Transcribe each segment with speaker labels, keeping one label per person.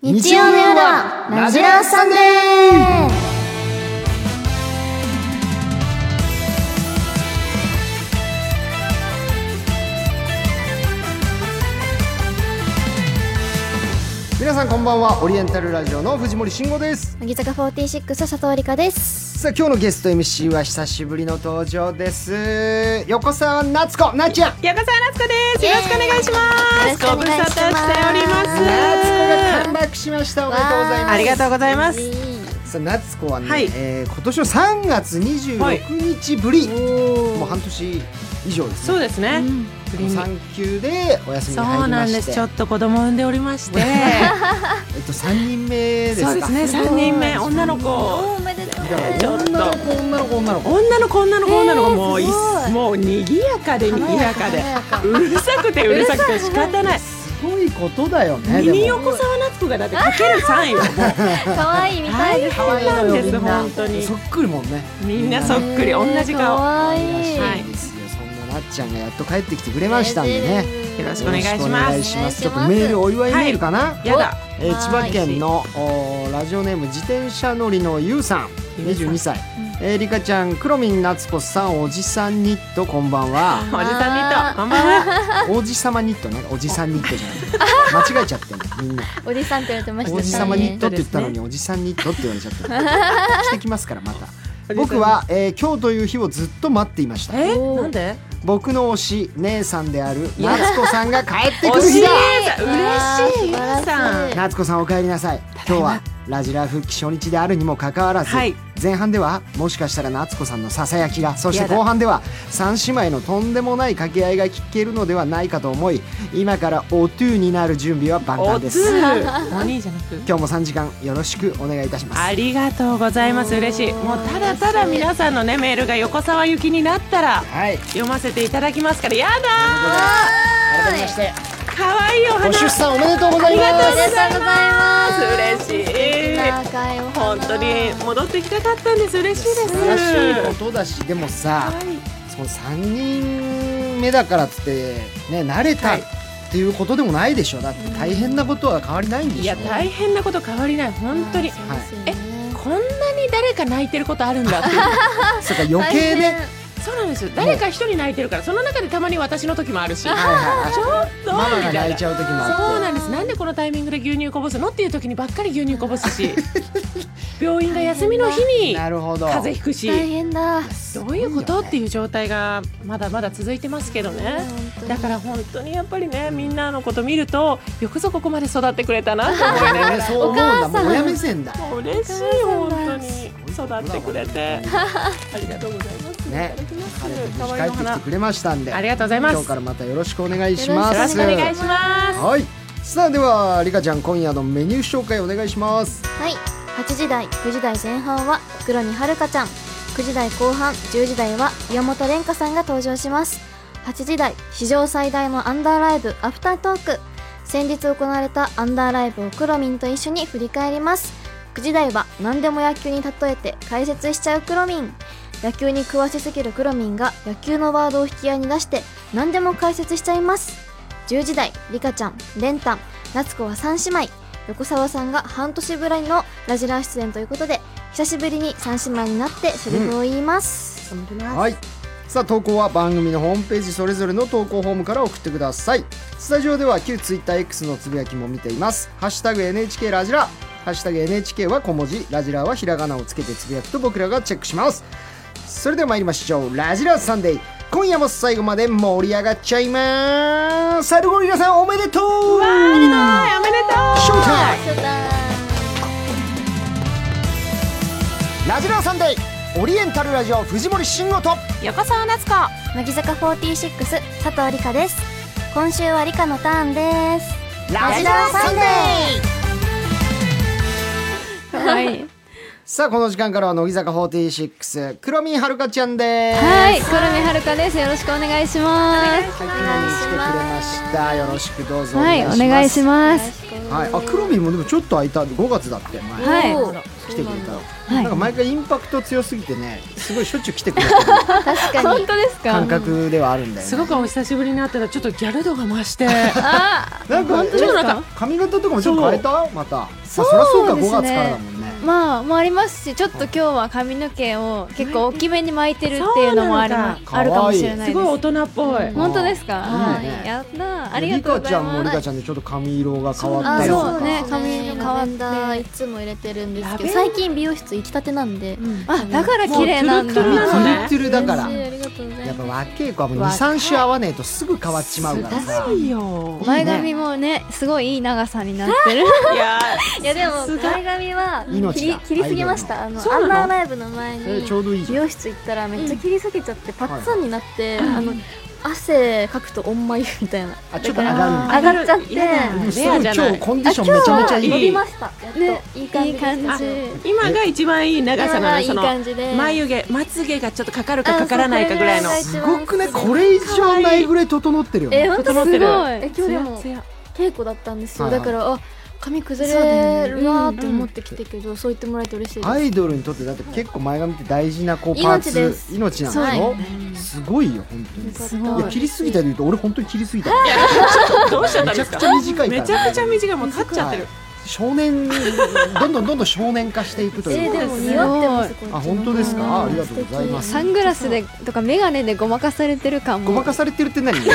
Speaker 1: 日曜の夜はラジラーサンデー
Speaker 2: 皆さんこんばんはオリエンタルラジオの藤森慎吾です
Speaker 1: 乃木坂46佐藤理香です
Speaker 2: さあ今日のゲスト MC は久しぶりの登場です横澤夏子なっちゃん
Speaker 3: 矢笠夏子です。よろしくお願いします。
Speaker 1: よ
Speaker 3: ご
Speaker 1: ろし
Speaker 3: 無
Speaker 1: くお
Speaker 3: 沙
Speaker 1: 願い
Speaker 3: 汰
Speaker 1: します
Speaker 3: しておりま
Speaker 2: 夏子がカ
Speaker 3: す。
Speaker 2: ムバックしましたおめでとうございます
Speaker 3: ありがとうございます
Speaker 1: 嬉し
Speaker 2: さあ夏子はね、
Speaker 3: はい
Speaker 2: えー今年の3月26日ぶり、もう半年以上です
Speaker 3: そう
Speaker 2: ね
Speaker 3: ですね。ぶりに
Speaker 2: 産休でお休み
Speaker 3: そ
Speaker 2: に入
Speaker 3: う
Speaker 2: り
Speaker 3: な
Speaker 2: ま
Speaker 3: んで
Speaker 2: して
Speaker 3: す。ちょっと子供産んでおりまして。
Speaker 2: えっと3人目ですか
Speaker 3: そうですね。三人目女の子。
Speaker 1: おめでとう
Speaker 2: だから
Speaker 3: ちょっと
Speaker 2: 女の子女の子女の子
Speaker 3: 女の子女の子女の子もうい
Speaker 1: すごい
Speaker 3: もう賑やかで賑やかで
Speaker 1: 華やか
Speaker 3: うるさくてうるさくて仕方ない。
Speaker 2: すごいことだよねでも
Speaker 3: 耳横澤夏子がだってかける三よ。もう
Speaker 1: 可愛いみたいです
Speaker 3: 可愛いなんです
Speaker 2: みな
Speaker 3: 本当に
Speaker 2: そっくりもんね
Speaker 3: みんなそっくり同じ顔。
Speaker 1: 可愛い
Speaker 2: 可
Speaker 3: は
Speaker 2: 愛いですよそんななっちゃんがやっと帰ってきてくれましたんでね
Speaker 3: よろしく
Speaker 2: よ
Speaker 3: お
Speaker 2: ろ
Speaker 3: 願
Speaker 2: し
Speaker 3: い
Speaker 2: く
Speaker 3: し
Speaker 2: お
Speaker 3: ま
Speaker 2: 願い
Speaker 3: す。
Speaker 2: しますちょっとメールお祝いメールかな、
Speaker 3: やだ。
Speaker 2: えー
Speaker 1: は
Speaker 2: 千
Speaker 1: ー
Speaker 2: 葉
Speaker 1: い
Speaker 2: 県のおーラジオネーム自転車乗りのゆうさん
Speaker 3: ゆうさん
Speaker 2: 22歳、えー、りかちゃんくろみんなつこさんおじさんニットこんばんは
Speaker 3: おじさんにとこんばんは。
Speaker 2: 王子様ニットねおじさんニットじゃ ない間違えちゃってるみんな
Speaker 1: おじさんって言われてました
Speaker 2: 王子様ニットって言ったのにおじさんニットって言われちゃったしてきますからまた僕は、えー今日という日をずっと待っていました
Speaker 3: え
Speaker 1: おー
Speaker 3: なんで
Speaker 2: 僕の推し姉さんである夏子さんが帰ってく
Speaker 3: お
Speaker 2: る
Speaker 3: し
Speaker 2: 日
Speaker 3: い
Speaker 2: だ
Speaker 3: 嬉しい皆さん
Speaker 2: 夏子さんお帰りなさい今日はラジラ復帰初日であるにもかかわらず、
Speaker 3: はい
Speaker 2: 前半ではもしかしたら夏子さんのささやきがそして
Speaker 3: やだ
Speaker 2: 後半では3姉妹のとんでもない掛け合いが聞けるのではないかと思い今からおトゥーになる準備は万
Speaker 3: お
Speaker 2: 端で
Speaker 3: つ
Speaker 2: す
Speaker 3: お兄じゃなく
Speaker 2: 今日も3時間よろしくお願いいたします
Speaker 3: ありがとうございます嬉しいもうただただ皆さんのねメールが横沢行きになったら
Speaker 2: はい
Speaker 3: 読ませていただきますからやだ
Speaker 2: 改めまして
Speaker 3: ー可愛いお花
Speaker 2: ご出産おめでとうございます
Speaker 3: あ
Speaker 1: お
Speaker 3: り
Speaker 1: めでとうございます
Speaker 3: 嬉しい
Speaker 1: 長いお花
Speaker 3: 本当に戻ってきたかったんです嬉しいで
Speaker 2: 素晴らしいこ
Speaker 3: す
Speaker 2: とだしでもさ
Speaker 3: 可愛い
Speaker 2: その3人目だからっつってね慣れた
Speaker 3: はい
Speaker 2: っていうことでもないでしょだって大変なことは変わりないんでしょ
Speaker 3: いや大変なこと変わりない本当に
Speaker 1: そうですよね
Speaker 3: こんなに誰か泣いてることあるん だっていう
Speaker 2: そっか余計ね
Speaker 3: そうなんですよ誰か一人泣いてるからその中でたまに私の時もあるしちょっ
Speaker 2: はいはいはい
Speaker 3: と
Speaker 2: ママ
Speaker 3: み
Speaker 2: が
Speaker 3: た
Speaker 2: 泣
Speaker 3: い
Speaker 2: い
Speaker 3: な
Speaker 2: ちゃう時もあ
Speaker 3: そうなんですなんでこのタイミングで牛乳こぼすのっていう時にばっかり牛乳こぼ すし病院が休みの日
Speaker 2: って
Speaker 3: に
Speaker 2: な
Speaker 3: 風
Speaker 2: るほど
Speaker 3: 邪ひくし
Speaker 1: 大変だ
Speaker 3: どういうことって
Speaker 2: う
Speaker 3: いう状態がまだまだ続いてますけどねだから本当にやっぱりねみんなのこと見るとよくぞここまで育ってくれたなと思いながら
Speaker 2: そう思うんだもう親目線だ
Speaker 3: もう嬉しい本当に育ってくれてありがとうございます、
Speaker 2: ね
Speaker 3: いただきます
Speaker 2: 彼と
Speaker 3: 可
Speaker 2: 無事帰
Speaker 3: 愛いお
Speaker 2: ってき
Speaker 3: 花
Speaker 2: てくれましたんで
Speaker 3: ありがとうございます
Speaker 2: 今日からまたよろしくお願いしま
Speaker 1: よ
Speaker 2: す
Speaker 3: よろしくお願いします。
Speaker 2: はいさあではリカちゃん今夜のメニュー紹介お願いします
Speaker 1: はい8時台9時台前半は黒にはるかちゃん9時台後半10時台は岩本蓮香さんが登場します8時台史上最大のアンダーライブアフタートーク先日行われたアンダーライブを黒みんと一緒に振り返ります9時台は何でも野球に例えて解説しちゃう黒みん野球に詳しすぎる黒みんが野球のワードを引き合いに出して何でも解説しちゃいます10時台リカちゃんレンタン夏子は3姉妹横澤さんが半年ぶりのラジラー出演ということで久しぶりに3姉妹になってセリフを言います、
Speaker 2: はい。さあ投稿は番組のホームページそれぞれの投稿フォームから送ってください。スタジオでは旧 TwitterX のつぶやきも見ています。ハッシュタグ NHK ラジラ。ハッシュタグ NHK は小文字、ラジラはひらがなをつけてつぶやくと僕らがチェックします。それでは参りましょう。ラジラサンデー。今夜も最後まで盛り上がっちゃいまーす。サルゴリラさんおめでとう
Speaker 3: はい、おめでと
Speaker 2: ショータイム
Speaker 1: そうだ
Speaker 2: ラジラサンデー。オリエンタルラジオ藤森慎吾と
Speaker 3: う。横澤夏子。
Speaker 1: 乃木坂46佐藤理香です今週は理香のターンです
Speaker 2: ラジラサンデー
Speaker 1: はい
Speaker 2: さあこの時間からは乃木坂46黒見はるかちゃんです
Speaker 4: はい、コルミはるかです。よろしくお願いします。
Speaker 2: はい、来てくれましたよろしくどうぞ
Speaker 4: はい、お願いし
Speaker 2: ま
Speaker 4: ます。
Speaker 2: はい、あクロミンもでもちょっと空いた5月だって前
Speaker 4: はい
Speaker 5: おー
Speaker 2: 来てくれたの、
Speaker 4: はい
Speaker 2: なんか毎回インパクト強すぎてねすごいしょっちゅう来てくれてる
Speaker 5: 確かに
Speaker 4: 本当ですか
Speaker 2: 感覚ではあるんだよ
Speaker 3: す
Speaker 2: ね
Speaker 3: ごくお久しぶりになったらちょっとギャル度が増して
Speaker 4: あ
Speaker 2: なんか
Speaker 3: 本当ですか
Speaker 2: えなんか髪型とかもちょっと変えたまた
Speaker 4: そう
Speaker 2: まあそりゃそうか
Speaker 4: ですね
Speaker 2: 5月からだもんね
Speaker 4: まあもうありますしちょっと今日は髪の毛を結構大きめに巻いてるっていうのもあ
Speaker 3: そ
Speaker 4: る
Speaker 3: うなん
Speaker 2: だ
Speaker 4: あるかもしれな
Speaker 3: す
Speaker 4: いです
Speaker 3: ごい大人っぽい。
Speaker 4: 本当ですか
Speaker 2: あー
Speaker 4: はい
Speaker 2: いね
Speaker 4: やったーありがとうご
Speaker 2: リカ
Speaker 4: ざ
Speaker 2: ち
Speaker 4: い
Speaker 2: ゃんもリ
Speaker 4: ま
Speaker 2: カ
Speaker 4: す
Speaker 2: ちゃんでちょっと髪色が変わった
Speaker 5: あ
Speaker 2: りと
Speaker 5: そう
Speaker 2: か
Speaker 5: ですね
Speaker 4: そう
Speaker 5: 髪
Speaker 4: ね
Speaker 5: 色変
Speaker 4: 髪
Speaker 5: わ
Speaker 4: わ
Speaker 5: っ
Speaker 4: って
Speaker 5: たいつも入れてるんです
Speaker 3: ラ
Speaker 5: けど
Speaker 3: ベン
Speaker 5: 最近美容室行きたてなんで
Speaker 4: あだから綺麗なんだ
Speaker 3: もうトゥルトゥルなのね
Speaker 2: ツルツルだから
Speaker 5: 嬉しいありがとうござい
Speaker 2: やっ
Speaker 5: ま
Speaker 2: ぱ
Speaker 5: す
Speaker 2: 若い子はもう23週合わねえとすぐ変わっちまうから
Speaker 3: す
Speaker 2: さ
Speaker 3: ごいよ。
Speaker 4: 前髪もねすごいいい長さになってる
Speaker 3: いや
Speaker 5: いやでも
Speaker 3: すが
Speaker 5: 前髪は切
Speaker 2: 命
Speaker 5: り
Speaker 2: だ
Speaker 5: 切りすぎましたあの
Speaker 3: そう
Speaker 5: ア
Speaker 3: な
Speaker 5: ン
Speaker 3: の
Speaker 5: ダーライブの前に
Speaker 2: えちょうどいい
Speaker 5: 美
Speaker 2: じゃん
Speaker 5: 容室行ったらめっちゃ切りすぎちゃってパッツンになって、
Speaker 3: ん
Speaker 5: あの汗かくとおんまゆみたいな
Speaker 2: あちょっと上が
Speaker 5: 上がっちゃって
Speaker 3: 嫌だ
Speaker 2: る
Speaker 3: ね
Speaker 2: のす
Speaker 3: レ
Speaker 2: ごい
Speaker 3: アじ
Speaker 2: 今
Speaker 3: ゃな
Speaker 2: 日
Speaker 3: い。
Speaker 2: コンディションめちゃめちゃい
Speaker 5: 今日
Speaker 2: い
Speaker 5: 伸びましたやっ と、
Speaker 4: ね
Speaker 5: いい感
Speaker 4: い
Speaker 5: じです
Speaker 4: い感じ
Speaker 3: 今が一番いい長さなの。
Speaker 5: いい
Speaker 3: その
Speaker 5: 感じで
Speaker 3: 眉毛まつげがちょっとかかるかかからないかぐらいの
Speaker 5: あ。そう
Speaker 2: すごくねこれ以上ないぐらい整ってるよ
Speaker 5: え
Speaker 2: ね
Speaker 5: 本当
Speaker 3: 整ってる
Speaker 5: え
Speaker 4: す
Speaker 5: 今日でも
Speaker 3: ツヤ
Speaker 5: 稽古だったんですよ、
Speaker 2: はいはい
Speaker 5: だからあ髪崩れるなーって思ってきてけど、そう言ってもらえて嬉しいです、
Speaker 2: アイドルにとってだって結構前髪って大事なこうパー
Speaker 5: 命で
Speaker 2: ツ
Speaker 5: す
Speaker 2: 命なん
Speaker 5: は
Speaker 2: で
Speaker 5: い
Speaker 2: しょすごいよ本当に
Speaker 5: よかった
Speaker 3: す
Speaker 2: い
Speaker 3: ご
Speaker 2: や切りすぎたで言うと俺本当に切りすぎため
Speaker 3: どうしちゃったんです
Speaker 2: ちゃ
Speaker 3: か。
Speaker 2: 短いから
Speaker 3: めちゃくちゃ短いもう立っちゃってる。
Speaker 2: 少年どんどんどんどん少年化していくとい
Speaker 5: え
Speaker 2: う
Speaker 5: ーで
Speaker 2: か
Speaker 5: も似合ってますこっちの
Speaker 2: あ本当ですか
Speaker 5: うん
Speaker 2: あありがとうございます
Speaker 4: サングラスでとか眼鏡でごまかされてる感
Speaker 2: ご
Speaker 4: も
Speaker 2: まかされてるって何ちょ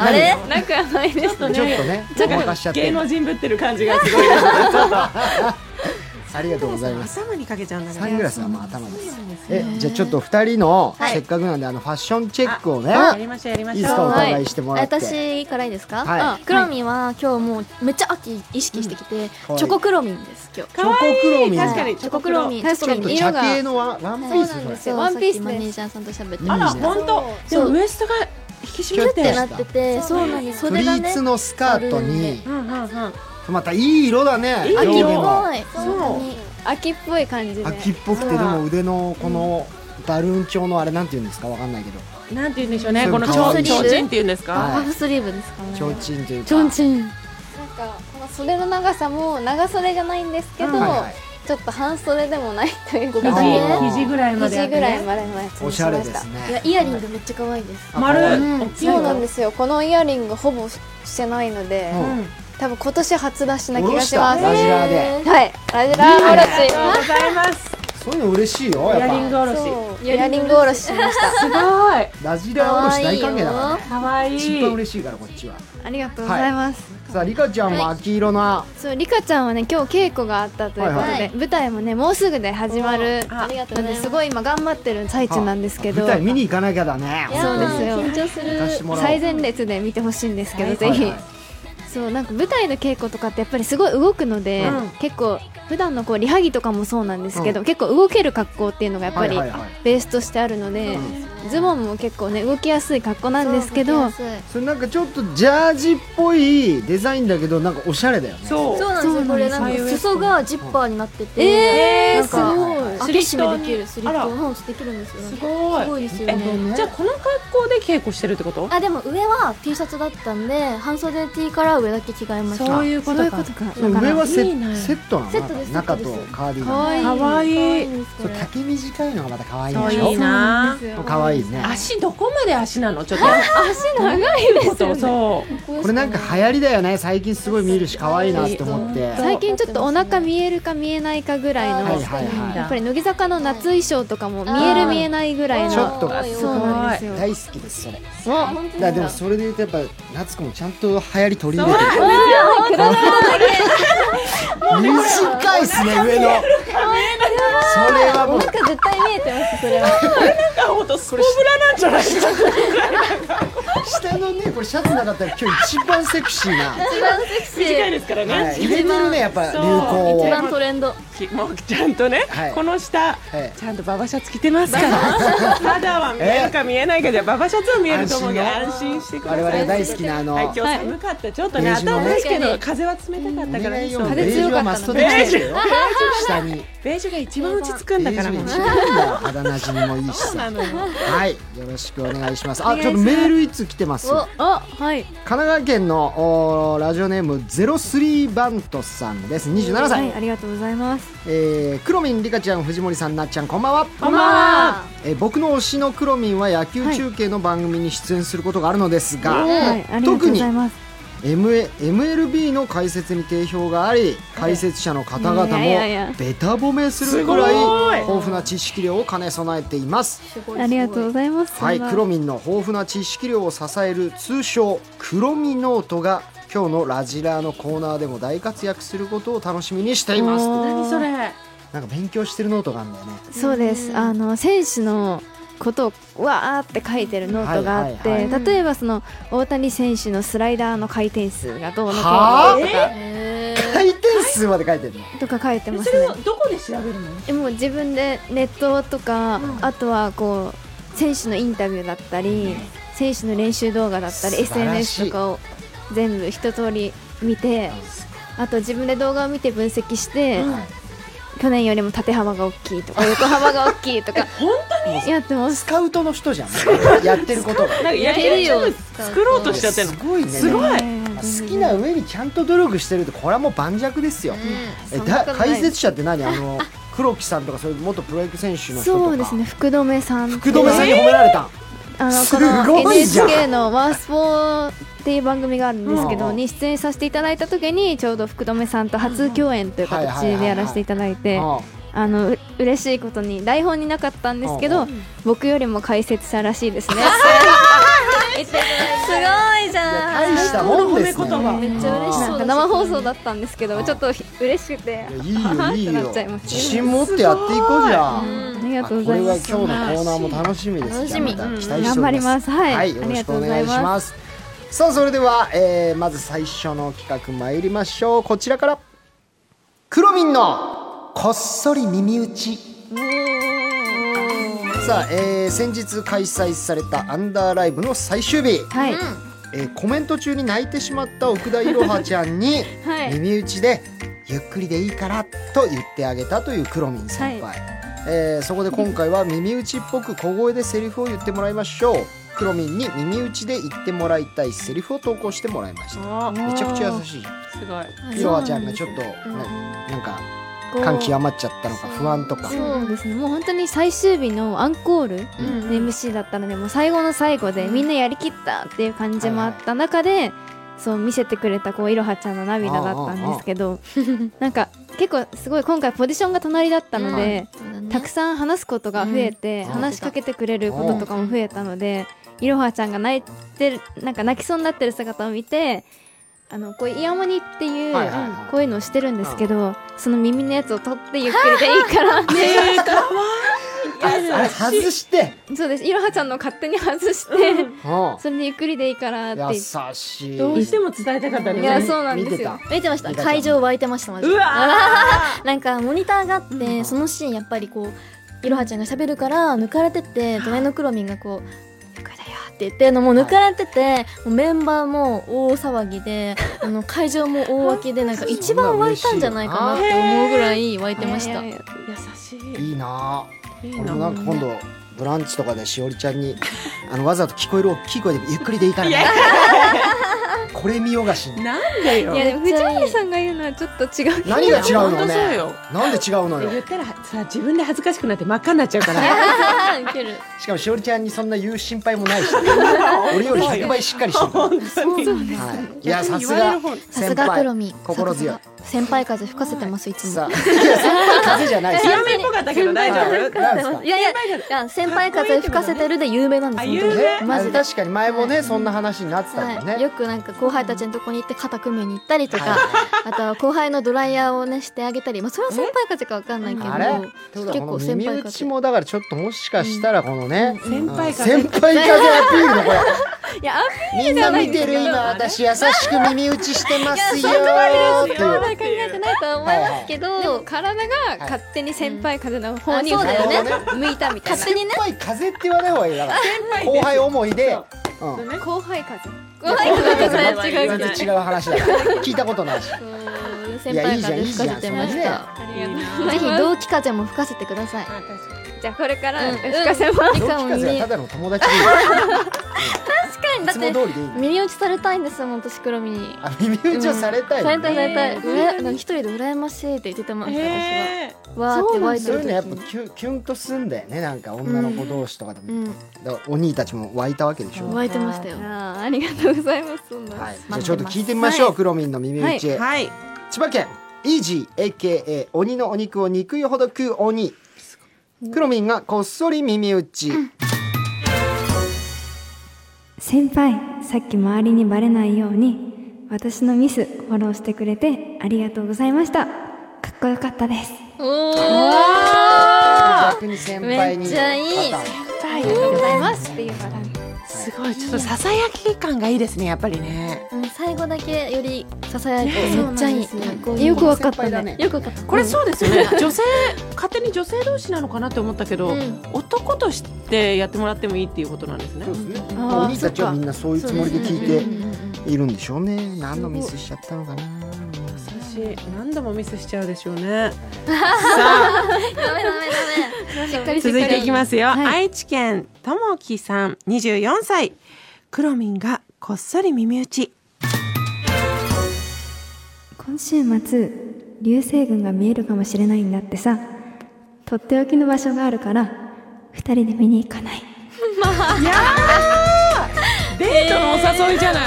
Speaker 5: あれ
Speaker 4: なんかないです
Speaker 3: ちょ
Speaker 2: っ
Speaker 3: っと
Speaker 2: とねごまかしちゃって
Speaker 3: 芸
Speaker 2: る
Speaker 3: 能人ぶってる感じがすごいですねちょっと
Speaker 2: ありがとうございます
Speaker 3: 頭にかけちゃうんだから
Speaker 2: サングラスはまあ頭で
Speaker 3: そう
Speaker 2: す
Speaker 3: なんです
Speaker 2: えじゃあちょっと二人の
Speaker 5: はい
Speaker 2: せっかくなんであのファッションチェックをね
Speaker 3: やりましょうやりましょう
Speaker 2: いいですかお
Speaker 5: はい
Speaker 2: 互いしてもらって
Speaker 5: 私からいいですか、
Speaker 2: はい
Speaker 5: あクロミンは今日もうめっちゃ秋意識してきて、
Speaker 2: うん
Speaker 5: チョコクロミンです今日
Speaker 2: チョコクロミン
Speaker 3: 確かに
Speaker 5: チョコクロミン
Speaker 4: 確
Speaker 5: チョ
Speaker 4: か
Speaker 5: コ
Speaker 2: ちょっ
Speaker 5: クロ
Speaker 2: と
Speaker 4: に
Speaker 5: ミン
Speaker 2: 茶系のワワンピー
Speaker 5: そう
Speaker 2: ス
Speaker 5: なん
Speaker 2: そ
Speaker 5: で
Speaker 2: れ
Speaker 5: すよ
Speaker 4: ワンピースで
Speaker 5: さっき
Speaker 4: す
Speaker 5: マネージャーさんと喋って
Speaker 3: あら
Speaker 5: ました
Speaker 3: 本当で
Speaker 5: そう
Speaker 3: もウエストが引き締まって
Speaker 5: キュッてなっててそうなんです
Speaker 2: プ
Speaker 5: 袖
Speaker 2: リ
Speaker 5: が
Speaker 2: ー
Speaker 5: ね
Speaker 2: ツのスカート
Speaker 5: それが
Speaker 2: に
Speaker 5: ね
Speaker 3: うんうんうん
Speaker 2: またいい色だね
Speaker 3: いい
Speaker 2: 上下
Speaker 3: 色
Speaker 5: す
Speaker 2: の
Speaker 5: ごい
Speaker 3: そう
Speaker 5: 本当に
Speaker 4: 秋っぽい感じで
Speaker 2: 秋っぽくてでも腕のこのバルーン調のあれなんて言うんですかわかんないけど
Speaker 3: なんて言うんでしょうね
Speaker 2: そう
Speaker 3: このち
Speaker 2: 可
Speaker 3: ょ
Speaker 5: 愛
Speaker 3: う
Speaker 5: い
Speaker 3: ちょうちんっていうんです
Speaker 2: は
Speaker 3: か
Speaker 5: ハーフスリーブですかね
Speaker 2: 提灯というか
Speaker 4: ちょんちんなんかこの袖の長さも長袖じゃないんですけど、
Speaker 3: うん
Speaker 2: はいはい
Speaker 4: ちょっと半袖でもないというか
Speaker 2: あー
Speaker 3: 肘肘ぐらいまであっ
Speaker 4: 肘
Speaker 3: て
Speaker 4: ぐらい
Speaker 3: ね
Speaker 4: までのやつ
Speaker 2: お
Speaker 4: に
Speaker 2: し
Speaker 4: し
Speaker 2: ゃ
Speaker 4: ま
Speaker 2: れで
Speaker 4: した
Speaker 2: す
Speaker 5: いや
Speaker 2: ね
Speaker 5: イヤリングめっちゃ可愛いです
Speaker 3: 丸
Speaker 5: うん
Speaker 3: 大きい
Speaker 4: そうなんですすよこのイヤリングほぼしてないので、
Speaker 2: うん
Speaker 4: 多分今年初出しな気
Speaker 2: 下ろ
Speaker 4: が
Speaker 2: し
Speaker 4: したます
Speaker 2: ラジラー
Speaker 5: へ
Speaker 2: で
Speaker 5: ー
Speaker 4: はいラジラーおろし
Speaker 3: ありがとうございます
Speaker 2: そういうの嬉しいよ
Speaker 3: イ
Speaker 2: や
Speaker 3: ヤリン
Speaker 2: っ
Speaker 3: グ
Speaker 2: ぱ
Speaker 3: おろし
Speaker 4: そうイヤリングおろししました
Speaker 3: すごい
Speaker 2: ラジラーおろし大歓迎だからね
Speaker 3: かわい
Speaker 2: 一
Speaker 3: い
Speaker 2: 番嬉しいからこっちは
Speaker 4: ありがとうございます、
Speaker 2: さあリカちゃんも秋色な
Speaker 4: そうリカちゃんはね今日稽古があったということで、
Speaker 2: はい
Speaker 5: はい
Speaker 4: 舞台もねもうすぐで始まる
Speaker 3: あ
Speaker 5: りがとうご
Speaker 4: ので
Speaker 5: ざいます
Speaker 4: すごい今頑張ってる最中なんですけど
Speaker 2: 舞台見に行かなきゃだね
Speaker 5: いや
Speaker 4: そうですよ
Speaker 5: 緊張する
Speaker 2: 行かしてもらおう
Speaker 4: 最前列で見てほしいんですけど、
Speaker 3: はい
Speaker 4: ぜひ、
Speaker 2: はいはい
Speaker 4: そうなんか舞台の稽古とかってやっぱりすごい動くので、
Speaker 3: うん
Speaker 4: 結構普段のこうリハギとかもそうなんですけど、
Speaker 2: う
Speaker 4: 結構動ける格好っていうのがやっぱり
Speaker 2: はいはいはい
Speaker 4: ベースとしてあるので、ズボンも結構ね動きやすい格好なんですけど
Speaker 5: そう
Speaker 2: それなんかちょっとジャージっぽいデザインだけどなんかおしゃれだよね
Speaker 3: そう
Speaker 5: そうなんですよこれなん
Speaker 3: そうなん
Speaker 5: か
Speaker 3: です
Speaker 5: 裾がジッパーになってて
Speaker 4: えー、
Speaker 5: なん
Speaker 4: す
Speaker 5: か
Speaker 4: ごい
Speaker 5: 開け閉めできるス
Speaker 3: スリ
Speaker 5: リッ
Speaker 3: ット
Speaker 5: トを
Speaker 3: を
Speaker 5: ハウスできるんですよなん
Speaker 3: す
Speaker 5: か
Speaker 3: ご
Speaker 5: すご
Speaker 3: い
Speaker 5: いですよね
Speaker 3: じゃあこの格好で稽古してるってこと
Speaker 5: あでも上は T シャツだったんで半袖 T から上だけ着替えました
Speaker 3: そういうこ
Speaker 4: そうい
Speaker 3: と
Speaker 4: うこ
Speaker 3: か
Speaker 4: とか
Speaker 2: そう
Speaker 4: だから
Speaker 2: 上はセ
Speaker 3: いいね
Speaker 2: セットなの
Speaker 5: セットです
Speaker 2: 中と
Speaker 5: セットです
Speaker 2: カーディ
Speaker 4: かわ
Speaker 2: ガン
Speaker 4: いい
Speaker 3: かわいい
Speaker 5: んです
Speaker 2: そう
Speaker 5: これ
Speaker 2: 丈短いのがまた可愛い
Speaker 3: そ
Speaker 2: で
Speaker 3: う
Speaker 2: し
Speaker 3: い
Speaker 2: ょ
Speaker 3: いな
Speaker 2: 可愛いね
Speaker 3: 足どこまで足なのちょっと足
Speaker 4: 長いですよね
Speaker 3: そう
Speaker 2: これなんか流行りだよね最近すごい見るし可愛いなって思って
Speaker 3: そう
Speaker 4: 最近ちょっとお腹見えるか見えないかぐらいの、
Speaker 2: はいはいはい
Speaker 4: やっぱり乃木坂の夏衣装とかも見える見えないぐらいの
Speaker 2: ちょっと
Speaker 4: そうなんですよ
Speaker 2: 大好きですそれ
Speaker 5: あ本当
Speaker 2: だから
Speaker 5: だ
Speaker 2: でもそれで言うとやっぱ夏子もちゃんと流行り取り入れてる短いっすね上のそれはもう
Speaker 4: なんか絶対見えてますそれは
Speaker 3: あほんとスポブラなんじゃない
Speaker 2: 下のねこれシャツなかったら今日一番セクシーな
Speaker 3: 短いですからね、
Speaker 2: はい入れてるねやっぱ流行
Speaker 5: 一
Speaker 2: を
Speaker 5: 番トレンド
Speaker 3: もうちゃんとね、
Speaker 2: はい
Speaker 3: この下、
Speaker 2: ええ
Speaker 3: ちゃんとババシャツ着てますから肌は見えるか見えないかじゃババシャツは見えると思うけど
Speaker 2: 安
Speaker 3: 安心してくださ
Speaker 2: 我
Speaker 3: い
Speaker 2: 々が大好きなあの
Speaker 3: はい、今日寒かった、ちょっとね
Speaker 2: ベージュの
Speaker 3: 暖
Speaker 2: ね
Speaker 3: かいけど風は冷たかったから
Speaker 2: 恋
Speaker 3: ね
Speaker 2: 愛
Speaker 3: そ
Speaker 2: 用
Speaker 3: う
Speaker 2: の
Speaker 3: ベ
Speaker 2: ベージュはマストできてるよ下に
Speaker 3: ージュが一番
Speaker 6: 落ち着くんだから
Speaker 2: いい
Speaker 6: も
Speaker 2: ん
Speaker 6: う。
Speaker 2: だ肌なじみもいいし
Speaker 6: そう
Speaker 2: さ
Speaker 6: なのよ。
Speaker 2: はいよろしくお願いしますあ
Speaker 4: お願い
Speaker 2: ちょっと
Speaker 4: します
Speaker 2: メール一通来てます
Speaker 5: お
Speaker 2: 神
Speaker 4: あはい
Speaker 2: 奈川県のおーラジオネーム03バントさんです27歳、
Speaker 4: はいありがとうございます
Speaker 2: えー、クロミンリカちゃん藤森さんなっちゃんこんばんは
Speaker 6: こんばんは。
Speaker 2: えー僕の推しのクロミンは野球中継の番組に出演することがあるのですが、
Speaker 4: はいありがとう
Speaker 2: 特
Speaker 4: ご
Speaker 2: に
Speaker 4: ざいます
Speaker 2: MA MLB の解説に定評があり解説者の方々も
Speaker 4: いやいやいや
Speaker 2: ベタ褒めするぐらい
Speaker 6: すごい
Speaker 2: 豊富な知識量を兼ね備えています
Speaker 5: すごい
Speaker 4: ありがとうご
Speaker 5: す
Speaker 4: ざいます
Speaker 2: はい
Speaker 4: そんな
Speaker 2: クロミンの豊富な知識量を支える通称クロミノートが今日のラジラーのコーナーでも大活躍することを楽しみにしています
Speaker 4: おー
Speaker 6: 何それ。
Speaker 2: なんか勉強してるノートがあるんだよね
Speaker 4: そうですあの選手のことをわーって書いてるノートがあって、
Speaker 2: はいはい
Speaker 5: はい
Speaker 4: 例えばその大谷選手のスライダーの回転数がどうのこう
Speaker 2: は
Speaker 4: の
Speaker 2: あ
Speaker 5: へ
Speaker 2: 回転数まで書いてるの
Speaker 4: とか書いてま
Speaker 6: そ
Speaker 4: すね
Speaker 6: れをどこで調べるの？
Speaker 4: えもう自分でネットとか、
Speaker 5: うん
Speaker 4: あとはこう選手のインタビューだったり選手の練習動画だったり
Speaker 2: 素晴らしい
Speaker 4: SNS とかを全部一通り見てあと自分で動画を見て分析して、
Speaker 2: はい
Speaker 4: 去年よりも縦幅が大きいとか横幅が大きい とか
Speaker 6: 本
Speaker 4: やってます
Speaker 2: スカウトの人じゃんやってることが
Speaker 6: 当に。
Speaker 4: やってるよ
Speaker 6: 野球チーム作ろうとしちゃってる
Speaker 2: す
Speaker 6: の。
Speaker 2: ごいね
Speaker 6: すごい
Speaker 2: 好きな上にちゃんと努力してるってこれはもう盤石ですよ、え
Speaker 4: そんな
Speaker 2: だ
Speaker 4: ことない
Speaker 2: 解説者って何あの黒木さんとかそういう元プロ野球選手の人とか
Speaker 4: そうですね福留さんって
Speaker 2: 福留さんに褒められた、
Speaker 4: あの
Speaker 2: す
Speaker 4: こ
Speaker 2: ごい
Speaker 4: の
Speaker 2: じゃん
Speaker 4: NHK の「ワースポー」っていう番組があるんですけ
Speaker 2: うん
Speaker 4: ど
Speaker 2: うん
Speaker 4: に出演させていただいた時にちょうど福留さんと初共演という
Speaker 2: はいはいはい
Speaker 4: 形
Speaker 2: はい
Speaker 4: でやらせていただいて
Speaker 2: あ
Speaker 4: あのう嬉しいことに台本になかったんですけ
Speaker 2: う
Speaker 4: ど僕よりも解説者らしいですねすごいじ
Speaker 2: あ
Speaker 4: ゃ
Speaker 2: 大したもんですね
Speaker 6: 最高の褒め
Speaker 5: 言葉めっちゃ嬉しそう
Speaker 4: なんか生放送だったんですけ
Speaker 2: う
Speaker 4: ど
Speaker 2: ん
Speaker 4: ちょっとひ嬉しくて
Speaker 2: いやいいよいい
Speaker 4: な
Speaker 2: よ
Speaker 4: っちゃいます
Speaker 2: 自信持ってやっていこうじゃん
Speaker 4: ありがとうございます
Speaker 2: あこれは今日のコーナーも楽しみです
Speaker 5: 楽しみ
Speaker 2: じゃあまた期待しております
Speaker 4: 頑張りますはい、
Speaker 2: はい、よ
Speaker 4: あ
Speaker 2: ろ
Speaker 4: り
Speaker 2: し
Speaker 4: が
Speaker 2: く
Speaker 4: とう
Speaker 2: お
Speaker 4: ござ
Speaker 2: 願
Speaker 4: い
Speaker 2: いし
Speaker 4: ます
Speaker 2: ます。さあ、それでは、えーまず最初の企画参りましょう。こちらから。クロミンのこっそり耳打ち。さあ、えー先日開催されたアンダーライブの最終日、
Speaker 4: はい、
Speaker 2: えーコメント中に泣いてしまった奥田いろはちゃんに、
Speaker 4: はい
Speaker 2: 耳打ちでゆっくりでいいからと言ってあげたというクロミン先輩、
Speaker 4: は
Speaker 2: えーそこで今回は耳打ちっぽく小声でセリフを言ってもらいましょうクロミンに耳打ちで言ってもらいたいセリフを投稿してもらいました
Speaker 6: あー
Speaker 2: めちゃくちゃ優しい
Speaker 6: すごい。
Speaker 2: いろはちゃんがちょっとななんか
Speaker 4: こう
Speaker 2: 感極まっちゃったのか不安とか
Speaker 4: そうですねもう本当に最終日のアンコール、
Speaker 5: うん
Speaker 4: MC だったのでもう最後の最後でみんなやりきったっていう感じもあった中で、そう見せてくれたこういろはちゃんの涙だったんですけど なんか結構すごい今回ポジションが隣だったので、たく
Speaker 5: さ
Speaker 4: さん話すことが増えて、
Speaker 2: うん
Speaker 4: 話しかけてくれることとかも増えたので、いろはちゃんが泣いてるなんか泣きそうになってる姿を見てあのこうイヤモニっていう、
Speaker 2: はいはいはい
Speaker 4: こういうのをしてるんですけど、その耳のやつを取ってゆっくりでいいからっていう
Speaker 6: えーかわ
Speaker 2: ああれ外して
Speaker 4: そうです。いろはちゃんの勝手に外して、
Speaker 2: うん
Speaker 4: それでゆっくりでいいからって
Speaker 2: 優
Speaker 4: 言っ
Speaker 2: しい
Speaker 6: いい。どうしても伝えたかった
Speaker 4: て。
Speaker 6: ね。
Speaker 4: いや、そうなんですよ
Speaker 2: 見。
Speaker 5: ん見てました会場沸いてましたマジ
Speaker 6: う
Speaker 5: で
Speaker 6: わ
Speaker 5: なんかモニターがあって、
Speaker 2: ん
Speaker 5: そのシーンやっぱりこういろはちゃんが喋るから抜かれてって隣のクロミンがこう「抜かれよ」って言ってのもう抜かれてて、もうメンバーも大騒ぎ であの会場も大沸きでなんか一番沸いたんじゃないかなって思うぐらい沸いてました
Speaker 4: いやいやいや
Speaker 6: ー優し
Speaker 2: て
Speaker 6: い。
Speaker 2: いいなぁ
Speaker 6: いい
Speaker 2: 俺
Speaker 6: な
Speaker 2: もなんか今度ブランチとかでしおりちゃ んにあのわざと聞こえる大きい声でゆっくりでいいからねこれ見よがしに
Speaker 6: なんでよ。
Speaker 4: いや、でも
Speaker 5: めっ
Speaker 4: 藤
Speaker 5: ちゃいい
Speaker 4: 森さんが言うのはちょっと違う。
Speaker 2: 何が違うの
Speaker 6: 本当そう
Speaker 2: ね
Speaker 6: よ
Speaker 2: なんで違うの
Speaker 6: 言
Speaker 2: よ
Speaker 6: ったらさ自分で恥ずかしくなって真っ赤になっちゃうから
Speaker 5: ウケる
Speaker 2: しかもしおりちゃんにそんな言う心配もないし俺より100倍しっかりしてるか
Speaker 6: 本当に
Speaker 2: ら、はい、い
Speaker 6: 逆
Speaker 2: や
Speaker 6: に
Speaker 2: さす
Speaker 6: 言われ
Speaker 2: が
Speaker 6: る方
Speaker 5: さすがクロミン
Speaker 2: 心強い
Speaker 5: さすが先輩風吹かせてますいつも
Speaker 2: さあい や先輩風じゃないです
Speaker 6: 強めっぽかったけど大丈夫
Speaker 2: なんですか
Speaker 5: いやいやいや先輩風吹かせてるで有名なんです
Speaker 6: あ
Speaker 5: 本
Speaker 6: 有
Speaker 5: 当に
Speaker 6: 名
Speaker 2: ね
Speaker 5: マジで
Speaker 2: 確かに前もねそんな話になってたもんね、
Speaker 5: はい、よくなんか後輩たちのとこに行って肩組みに行ったりとか、
Speaker 2: はい
Speaker 5: あとは後輩のドライヤーをねしてあげたり、まあ、それは先輩たちかわかんないけど
Speaker 2: あれってことはこの耳打ちもだからちょっともしかしたらこのね、
Speaker 6: 先輩風
Speaker 2: 先輩風アピールのこれ
Speaker 4: いや、
Speaker 2: みんな見てる今私優しく耳打ちしてますよーっていう
Speaker 4: あんまり考えてないとは思いますけど、でも体が勝手に先輩風の方に
Speaker 5: うんあそうだ
Speaker 2: よね
Speaker 4: 向いたみたいな。
Speaker 5: 勝手にね
Speaker 2: 先輩風って言わない方がいいだから
Speaker 6: 輩
Speaker 2: 後輩思いで、うん、
Speaker 6: そうね
Speaker 4: 後輩風。後輩風とそれは違うけど。
Speaker 2: 全然違う話だから聞いたことないし
Speaker 4: そう
Speaker 5: 先輩
Speaker 2: いや
Speaker 5: 風
Speaker 2: いい
Speaker 5: 吹
Speaker 2: じゃ
Speaker 5: か
Speaker 2: ん
Speaker 5: せてました
Speaker 3: ありがとう
Speaker 1: ぜひ同期風も吹かせてください
Speaker 3: あ確かに
Speaker 5: じゃあこれから
Speaker 1: うん
Speaker 5: 吹かせます、
Speaker 2: 同期風はただの友達でいいよ
Speaker 1: 確か
Speaker 2: うん
Speaker 1: に
Speaker 2: い
Speaker 1: だ
Speaker 2: つ
Speaker 1: っ
Speaker 2: も
Speaker 1: て
Speaker 2: 通りでいいよ
Speaker 1: 耳打ちされたいんですもん私黒身に
Speaker 2: あ耳打ちをされたい
Speaker 1: さ
Speaker 2: の
Speaker 1: れたい
Speaker 2: ね
Speaker 1: されたい
Speaker 3: えー
Speaker 1: うらやなんか一人で羨ましいって言ってたもん私は
Speaker 3: え
Speaker 1: わーって湧いて
Speaker 2: そう
Speaker 1: る
Speaker 2: い
Speaker 1: 時
Speaker 2: うの
Speaker 1: に
Speaker 2: やっぱキュンキュンとすんだよねなんか女の子同士とかでも、
Speaker 1: うん
Speaker 2: だからお兄たちも湧いたわけでしょ、
Speaker 3: うん
Speaker 2: は
Speaker 1: 湧いてましたよ
Speaker 5: あーありがとうございますそんな、
Speaker 2: い、じゃあちょっと聞いてみましょう、クロミンの耳打ち、
Speaker 3: ーはい
Speaker 2: 千葉県イージー AKA 鬼のお肉を憎いほど食う鬼クロミンがこっそり耳打ち、
Speaker 4: 先輩さっき周りにバレないように私のミスフォローしてくれてありがとうございましたかっこよかったです
Speaker 1: お
Speaker 2: 逆に先輩に
Speaker 1: めっちゃいい
Speaker 2: パターン
Speaker 5: ありがとうございますっていうパターン
Speaker 3: すごいちょっとささやき感がいいですねやっぱりね
Speaker 1: うん最後だけよりささやいてめっちゃいいかっこいい
Speaker 5: よくわかっ
Speaker 2: 先
Speaker 5: た
Speaker 2: 輩だ
Speaker 5: ね
Speaker 2: ね
Speaker 5: よくわかった
Speaker 3: これそうですよね女性勝手に女性同士なのかなって思ったけど、
Speaker 1: うん
Speaker 3: 男としてやってもらってもいいっていうことなんですね
Speaker 2: そうですね
Speaker 5: あー
Speaker 2: 鬼たちはみんなそういうつもりで聞
Speaker 1: うんうんう
Speaker 2: い
Speaker 1: んうん
Speaker 2: ているんでしょうね何のミスしちゃったのかな
Speaker 3: 優しい何度もミスしちゃうでしょうね
Speaker 1: ダメダメダメしっかりしっ
Speaker 3: 続
Speaker 1: かり
Speaker 3: いていきますよ、
Speaker 5: はい
Speaker 3: 愛知県ともきさん24歳くろみんがこっそり耳打ち
Speaker 4: 今週末流星群が見えるかもしれないんだってさとっておきの場所があるから二人で見に行かない
Speaker 3: デートのお誘いじゃない、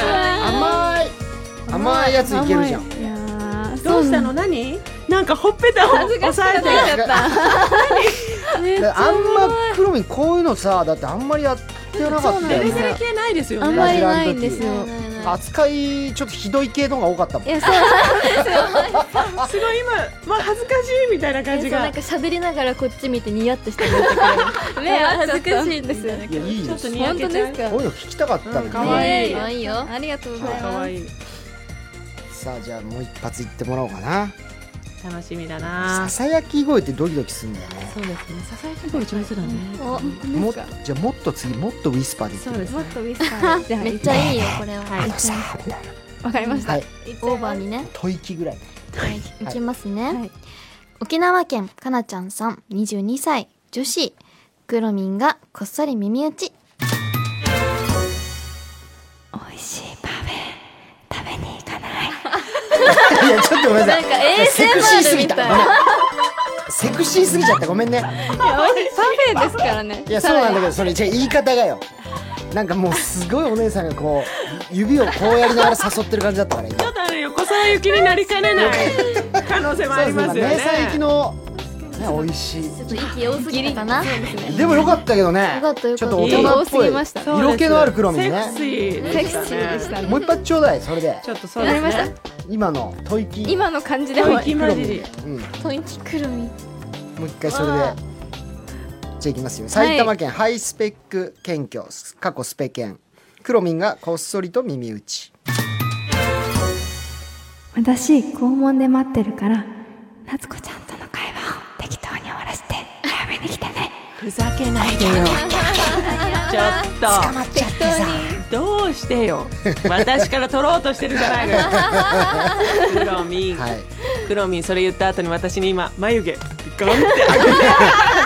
Speaker 2: 甘い甘いやついけるじゃん
Speaker 4: いやー
Speaker 3: どうしたの何なんかほっぺたを押さえて
Speaker 2: だからあんまクロミンこういうのさだってあんまりやってなかった
Speaker 3: デ
Speaker 2: よ
Speaker 3: レデ
Speaker 2: ね
Speaker 3: レ系ないですよね
Speaker 5: あんまりないんですよ
Speaker 1: ないないない
Speaker 2: 扱いちょっとひどい系の方が多かったもん
Speaker 5: いやそう
Speaker 3: すごい今、まあ、恥ずかしいみたいな感
Speaker 1: そ
Speaker 3: じ
Speaker 1: うな
Speaker 3: が
Speaker 1: んか喋りながらこっち見てニヤってしてるんですよ
Speaker 5: 目合っちゃ
Speaker 1: 恥ず
Speaker 5: った
Speaker 1: かしいんですよ
Speaker 2: いやいい
Speaker 3: ちょ
Speaker 2: で
Speaker 3: っ
Speaker 2: す
Speaker 3: と
Speaker 2: こ
Speaker 3: にや
Speaker 5: 本
Speaker 3: け
Speaker 5: 当
Speaker 3: ちゃ
Speaker 5: で
Speaker 3: う
Speaker 5: すか
Speaker 2: ういうの聞きたかった
Speaker 3: うん
Speaker 2: ん
Speaker 3: 可
Speaker 2: だ
Speaker 3: 愛い
Speaker 2: ね
Speaker 1: 可愛いよ
Speaker 5: ありがとうございます
Speaker 3: 可愛い
Speaker 2: さあじゃあもう一発いってもらおうかな
Speaker 3: 楽しみだ
Speaker 2: さ
Speaker 3: な
Speaker 2: さやき声ってドキドキするんだよね
Speaker 3: そうですねささやき声上手だね
Speaker 1: お
Speaker 2: もっとじゃあもっと次もっとウィスパーでいって
Speaker 3: そうです
Speaker 5: も
Speaker 3: ね
Speaker 5: っとウィスパーで
Speaker 1: めっちゃいいよこれは、
Speaker 3: はい
Speaker 2: さあみたいな
Speaker 5: わかりました
Speaker 2: はい
Speaker 1: オーバーにね
Speaker 2: 吐息ぐらい
Speaker 1: はいいきますね、
Speaker 5: はい
Speaker 1: 沖縄県かなちゃんさん22歳女子くろみんがこっそり耳打ち
Speaker 4: 美味しいパフェ食べに行かない
Speaker 2: いやちょっとごめんなさい
Speaker 1: なんか ASMR
Speaker 2: セクシーすぎた
Speaker 1: みたい
Speaker 2: ごめんセクシーすぎちゃったごめんね
Speaker 5: パフェですからね
Speaker 2: いやそうなんだけどそれじゃあ言い方がよなんかもうすごいお姉さんがこう指をこうやりながら誘ってる感じだったから今
Speaker 3: ちょっとあの横沢行きになりかねない可能性もありますよね
Speaker 2: 名産行きの、ね、美味しい
Speaker 1: ちょっと息多すぎたかな
Speaker 2: でも良かったけどね
Speaker 1: よかったよかった
Speaker 2: ちょっと大人っぽい
Speaker 5: いい多すぎました
Speaker 3: そうです
Speaker 2: 色気のある黒身ね
Speaker 3: セクシー
Speaker 5: セク
Speaker 3: で
Speaker 5: シ
Speaker 3: した
Speaker 5: ーでし
Speaker 3: ね
Speaker 5: たね
Speaker 2: もう一発ちょうだいそれで
Speaker 3: ちょっとそうです
Speaker 5: わかり
Speaker 3: ね
Speaker 2: 今の吐息
Speaker 5: 今の感じでも
Speaker 3: 吐息混じり
Speaker 2: うん、も
Speaker 1: トイキくるみ
Speaker 2: う一回それで
Speaker 1: わあ
Speaker 2: じゃあいきますよ埼玉県ハイスペック検挙過去スペ県クロミンがこっそりと耳打ち
Speaker 4: 私校門で待ってるから夏子ちゃんとの会話を適当に終わらせて早めに来てね
Speaker 3: ふざけないでよちょっ
Speaker 4: ちゃってさ
Speaker 3: とどうしてよ私から取ろうとしてるじゃないのよクロミン
Speaker 2: はい
Speaker 3: クロミンそれ言った後に私に今眉毛ガンって上げて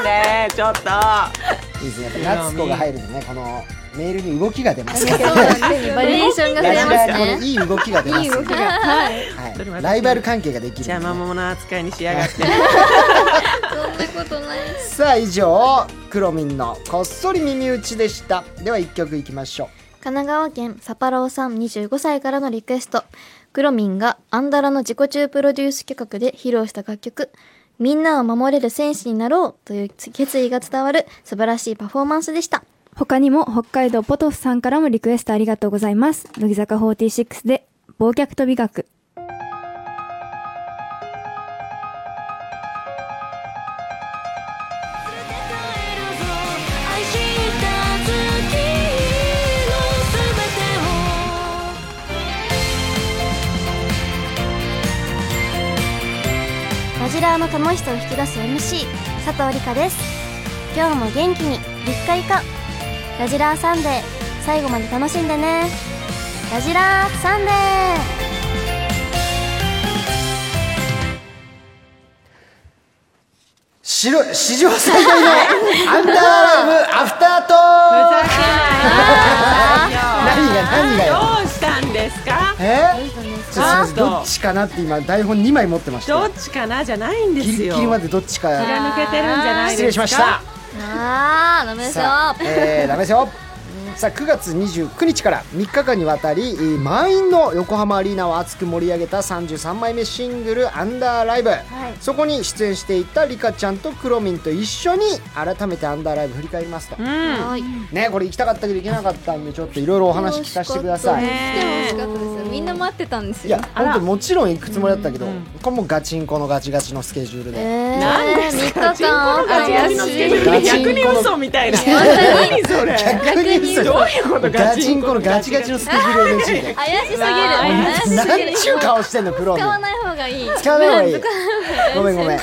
Speaker 3: ねえちょっと
Speaker 2: いいですねやっぱ夏子が入るとねこのメールに動きが出ますから
Speaker 1: バリエーションが増
Speaker 2: ラ
Speaker 1: え
Speaker 2: ジ
Speaker 1: ます
Speaker 2: ラに この
Speaker 1: ね
Speaker 2: いい動きが出ます
Speaker 5: 動きがはい
Speaker 2: はい、ライバル関係ができるんで
Speaker 3: 邪
Speaker 2: ね
Speaker 3: 魔者扱いにしやがって
Speaker 1: そんなことない
Speaker 2: さあ以上クロミンのこっそり耳打ちでしたでは一曲いきましょ
Speaker 1: 神奈川県サパローさん25歳からのリクエストくろみんがアンダラの自己中プロデュース企画で披露した楽曲「みんなを守れる戦士になろう」という決意が伝わる素晴らしいパフォーマンスでした
Speaker 4: 他にも北海道ポトフさんからもリクエストありがとうございます乃木坂46で忘却と美学
Speaker 1: ラジラーの楽しさを引き出す MC 佐藤理香です今日も元気にリッカイカラジラーサンデー最後まで楽しんでねラジラーサンデー
Speaker 2: しろ史上最大のアンダーライ ブアフタート
Speaker 6: ふざ
Speaker 2: ーク
Speaker 6: けない
Speaker 2: 何が何がよ
Speaker 6: どうしたんですか
Speaker 2: えちょっとすいません
Speaker 6: あと
Speaker 2: どっちかなって今台本2枚持ってまし
Speaker 6: ど
Speaker 2: た
Speaker 6: っちかなじゃないんで
Speaker 2: ギ
Speaker 6: す
Speaker 2: リ
Speaker 6: よ
Speaker 2: ギリまでどっちか
Speaker 6: 気が抜けてるんじゃないですか
Speaker 2: 失礼しました
Speaker 5: あーダメですよ
Speaker 2: さあ、えー、ダメですよさあ9月29日から3日間にわたりえー満員の横浜アリーナを熱く盛り上げた33枚目シングル「アンダーライブ、そこに出演していたリカちゃんとクロミンと一緒に改めて「アンダーライブ振り返りますと、
Speaker 6: うん
Speaker 5: はい
Speaker 2: ねこれ行きたかったけど行けなかったんでちょっといろいろお話聞かせてください、
Speaker 6: 楽しかっ
Speaker 4: 来ても欲しかったですよみんな待ってたんです
Speaker 2: い
Speaker 4: よ
Speaker 2: や
Speaker 6: あら
Speaker 2: 本当もちろん行くつもりだったけど、
Speaker 6: うんうん
Speaker 2: これもガチンコのガチガチのスケジュールで、
Speaker 5: えー、
Speaker 6: なんです
Speaker 5: 3日間
Speaker 4: ガチンコのガ
Speaker 5: 怪
Speaker 4: チガチのスケジュー
Speaker 5: しい
Speaker 4: ル
Speaker 6: 逆に嘘みたいな何それ
Speaker 2: 逆に言う
Speaker 6: ど
Speaker 2: と
Speaker 6: ういうこと
Speaker 2: ガチンコのガチガチのスケジュール NG で
Speaker 5: 怪しすぎる
Speaker 6: わー
Speaker 5: 怪しすぎる
Speaker 2: なんちゅう顔してんのクロミン
Speaker 5: 使わない方がいい
Speaker 2: 使わない方がいいごめんごめん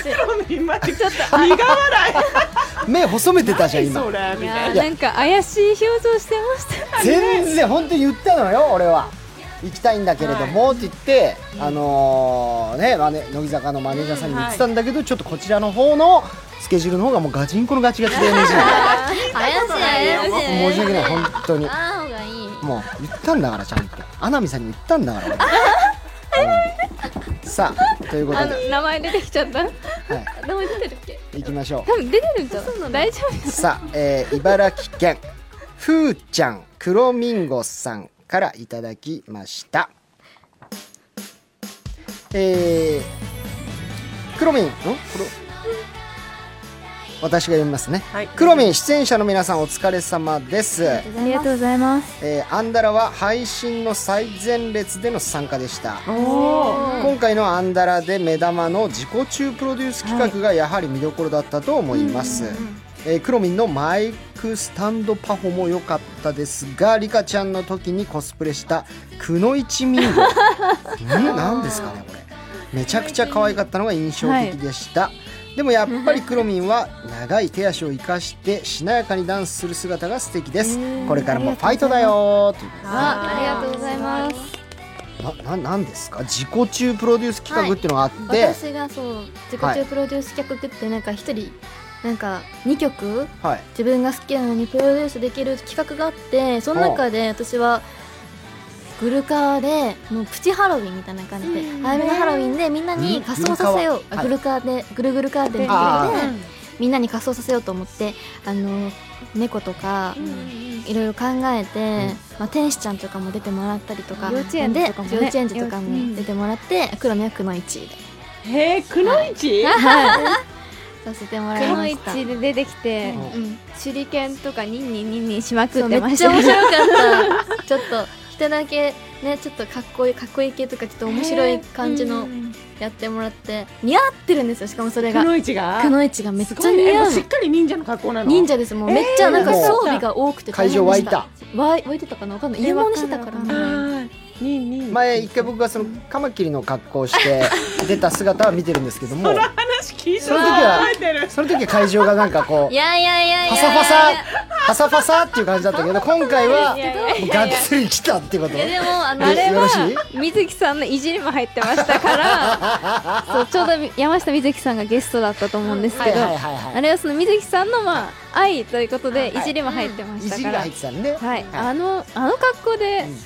Speaker 6: 今ちょっと苦笑い
Speaker 2: 目細めてたじゃん今
Speaker 6: それみたいな
Speaker 4: あなんか怪しい表情してました
Speaker 2: 全然本当に言ったのよ俺は行きたいんだけれども、って言って、あのーねマネ乃木坂のマネージャーさんにも言ってたんだけど、ちょっとこちらの方のスケジュールの方がもうガチンコのガチガチで NG
Speaker 5: 怪しい怪しい
Speaker 2: 申し訳ない本当に
Speaker 5: 使わない方がいい
Speaker 2: もう言ったんだからちゃんとアナミさんに言ったんだから俺うんさあということ
Speaker 4: あ
Speaker 2: で
Speaker 4: の、名前出てきちゃった名
Speaker 2: は
Speaker 4: 前出てるっけ
Speaker 2: い、行きましょう
Speaker 4: 多分出てるんじゃない大丈夫です
Speaker 2: さあ、えー茨城県ふーちゃん黒ミンゴさんからいただきましたえー、黒みんん黒私が読みますね、
Speaker 6: はい
Speaker 2: 黒みん出演者の皆さんお疲れ様です、
Speaker 7: ありがとうございます
Speaker 2: えーアンダラは配信の最前列での参加でした
Speaker 6: お
Speaker 2: 今回の「アンダラ」で目玉の自己中プロデュース企画がやはり見どころだったと思います、えー、クロミンのマイクスタンドパフォも良かったですがリカちゃんの時にコスプレしたくのいちミン ゴん何ですかねこれめちゃくちゃ可愛かったのが印象的でした、でもやっぱりクロミンは長い手足を生かしてしなやかにダンスする姿が素敵ですこれからもファイトだよーということで
Speaker 4: あありがとうございます
Speaker 2: なななんですか自己中プロデュース企画っていうのがあって、はい
Speaker 5: 私がそう自己中プロデュース企画ってなんか一人なんか2曲自分が好きなのにプロデュースできる企画があってその中で私はグルカーでもうプチハロウィンみたいな感じで早めのハロウィンでみんなに仮装させよう
Speaker 2: グ
Speaker 5: あグ
Speaker 2: ル
Speaker 5: ルカーでぐるぐるカーテンって
Speaker 2: あ
Speaker 5: いうのでみんなに仮装させようと思ってあの猫とかいろいろ考えて、まあ、天使ちゃんとかも出てもらったりとか
Speaker 4: 幼稚園児とかもね
Speaker 5: で幼稚園児とかも出てもらって黒目はくの一で
Speaker 6: へえくのいち
Speaker 5: させてもらい
Speaker 4: こ
Speaker 5: ま
Speaker 4: の位
Speaker 5: した
Speaker 4: 置で出てきて
Speaker 2: うん
Speaker 5: うん
Speaker 4: 手裏剣とかニンニンニンニンしまく
Speaker 5: そう
Speaker 4: っ
Speaker 5: め
Speaker 4: て
Speaker 5: っ
Speaker 4: まし
Speaker 5: ちゃ
Speaker 4: た
Speaker 5: 面白かったちょっと人だけねちょっとかっこいいかっこいい系とかちょっと面白い感じのやってもらって似合ってるんですよしかもそれ
Speaker 6: く
Speaker 5: が
Speaker 6: のいちが
Speaker 5: くのいちがめっ
Speaker 6: す
Speaker 5: ち
Speaker 6: ご
Speaker 5: ゃ
Speaker 6: い
Speaker 5: 似
Speaker 6: ねも
Speaker 5: 合
Speaker 6: う
Speaker 5: う
Speaker 6: しっかり忍者の格好なの
Speaker 5: 忍者ですもうめっちゃなんか
Speaker 2: えー
Speaker 5: 装備が多くて大
Speaker 2: 会
Speaker 5: 変
Speaker 2: 場
Speaker 5: で
Speaker 2: 湧
Speaker 5: し
Speaker 2: い
Speaker 5: た
Speaker 2: た
Speaker 5: わい湧いてたかなわかんない家物してたから
Speaker 4: わ
Speaker 5: な
Speaker 4: かんな
Speaker 6: あ
Speaker 4: い
Speaker 6: ーにんにん
Speaker 2: 前一回僕がそのカマキリの格好をして出た姿は見てるんですけども
Speaker 6: 話聞いた
Speaker 2: その時
Speaker 6: ら
Speaker 2: は
Speaker 6: 覚えてる
Speaker 2: その時は会場がなんかこ
Speaker 5: いうやいやいやいや
Speaker 2: パサパサパサパサっていう感じだったけど今回はもうがっつり来たってこと
Speaker 5: いやでもあの
Speaker 4: あれ
Speaker 2: よろしい
Speaker 4: は水木さんのいじりも入ってましたから そうちょうど山下水木さんがゲストだったと思うんです
Speaker 2: は
Speaker 4: け
Speaker 2: い
Speaker 4: ど
Speaker 2: はいはいは
Speaker 4: あれはその水木さんのまあ愛ということで
Speaker 2: はい
Speaker 4: いじりも入ってま
Speaker 2: い
Speaker 4: し
Speaker 2: い
Speaker 4: た
Speaker 2: じり
Speaker 4: か
Speaker 2: が
Speaker 4: ら
Speaker 2: 入ってたんで、
Speaker 4: はい
Speaker 2: はい
Speaker 4: あのあの格好で
Speaker 2: うん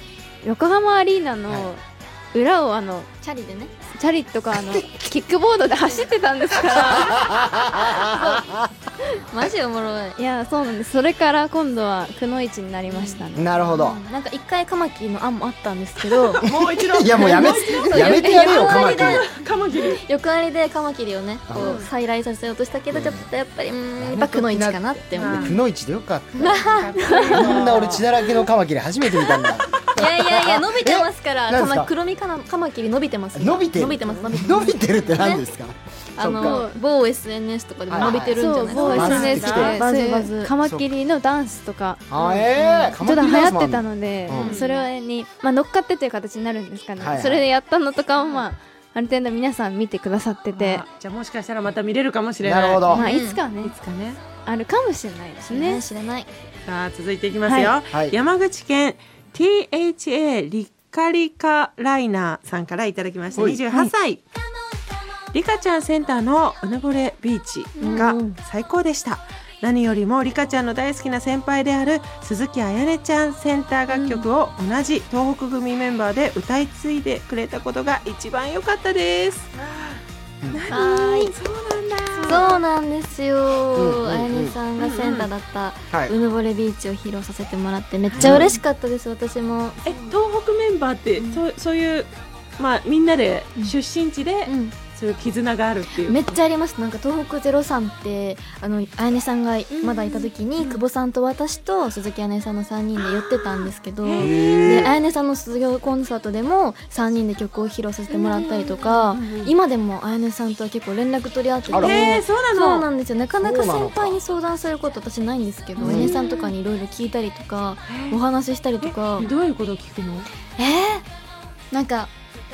Speaker 4: 横浜アリーナ
Speaker 2: は
Speaker 4: の裏をあの
Speaker 5: チャリでね
Speaker 4: チャリとかあ のキックボードで走ってたんですから
Speaker 5: マジおもろい
Speaker 4: いやそうなんですそれから今度はくのいちになりましたね
Speaker 2: なるほど、
Speaker 5: なんか一回カマキリの案もあったんですけど
Speaker 6: もう一度
Speaker 2: いやもうやめやめてやれよカマキリ
Speaker 6: カマキリ
Speaker 5: 横ありでカマキリをねこ
Speaker 2: あ
Speaker 5: う再来させようとしたけどちょっとやっぱりうーん
Speaker 2: やめときな
Speaker 5: やっぱくの位置かなって思う
Speaker 6: うん
Speaker 2: くのいちでよかったこんな俺血だらけのカマキリ初めて見たんだ
Speaker 5: いやいやいや伸びてますから
Speaker 2: えなんです
Speaker 5: カ
Speaker 2: か
Speaker 5: マ黒みかなカマキリ伸びてます
Speaker 2: 伸びてる
Speaker 5: 伸びてます伸びてます
Speaker 2: 伸びてるって何ですか、
Speaker 5: あ
Speaker 2: そっ
Speaker 5: の
Speaker 2: か
Speaker 5: 某 SNS とかでも伸びてるんじ
Speaker 4: そ
Speaker 5: ゃ
Speaker 4: う
Speaker 5: ない
Speaker 4: 某
Speaker 2: は
Speaker 5: です
Speaker 2: い
Speaker 5: か
Speaker 2: そう
Speaker 4: SNS で
Speaker 2: バズってきて
Speaker 4: そう
Speaker 5: バズバ
Speaker 4: いう
Speaker 5: ズ
Speaker 4: カマキリのダンスとか
Speaker 2: あえー、
Speaker 4: ちょっと流行ってた
Speaker 2: の
Speaker 4: ので、
Speaker 2: うん
Speaker 4: それに、まあ、乗っかってという形になるんですかね、
Speaker 2: はいはい
Speaker 4: それでやったのとかを、まあ、ある程度皆さん見てくださってて、
Speaker 6: じゃあもしかしたらまた見れるかもしれない
Speaker 2: なるほど、
Speaker 4: まあ、いつかはね、
Speaker 6: いつかね
Speaker 4: あるかもしれないですね
Speaker 5: ね。知らない
Speaker 6: さあ続いていきますよ、
Speaker 4: はい
Speaker 2: はい
Speaker 6: 山口県 THA リッカリカライナーさんからいただきました
Speaker 2: はい
Speaker 6: 28歳、
Speaker 3: リカちゃんセンターのうぬぼれビーチが最高でした。何よりもリカちゃんの大好きな先輩である鈴木彩音ちゃんセンター楽曲を同じ東北組メンバーで歌い継いでくれたことが一番良かったです。何そうなんだ。
Speaker 5: そうなんです
Speaker 2: うんうんう
Speaker 5: よ。
Speaker 2: ん
Speaker 5: あやねさんがセンターだった
Speaker 2: はいう
Speaker 5: ぬぼれビーチを披露させてもらってめっちゃ嬉しかったです私も。
Speaker 3: え東北メンバーって、そうそういう、まあ、みんなで出身地で、
Speaker 5: うん
Speaker 3: そういう絆があるっていう
Speaker 5: めっちゃありますなんか東北ゼロさんってあのあやねさんがまだいた時に、久保さんと私と鈴木あやねさんの3人で寄ってたんですけど、であやねさんの卒業コンサートでも3人で曲を披露させてもらったりとか、今でもあやねさんとは結構連絡取り合ってて
Speaker 2: あら
Speaker 3: えー、そうなの
Speaker 5: そうなんですよなかなか
Speaker 2: そうなの
Speaker 5: 先
Speaker 2: か
Speaker 5: 輩に相談すること私ないんですけど、
Speaker 2: うん
Speaker 5: お姉さんとかにいろいろ聞いたりとか、お話ししたりとか
Speaker 3: えどういうことを聞くの
Speaker 5: えーなんか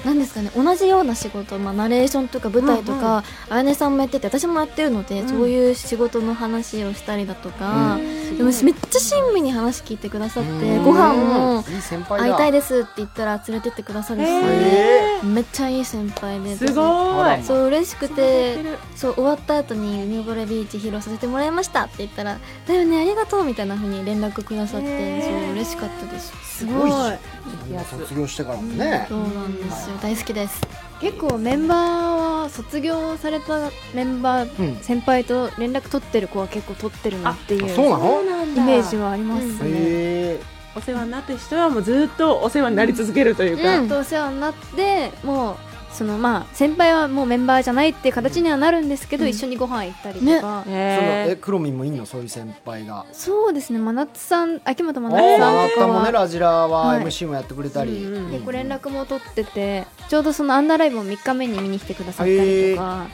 Speaker 5: なんですかね同じような仕事、まあ、ナレーションとか舞台とか、あやねさんもやってて私もやってるので、
Speaker 3: うん
Speaker 5: そういう仕事の話をしたりだとか、でもめっちゃ親身に話聞いてくださって、
Speaker 2: うん
Speaker 5: ご飯も
Speaker 2: いい先輩だ
Speaker 5: 会いたいですって言ったら連れてってくださるし、
Speaker 2: え
Speaker 5: めっちゃいい先輩で。
Speaker 3: すご
Speaker 2: あ
Speaker 3: い
Speaker 2: ら
Speaker 5: そう嬉しくて
Speaker 3: つながってる
Speaker 5: そう終わった後に「海ぼれビーチ披露させてもらいました」って言ったら「だよねありがとう」みたいな風に連絡くださって、
Speaker 3: へー
Speaker 5: そう嬉しかったです
Speaker 3: すごい
Speaker 2: もう卒業してからもね
Speaker 5: そうなんですよ大好きです
Speaker 4: 結構メンバーは卒業されたメンバー、
Speaker 2: うん
Speaker 4: 先輩と連絡取ってる子は結構取ってるなっていう
Speaker 2: あそうなの
Speaker 3: なん
Speaker 4: イメージはあります
Speaker 2: へ
Speaker 4: ね。
Speaker 2: え
Speaker 3: お世話になった人はもうずっとお世話になり続けるというか、
Speaker 5: うん
Speaker 4: とお世話になってもうそのまあ先輩はもうメンバーじゃないっていう形にはなるんですけど、一緒にご飯行ったりとか、
Speaker 2: その
Speaker 3: え
Speaker 2: えクロミンもいんのそういう先輩が
Speaker 4: そうですね真夏さん秋元真
Speaker 2: あ
Speaker 4: 夏
Speaker 2: ー
Speaker 4: さん
Speaker 2: あ
Speaker 4: と
Speaker 2: っ
Speaker 4: か
Speaker 2: たもんね
Speaker 4: は
Speaker 2: ラジラは
Speaker 4: はい
Speaker 2: MC もやってくれたり
Speaker 3: うんうん
Speaker 4: 結構連絡も取っててちょうどそのアンダーライブを3日目に見に来てくださった
Speaker 2: へ
Speaker 4: り
Speaker 2: え
Speaker 4: とか。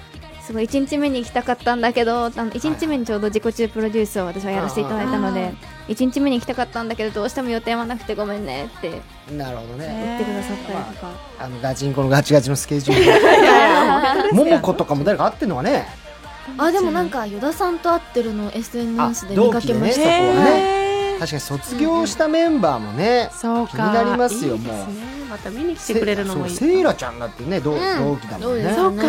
Speaker 4: すごい1日目に行きたかったんだけどあの1日目にちょうど自己中プロデュースを私はやらせていただいたの
Speaker 5: あ
Speaker 4: で1日目に行きたかったんだけどどうしても予定はなくてごめんねって言っ
Speaker 2: なるほどね
Speaker 4: てくださったりとか
Speaker 2: あのガチンコのガチガチのスケジュール
Speaker 3: い やいや
Speaker 2: ももことかも誰か会ってんのはね
Speaker 5: あでもなんか依田さんと会ってるのを SNS で
Speaker 2: あ同
Speaker 5: 見
Speaker 2: 期
Speaker 5: かけまし
Speaker 2: で
Speaker 5: た、
Speaker 2: ね
Speaker 3: へー
Speaker 2: 確かに卒業したメンバーもね
Speaker 3: そう
Speaker 2: 気
Speaker 3: か
Speaker 2: になりますよ
Speaker 3: いいです
Speaker 2: もう
Speaker 3: ねまた見に来てくれるのもいい
Speaker 2: そうセイラちゃんだってね同
Speaker 5: ん
Speaker 2: 同期だもんね
Speaker 3: そうか
Speaker 5: う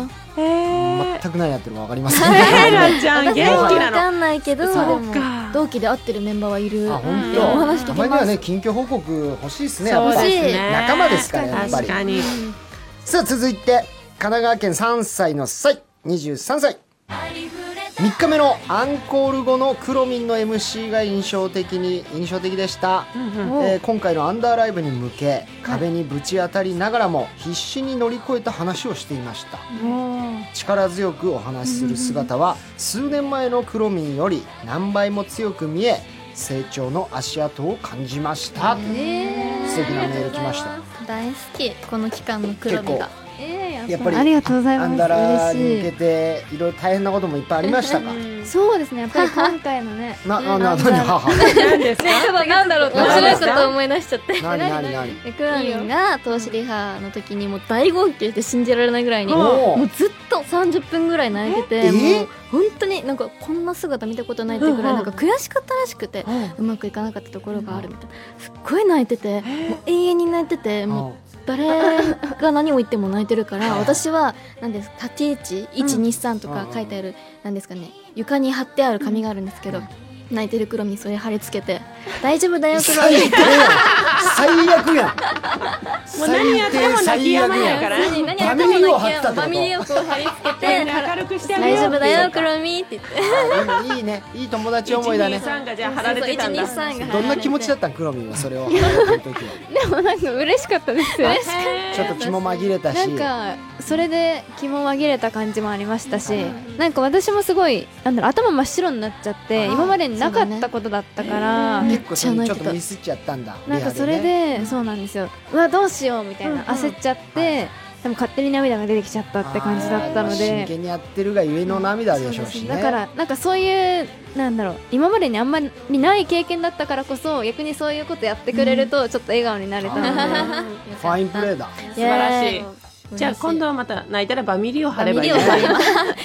Speaker 5: ん
Speaker 3: へえ
Speaker 2: 全く何やってるか分かりませ ん
Speaker 3: セイラちゃん元
Speaker 5: 私
Speaker 3: 気
Speaker 5: もわ
Speaker 3: なの
Speaker 5: かんないけどで
Speaker 3: そう
Speaker 5: も
Speaker 3: か
Speaker 5: 同期で会ってるメンバーはいる
Speaker 2: あ本
Speaker 5: お
Speaker 2: 当。
Speaker 5: 話聞きます
Speaker 2: たまにはね近況報告欲しいですねや
Speaker 3: そう
Speaker 2: っぱ
Speaker 3: ですね
Speaker 2: 仲間ですからやっぱ
Speaker 3: 確
Speaker 2: り
Speaker 3: かに
Speaker 2: さあ続いて神奈川県3歳の歳23歳3日目のアンコール後のクロミンの MC が印象的に印象的でした、えー今回のアンダーライブに向け壁にぶち当たりながらも必死に乗り越えた話をしていました力強くお話しする姿は数年前のクロミンより何倍も強く見え成長の足跡を感じました、素敵なメール来ました
Speaker 5: 大好きこの期間の黒部が
Speaker 2: やっぱり
Speaker 4: ありがとうござい
Speaker 2: アン
Speaker 4: ま
Speaker 2: ダラ
Speaker 4: す
Speaker 2: に
Speaker 4: 嬉
Speaker 2: 向
Speaker 4: し
Speaker 2: けていろいろ大変なこともいっぱいありましたか。
Speaker 4: いそうですねやっぱり今回のね
Speaker 2: なな
Speaker 4: ア
Speaker 2: な
Speaker 4: ンダ
Speaker 2: な
Speaker 4: ー
Speaker 2: はは
Speaker 3: 何ですか
Speaker 5: なんだろう
Speaker 2: 面白いこと
Speaker 5: 思い出しちゃって
Speaker 2: なになになに。
Speaker 5: でクラミンが投資リハの時にもう大号泣して信じられないぐらいにも
Speaker 2: お
Speaker 5: う
Speaker 2: ー
Speaker 5: ずっと30分ぐらい泣いて
Speaker 2: え
Speaker 5: ても
Speaker 2: え
Speaker 5: う本当になんかこんな姿見たことないってぐらいなんか悔しかったらしくてうまくいかなかったところがあるみたいなすっごい泣いててもう永遠に泣いててもう誰が何を言っても泣いてるから
Speaker 2: はい
Speaker 5: 私は何ですか立ち位置123とか書いてある何ですかね床に貼ってある紙があるんですけど泣いてる黒にそれ貼り付けて「大丈夫だよ黒
Speaker 2: 最
Speaker 5: に」
Speaker 2: 悪やん。最悪やん。
Speaker 3: もう何やっても泣き止まないから
Speaker 5: 何やった
Speaker 2: バミリを
Speaker 5: の
Speaker 2: 貼ったってこと
Speaker 5: バミリをこう貼り付け
Speaker 3: み
Speaker 5: て
Speaker 3: んな明るくしてあげ
Speaker 5: 大
Speaker 3: ようってい
Speaker 5: 丈夫
Speaker 3: う
Speaker 5: だよ黒みって言って
Speaker 2: 最悪やん。いいね、いい友達思いだね。
Speaker 3: 123がじゃあ貼られてたんだ
Speaker 5: そうそう123が貼られて
Speaker 2: どんな気持ちだったん、クロミンはそれ を。話してる時は
Speaker 4: でもなんか嬉しかったですよ
Speaker 2: ちょっと気も紛れたし。
Speaker 4: なんかそれで気も紛れた感じもありましたし、なんか私もすごいなんだろう頭真っ白になっちゃって
Speaker 5: あー
Speaker 4: 今までになかったことだったから、
Speaker 5: そうだね
Speaker 2: 結構それちょっとミスっちゃったんだ。
Speaker 4: なんかそれ
Speaker 2: リ
Speaker 4: で、そうなんですようわどうしようみたいな、焦っちゃって、でも勝手に涙が出てきちゃった
Speaker 2: アル
Speaker 4: っ
Speaker 2: でね
Speaker 4: て感じだったの
Speaker 2: あー真
Speaker 4: で。
Speaker 2: 剣にやってるがゆえの涙でしょうしね。
Speaker 4: だからなんかそういうなんだろう今までにあんまりない経験だったからこそ逆にそういうことやってくれるとちょっと笑顔になれたので、
Speaker 2: ファインプレーだ。
Speaker 3: 素晴らしい
Speaker 5: イエーイい
Speaker 3: じゃあ今度はまた泣いたらバミリを貼れ
Speaker 5: ミ
Speaker 3: ばいい
Speaker 5: リ
Speaker 3: ね
Speaker 5: を貼れば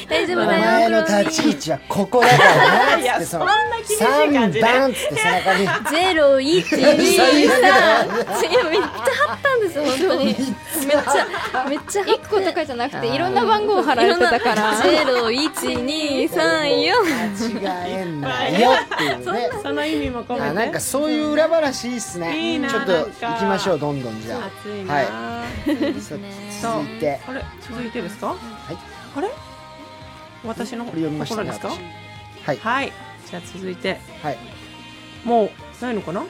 Speaker 5: 大丈夫
Speaker 2: お
Speaker 5: だ
Speaker 2: 前
Speaker 5: よ
Speaker 2: の
Speaker 5: 黒
Speaker 2: 立ち位
Speaker 5: ミ
Speaker 2: 置はここだから
Speaker 3: い
Speaker 2: なっ
Speaker 3: や
Speaker 2: つってその
Speaker 3: 厳しい感じね
Speaker 2: 3番っつって背中に
Speaker 5: ゼロいって いう
Speaker 2: う
Speaker 5: さ
Speaker 2: 最悪だ
Speaker 5: いやめっちゃ貼ったんです本当にめっちゃめっちゃ貼っ
Speaker 4: 1個とかじゃなくていろんな番号を貼られてたから
Speaker 5: ゼロ一二三四
Speaker 2: 間違えんなよっていうね
Speaker 3: その意味も込
Speaker 2: あ
Speaker 3: めて
Speaker 2: なんかそういう裏話いいっすね、
Speaker 3: いいな
Speaker 2: ちょっと
Speaker 3: なんか
Speaker 2: 行きましょうどんどんじゃあ
Speaker 3: 暑いな、
Speaker 2: はい
Speaker 5: すね
Speaker 2: さあ続いて
Speaker 3: あれ続いてですか、あれ私の
Speaker 2: これ読みました
Speaker 3: ところ
Speaker 2: ね
Speaker 3: ですか
Speaker 2: はい
Speaker 3: はいじゃあ続いて
Speaker 2: はい
Speaker 3: もうないのかな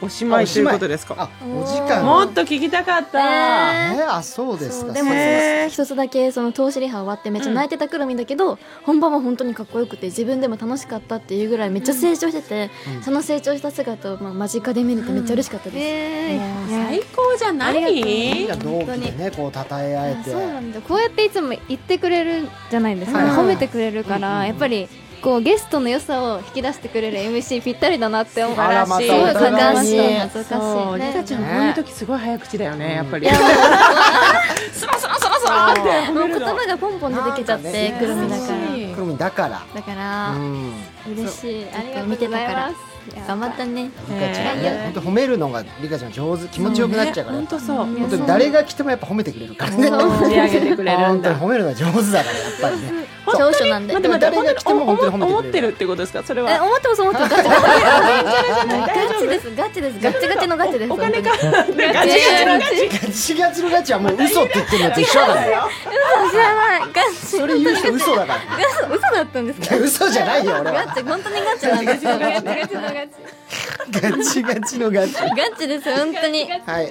Speaker 3: おしま
Speaker 2: あお
Speaker 3: いとい
Speaker 2: し
Speaker 3: う
Speaker 2: まい
Speaker 3: ことですか
Speaker 2: あお時間
Speaker 3: もっと聞きたかった、
Speaker 5: えー
Speaker 2: えーあそうです
Speaker 5: そう
Speaker 2: か
Speaker 5: でも
Speaker 2: そう
Speaker 3: へー
Speaker 5: 一つだけその通しリハ終わってめっちゃ泣いてたくるみだけど、本番も本当にかっこよくて自分でも楽しかったっていうぐらいめっちゃ成長してて、
Speaker 2: うん
Speaker 5: その成長した姿をまあ間近で見れてめっちゃ嬉しかったです、
Speaker 4: えー
Speaker 3: 最高じゃない
Speaker 2: みんな同期でねこう称え合え
Speaker 4: あ
Speaker 2: て
Speaker 4: そうなんだこうやっていつも言ってくれるじゃないですか、
Speaker 2: はい
Speaker 4: 褒めてくれるから、
Speaker 2: うんうん
Speaker 4: やっぱりこうゲストの良さを引き出してくれる MC ぴったりだなって思う
Speaker 2: あらまた
Speaker 4: す
Speaker 2: お
Speaker 4: ごい感
Speaker 2: 互
Speaker 4: じ
Speaker 2: い
Speaker 4: ま
Speaker 2: に
Speaker 4: した恥ずかし
Speaker 3: そう、
Speaker 4: い
Speaker 3: リ
Speaker 4: ね
Speaker 3: カちゃん、こういう時すごい早口だよね、やっぱり。 スラスラスラスラって褒
Speaker 5: も
Speaker 3: め
Speaker 5: う
Speaker 3: る
Speaker 5: 言
Speaker 3: の。
Speaker 5: 葉がポンポン出てきちゃって、
Speaker 2: なんかね
Speaker 5: くるみだか
Speaker 3: 優
Speaker 5: ら
Speaker 3: しい
Speaker 2: 黒みだから
Speaker 5: だか
Speaker 2: う
Speaker 5: ら
Speaker 2: ん
Speaker 4: 嬉しい
Speaker 5: そう
Speaker 4: ありがとうございます
Speaker 5: 頑張ったね
Speaker 2: リカちゃん
Speaker 3: え
Speaker 2: ね
Speaker 3: ー
Speaker 2: 本当褒めるのがリカちゃん上手気持ちよくなっちゃうから
Speaker 3: 本
Speaker 2: 本
Speaker 3: 当そう。
Speaker 2: 当に誰が来てもやっぱ褒めてくれるからね
Speaker 3: 持ち上げてくれるん
Speaker 2: 本当に
Speaker 3: だ。
Speaker 2: 褒めるのが上手だからやっぱりね
Speaker 5: 長所なんで
Speaker 3: 待って待って、
Speaker 2: 誰が来ても本当に褒めてくれる
Speaker 3: 思ってるってことですか、それ
Speaker 5: え
Speaker 3: は。
Speaker 5: 思ってます思ってますガチガチガチですガチですガチガチのガチです
Speaker 3: お金
Speaker 5: 本
Speaker 3: か。ガチガチのガチ。
Speaker 2: ガチガチのガチはもう嘘って言ってるのと一緒だから
Speaker 3: よ。
Speaker 5: 当に知らないガチ
Speaker 2: それ言う人嘘だからね
Speaker 5: 嘘嘘だったんです
Speaker 2: い
Speaker 5: か
Speaker 2: や嘘じゃないよ俺
Speaker 5: ガ
Speaker 2: は
Speaker 5: チ本当にガチなんですよガチガチのガチ
Speaker 2: ガチガチのガチ
Speaker 5: ガチです本当に
Speaker 2: はい
Speaker 4: は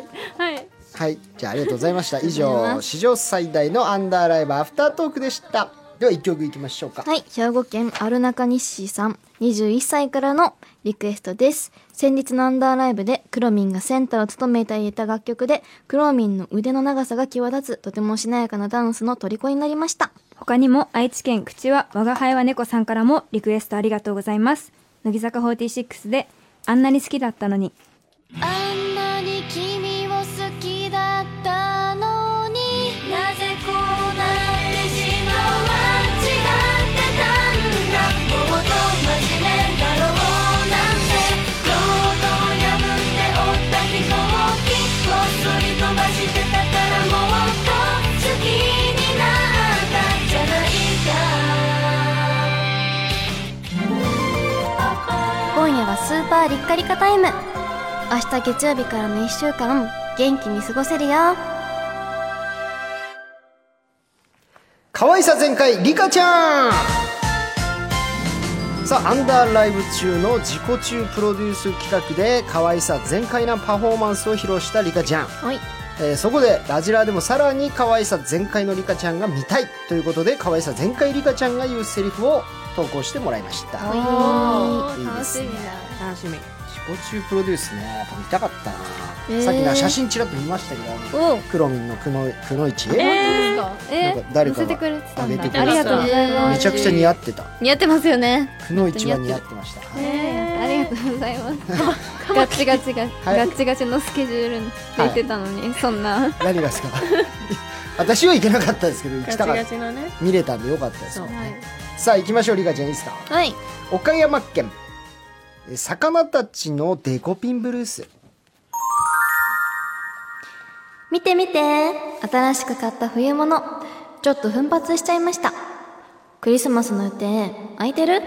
Speaker 4: い
Speaker 2: はいじゃあありがとうございました以
Speaker 5: ありがとうござい
Speaker 2: 上
Speaker 5: ま
Speaker 2: 史上最大のアンダーライブアフタートークでしたでは一曲いきましょうか
Speaker 5: はい、兵庫県アルナカニッシーさん、21歳からのリクエストです。先日のアンダーライブで、クロミンがセンターを務めていた楽曲で、クロミンの腕の長さが際立つ、とてもしなやかなダンスの虜になりました。
Speaker 7: 他にも愛知県口は我が輩は猫さんからもリクエストありがとうございます乃木坂46であんなに好きだったのに
Speaker 8: あんなに君を好きだったのになぜこうなってしまうは違ってたんだもっと真面目だろうなんてロードを破って追った飛行機をすり飛ばしてたからもっと好きになったんじゃないか
Speaker 5: 今夜はスーパーリッカリカタイム。明日月曜日からの1週間、元気に過ごせるよ。
Speaker 2: 可愛さ全開リカちゃんさあアンダーライブ中の自己中プロデュース企画で可愛さ全開なパフォーマンスを披露したリカちゃん、
Speaker 5: い
Speaker 2: えーそこでラジラーでもさらに可愛さ全開のリカちゃんが見たいということで可愛さ全開リカちゃんが言うセリフを投稿してもらいました
Speaker 5: おい
Speaker 2: いいですね
Speaker 3: 楽しみ。
Speaker 2: 自己中プロデュースねやっぱ見たかったな、
Speaker 5: えー
Speaker 2: さっきの写真ちらっと見ましたけど
Speaker 4: お
Speaker 2: くろみんのくのくのいち、
Speaker 3: えー
Speaker 4: え
Speaker 2: なんか誰かが
Speaker 4: 載せてくれてた
Speaker 2: あげてくれ
Speaker 4: んだ
Speaker 2: た
Speaker 4: ありがとうございま
Speaker 2: めちゃくちゃ似合ってた
Speaker 5: 似合ってますよね。
Speaker 2: くのいちは似合ってました
Speaker 4: す、ねありがとうござい ますガッチガチが、
Speaker 2: はい
Speaker 4: ガッチガチのスケジュールに入ってたのに、そんな
Speaker 2: 何がですか 私は行けなかったですけど行
Speaker 3: ガ
Speaker 2: き
Speaker 3: チ
Speaker 2: たかっ
Speaker 3: ガ
Speaker 2: た
Speaker 3: チのね。
Speaker 2: 見れたんでよかったですよ
Speaker 3: そう
Speaker 2: ねさあ行きましょうリカちゃんいいですか
Speaker 5: はい。
Speaker 2: 岡山県え魚たちのデコピンブルース
Speaker 5: 見て見て新しく買った冬物ちょっと奮発しちゃいましたクリスマスの予定空いてる